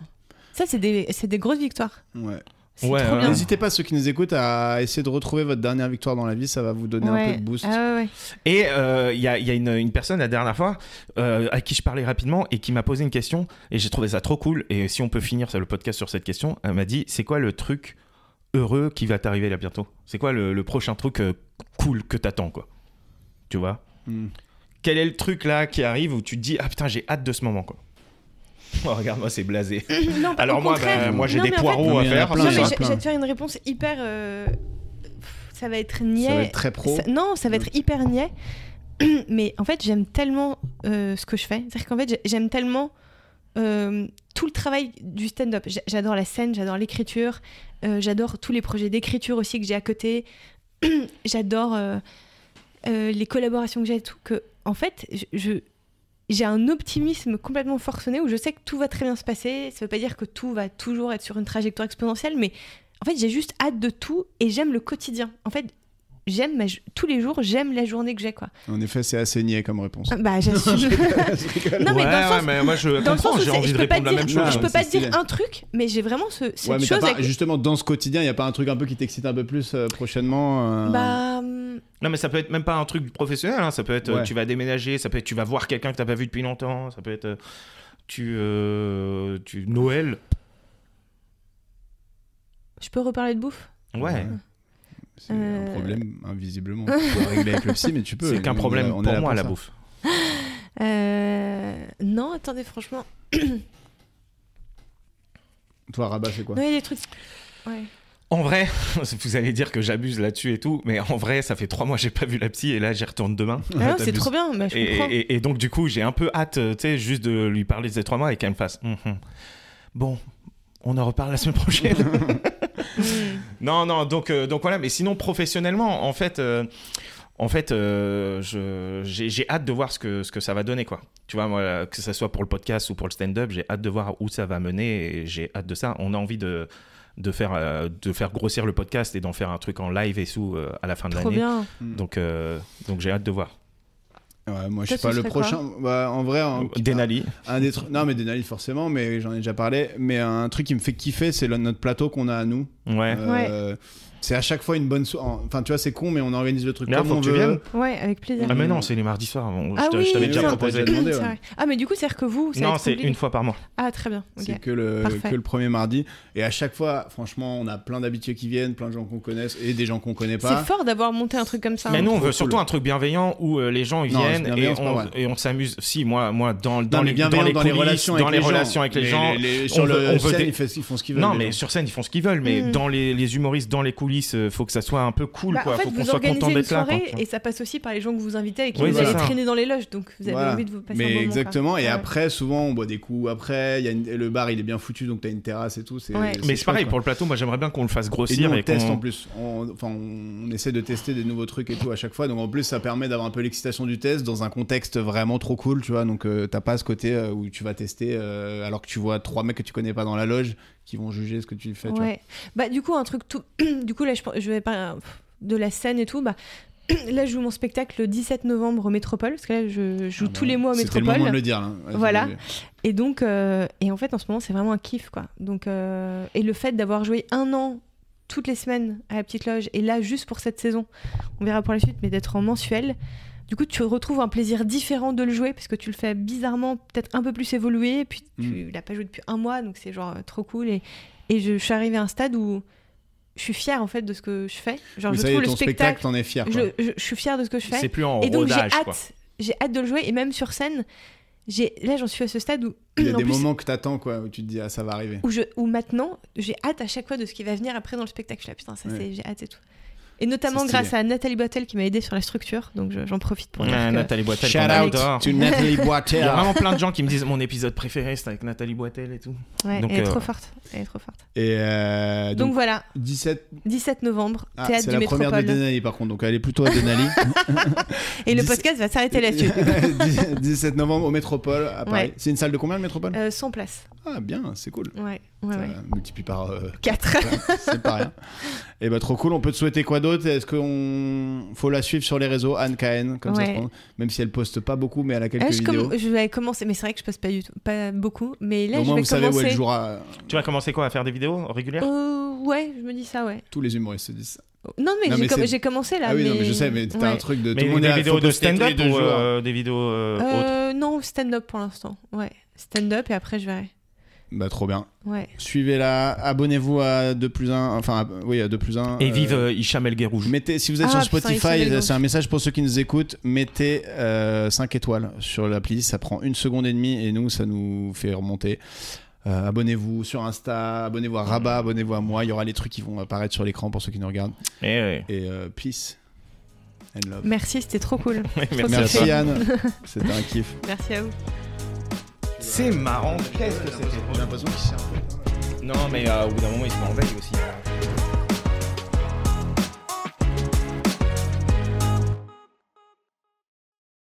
S1: Ça, c'est des, c'est des grosses victoires.
S2: Ouais.
S1: C'est
S3: Ouais,
S1: trop
S3: ouais.
S1: bien.
S2: Ah, N'hésitez pas, ceux qui nous écoutent, à essayer de retrouver votre dernière victoire dans la vie. Ça va vous donner un
S1: Ouais.
S2: peu de boost.
S1: Ah ouais, ouais.
S3: Et euh, il y a, il y a une, une personne la dernière fois euh, à qui je parlais rapidement et qui m'a posé une question et j'ai trouvé ça trop cool. Et si on peut finir ça, le podcast sur cette question, elle m'a dit c'est quoi le truc heureux qui va t'arriver là bientôt C'est quoi le, le prochain truc euh, cool que t'attends quoi Tu vois
S2: Mm.
S3: Quel est le truc là qui arrive où tu te dis ah putain j'ai hâte de ce moment quoi Oh, Regarde-moi c'est blasé.
S1: Non,
S3: Alors
S1: au
S3: moi
S1: contraire.
S3: bah, moi j'ai
S1: Non,
S3: des
S1: mais en
S3: poireaux
S2: Non,
S3: à
S2: mais il y en a
S3: faire.
S2: plein,
S1: Non, mais
S2: il y en a
S1: je,
S2: plein.
S1: je vais te faire une réponse hyper. euh, pff, Ça va être niais.
S2: Ça va être très pro.
S1: Ça- Non, ça va être hyper niais. Mais en fait, j'aime tellement euh, ce que je fais. C'est-à-dire qu'en fait, j'ai- j'aime tellement euh, tout le travail du stand-up. J'a- J'adore la scène, j'adore l'écriture, euh, j'adore tous les projets d'écriture aussi que j'ai à côté. j'adore euh, euh, les collaborations que j'ai et tout. Que, en fait, je- je, j'ai un optimisme complètement forcené où je sais que tout va très bien se passer. Ça veut pas dire que tout va toujours être sur une trajectoire exponentielle, mais en fait, j'ai juste hâte de tout et j'aime le quotidien. En fait, j'aime ma jo- tous les jours, j'aime la journée que j'ai quoi.
S2: En effet, c'est assez niais comme réponse.
S1: Ah, Bah, j'assume. non, mais
S3: ouais,
S1: dans le
S3: ouais,
S1: sens,
S3: mais moi je
S1: dans le
S3: comprends,
S1: sens où
S3: j'ai
S1: c'est-
S3: envie
S1: je
S3: de
S1: peux pas
S3: répondre
S1: dire,
S3: la même chose.
S1: je peux
S2: ouais,
S1: pas
S2: c'est
S1: dire
S2: stylé.
S1: un truc, mais j'ai vraiment ce, cette
S2: Ouais, mais t'as
S1: chose.
S2: pas-
S1: avec-
S2: justement, dans ce quotidien, il n'y a pas un truc un peu qui t'excite un peu plus euh, prochainement euh,
S1: Bah, hum,
S3: Non, mais ça peut être même pas un truc professionnel. hein. Ça peut être euh,
S2: Ouais.
S3: tu vas déménager, ça peut être tu vas voir quelqu'un que t'as pas vu depuis longtemps, ça peut être euh, tu, euh, tu Noël.
S1: je peux reparler de bouffe.
S3: Ouais.
S2: C'est un
S1: Euh.
S2: problème, invisiblement. Tu peux régler avec le psy, mais tu peux.
S3: C'est qu'un
S2: On est-
S3: problème
S2: on est là
S3: pour moi la
S2: ça.
S3: bouffe.
S1: Euh, Non, attendez, franchement,
S2: Toi, Rabat, c'est quoi
S1: non, il y a des trucs. Ouais.
S3: En vrai, vous allez dire que j'abuse là-dessus et tout, mais en vrai, ça fait trois mois que j'ai pas vu la psy et là j'y retourne demain.
S1: Ah non,
S2: t'abuses.
S1: c'est trop bien, bah, je
S3: Et,
S1: comprends.
S3: et- et donc du coup, j'ai un peu hâte, euh, tu sais, juste de lui parler de ces trois mois et qu'elle me fasse. Hum, hum. Bon, on en reparle la semaine prochaine.
S1: Hum.
S3: Non, non, donc, euh, donc voilà, mais sinon professionnellement, en fait, euh, en fait euh, je- j'ai j'ai hâte de voir ce que, ce que ça va donner, quoi. Tu vois, moi, que ce soit pour le podcast ou pour le stand-up, j'ai hâte de voir où ça va mener et j'ai hâte de ça. On a envie de, de, faire, euh, de faire grossir le podcast et d'en faire un truc en live et sous euh, à la fin de
S1: Trop
S3: l'année.
S1: bien.
S3: Donc, euh, donc j'ai hâte de voir.
S2: Ouais, moi, je
S1: Toi,
S2: sais pas,
S1: ce
S2: le
S1: serait quoi
S2: prochain. bah, en vrai, un,
S3: Euh, Denali.
S2: un des trucs. Non, mais Denali, forcément, mais j'en ai déjà parlé. Mais un truc qui me fait kiffer, c'est le- notre plateau qu'on a à nous.
S3: Ouais.
S2: Euh, C'est à chaque fois une bonne. so- Enfin, tu vois, c'est con, mais on organise le truc
S3: Là,
S2: comme
S3: faut
S2: on
S3: que tu
S2: veut.
S3: viennes.
S1: Ouais, avec plaisir.
S3: Ah, mais non, c'est les mardis soirs. on-
S1: Ah
S3: je t'a-
S1: oui,
S3: je t'avais
S2: oui,
S3: déjà
S2: oui.
S3: proposé.
S2: T'as déjà demandé,
S1: C'est
S2: ouais.
S1: vrai. Ah, mais du coup, c'est-à-dire que vous, ça va
S3: Non,
S1: être
S3: c'est
S1: compliqué.
S3: une fois par mois.
S1: Ah, très bien. ok.
S2: C'est que le,
S1: Parfait.
S2: que le premier mardi. Et à chaque fois, franchement, on a plein d'habitués qui viennent, plein de gens qu'on connaît et des gens qu'on connaît
S1: C'est
S2: pas.
S1: fort d'avoir monté un truc comme ça. hein.
S3: Mais nous, on
S2: trop
S3: veut surtout
S2: cool.
S3: un truc bienveillant où euh, les gens ils
S2: Non,
S3: viennent et
S2: bienveillant, c'est pas
S3: on,
S2: vrai.
S3: et on s'amuse. Si, moi, moi dans, dans,
S2: Non, mais
S3: les, dans
S2: bienveillant
S3: les, coulisses,
S2: relations
S3: dans
S2: avec
S3: les
S2: gens.
S3: relations avec les
S2: Mais
S3: gens.
S2: les- les- sur
S3: on veut- on
S2: le
S3: veut
S2: scène,
S3: des-
S2: ils, font- ils font ce qu'ils veulent.
S3: Non,
S2: les
S3: mais
S2: gens.
S3: sur scène, ils font ce qu'ils veulent, mais
S1: Mm.
S3: dans les, les humoristes, dans les coulisses, euh, faut que ça soit un peu cool,
S1: Bah,
S3: quoi.
S1: en fait,
S3: faut qu'on
S1: vous
S3: soit content
S1: organisez une
S3: d'être là. quoi,
S1: soirée
S3: tu vois.
S1: et ça passe aussi par les gens que vous invitez et qui
S3: Oui,
S1: vous
S3: c'est
S1: allez
S3: ça.
S1: traîner dans les loges, donc vous avez
S2: Voilà.
S1: envie de vous passer
S2: Mais
S1: un bon moment. quoi.
S2: exactement. Et
S1: Ouais.
S2: après, souvent, on boit des coups. Après, il y a une- le bar, il est bien foutu, donc t'as une terrasse et tout. c'est-
S1: Ouais.
S3: Mais c'est pareil
S2: chouette,
S3: pour le plateau. Moi, j'aimerais bien qu'on le fasse
S2: Et nous,
S3: grossir
S2: on
S3: et,
S2: teste en
S3: qu'on.
S2: plus. On, enfin, on essaie de tester des nouveaux trucs et tout à chaque fois. Donc en plus, ça permet d'avoir un peu l'excitation du test dans un contexte vraiment trop cool, tu vois. Donc euh, t'as pas ce côté euh, où tu vas tester euh, alors que tu vois trois mecs que tu connais pas dans la loge qui vont juger ce que tu fais. tu vois.
S1: Ouais. Bah, du coup, un truc tout. du coup, là, je, pense- je vais pas. De la euh, scène et tout, bah, là, je joue mon spectacle le 17 novembre au Métropole, parce que là, je
S3: Ah
S1: joue tous les mois au
S2: Ah C'était le moment de
S1: Métropole.
S2: le dire. hein. Ouais,
S1: Voilà.
S2: désolé.
S1: Et donc, euh, et en fait, en ce moment, c'est vraiment un kiff, quoi. Donc, euh, et le fait d'avoir joué un an toutes les semaines à la petite loge, et là, juste pour cette saison, on verra pour la suite, mais d'être en mensuel, du coup, tu retrouves un plaisir différent de le jouer, parce que tu le fais bizarrement, peut-être un peu plus évolué, puis
S2: Mm.
S1: tu l'as pas joué depuis un mois, donc c'est genre euh, trop cool. Et, et je, je suis arrivée à un stade où je suis fière, en fait, de ce que je fais. Genre,
S2: Mais
S1: je
S2: ça y
S1: trouve
S2: est,
S1: le
S2: ton spectacle,
S1: spectacle,
S2: t'en es fier. quoi.
S1: je, je- je suis fière de ce que je fais
S3: C'est plus en
S1: et donc j'ai
S3: rodage, quoi.
S1: hâte j'ai hâte de le jouer et même sur scène j'ai là j'en suis à ce stade où
S2: Il y a
S1: en
S2: des
S1: plus,
S2: moments que t'attends, quoi, où tu te dis, ah, ça va arriver.
S1: où je où maintenant j'ai hâte à chaque fois de ce qui va venir après dans le spectacle Je suis là, putain ça
S2: Ouais.
S1: c'est j'ai hâte et tout et notamment
S2: C'est stylé.
S1: grâce à Nathalie Bottel qui m'a aidé sur la structure donc je- j'en profite pour dire
S3: Ouais,
S1: que-
S3: Nathalie Boitel.
S2: Shout
S3: qu'on
S2: out
S3: adore.
S2: to Nathalie
S3: Il y
S2: Boitel.
S3: a vraiment plein de gens qui me disent mon épisode préféré, c'est avec Nathalie Boitel et tout.
S1: ouais,
S3: Donc,
S1: elle est
S3: euh,
S1: trop forte elle est trop forte
S2: Et euh,
S1: donc,
S2: donc,
S1: voilà
S2: 17.
S1: 17 novembre
S2: Ah,
S1: théâtre
S2: c'est
S1: du
S2: la
S1: Métropole
S2: première de Denali, par contre, donc elle est plutôt à Denali.
S1: et le
S2: 17
S1: podcast va s'arrêter là-dessus
S2: 17 novembre au Métropole à Paris.
S1: Ouais.
S2: C'est une salle de combien le Métropole
S1: euh, 100 places
S2: Ah, bien, c'est cool.
S1: ouais ouais, ouais.
S2: Ça multiplie par. euh,
S1: 4
S2: c'est pas rien. Et bah, trop cool. On peut te souhaiter quoi d'autre Est-ce qu'on. Faut la suivre sur les réseaux, Anne Cahen, comme ça
S1: Ouais.
S2: se prononce. Même si elle poste pas beaucoup, mais elle a quelques
S1: Ah, je,
S2: vidéos.
S1: comm- je vais commencer mais c'est vrai que je passe pas du tout- pas beaucoup mais là
S2: Au
S1: je
S2: moins,
S1: vais
S2: vous savez où
S1: commencer
S2: elle jouera.
S3: Tu vas commencer quoi à faire des vidéos régulières
S1: Euh, ouais, je me dis ça, ouais.
S2: Tous les humoristes se disent ça.
S1: Non, mais,
S2: Non, mais
S1: j'ai, com-
S2: c'est-
S1: j'ai commencé là.
S2: ah oui,
S1: Ah, mais...
S2: non, mais je sais, mais t'as
S1: Ouais.
S2: un truc de. tout
S3: Mais
S2: le monde est
S3: des
S2: à-
S3: vidéos
S2: faut
S3: de
S2: poster tous les
S3: stand-up
S2: deux
S3: ou
S2: jours.
S3: euh, des vidéos euh, autres
S1: Euh, non, stand-up pour l'instant. Ouais, stand-up et après je verrai.
S2: Bah, trop bien.
S1: Ouais.
S2: Suivez-la, abonnez-vous à 2 plus 1, enfin à- oui à 2 plus 1.
S3: Et vive euh, Hicham El Guerrouj.
S2: Mettez, si vous êtes
S1: Ah,
S2: sur
S1: putain, il
S2: Spotify,
S1: s'appelle
S2: c'est un message pour ceux qui nous écoutent, mettez 5 étoiles sur l'appli, ça prend une seconde et demie et nous, ça nous fait remonter. Euh, abonnez-vous sur Insta, abonnez-vous à Rabat, abonnez-vous à moi, il y aura les trucs qui vont apparaître sur l'écran pour ceux qui nous regardent.
S3: Eh ouais.
S2: Et euh, peace and love.
S1: Merci, c'était trop cool.
S3: Merci à
S2: Merci,
S3: toi.
S2: Anne, c'était un kiff.
S1: Merci à vous.
S3: C'est marrant. Qu'est-ce que c'était
S2: l'impression qu'il
S3: Non, mais euh, au bout d'un moment, il se met en veille aussi.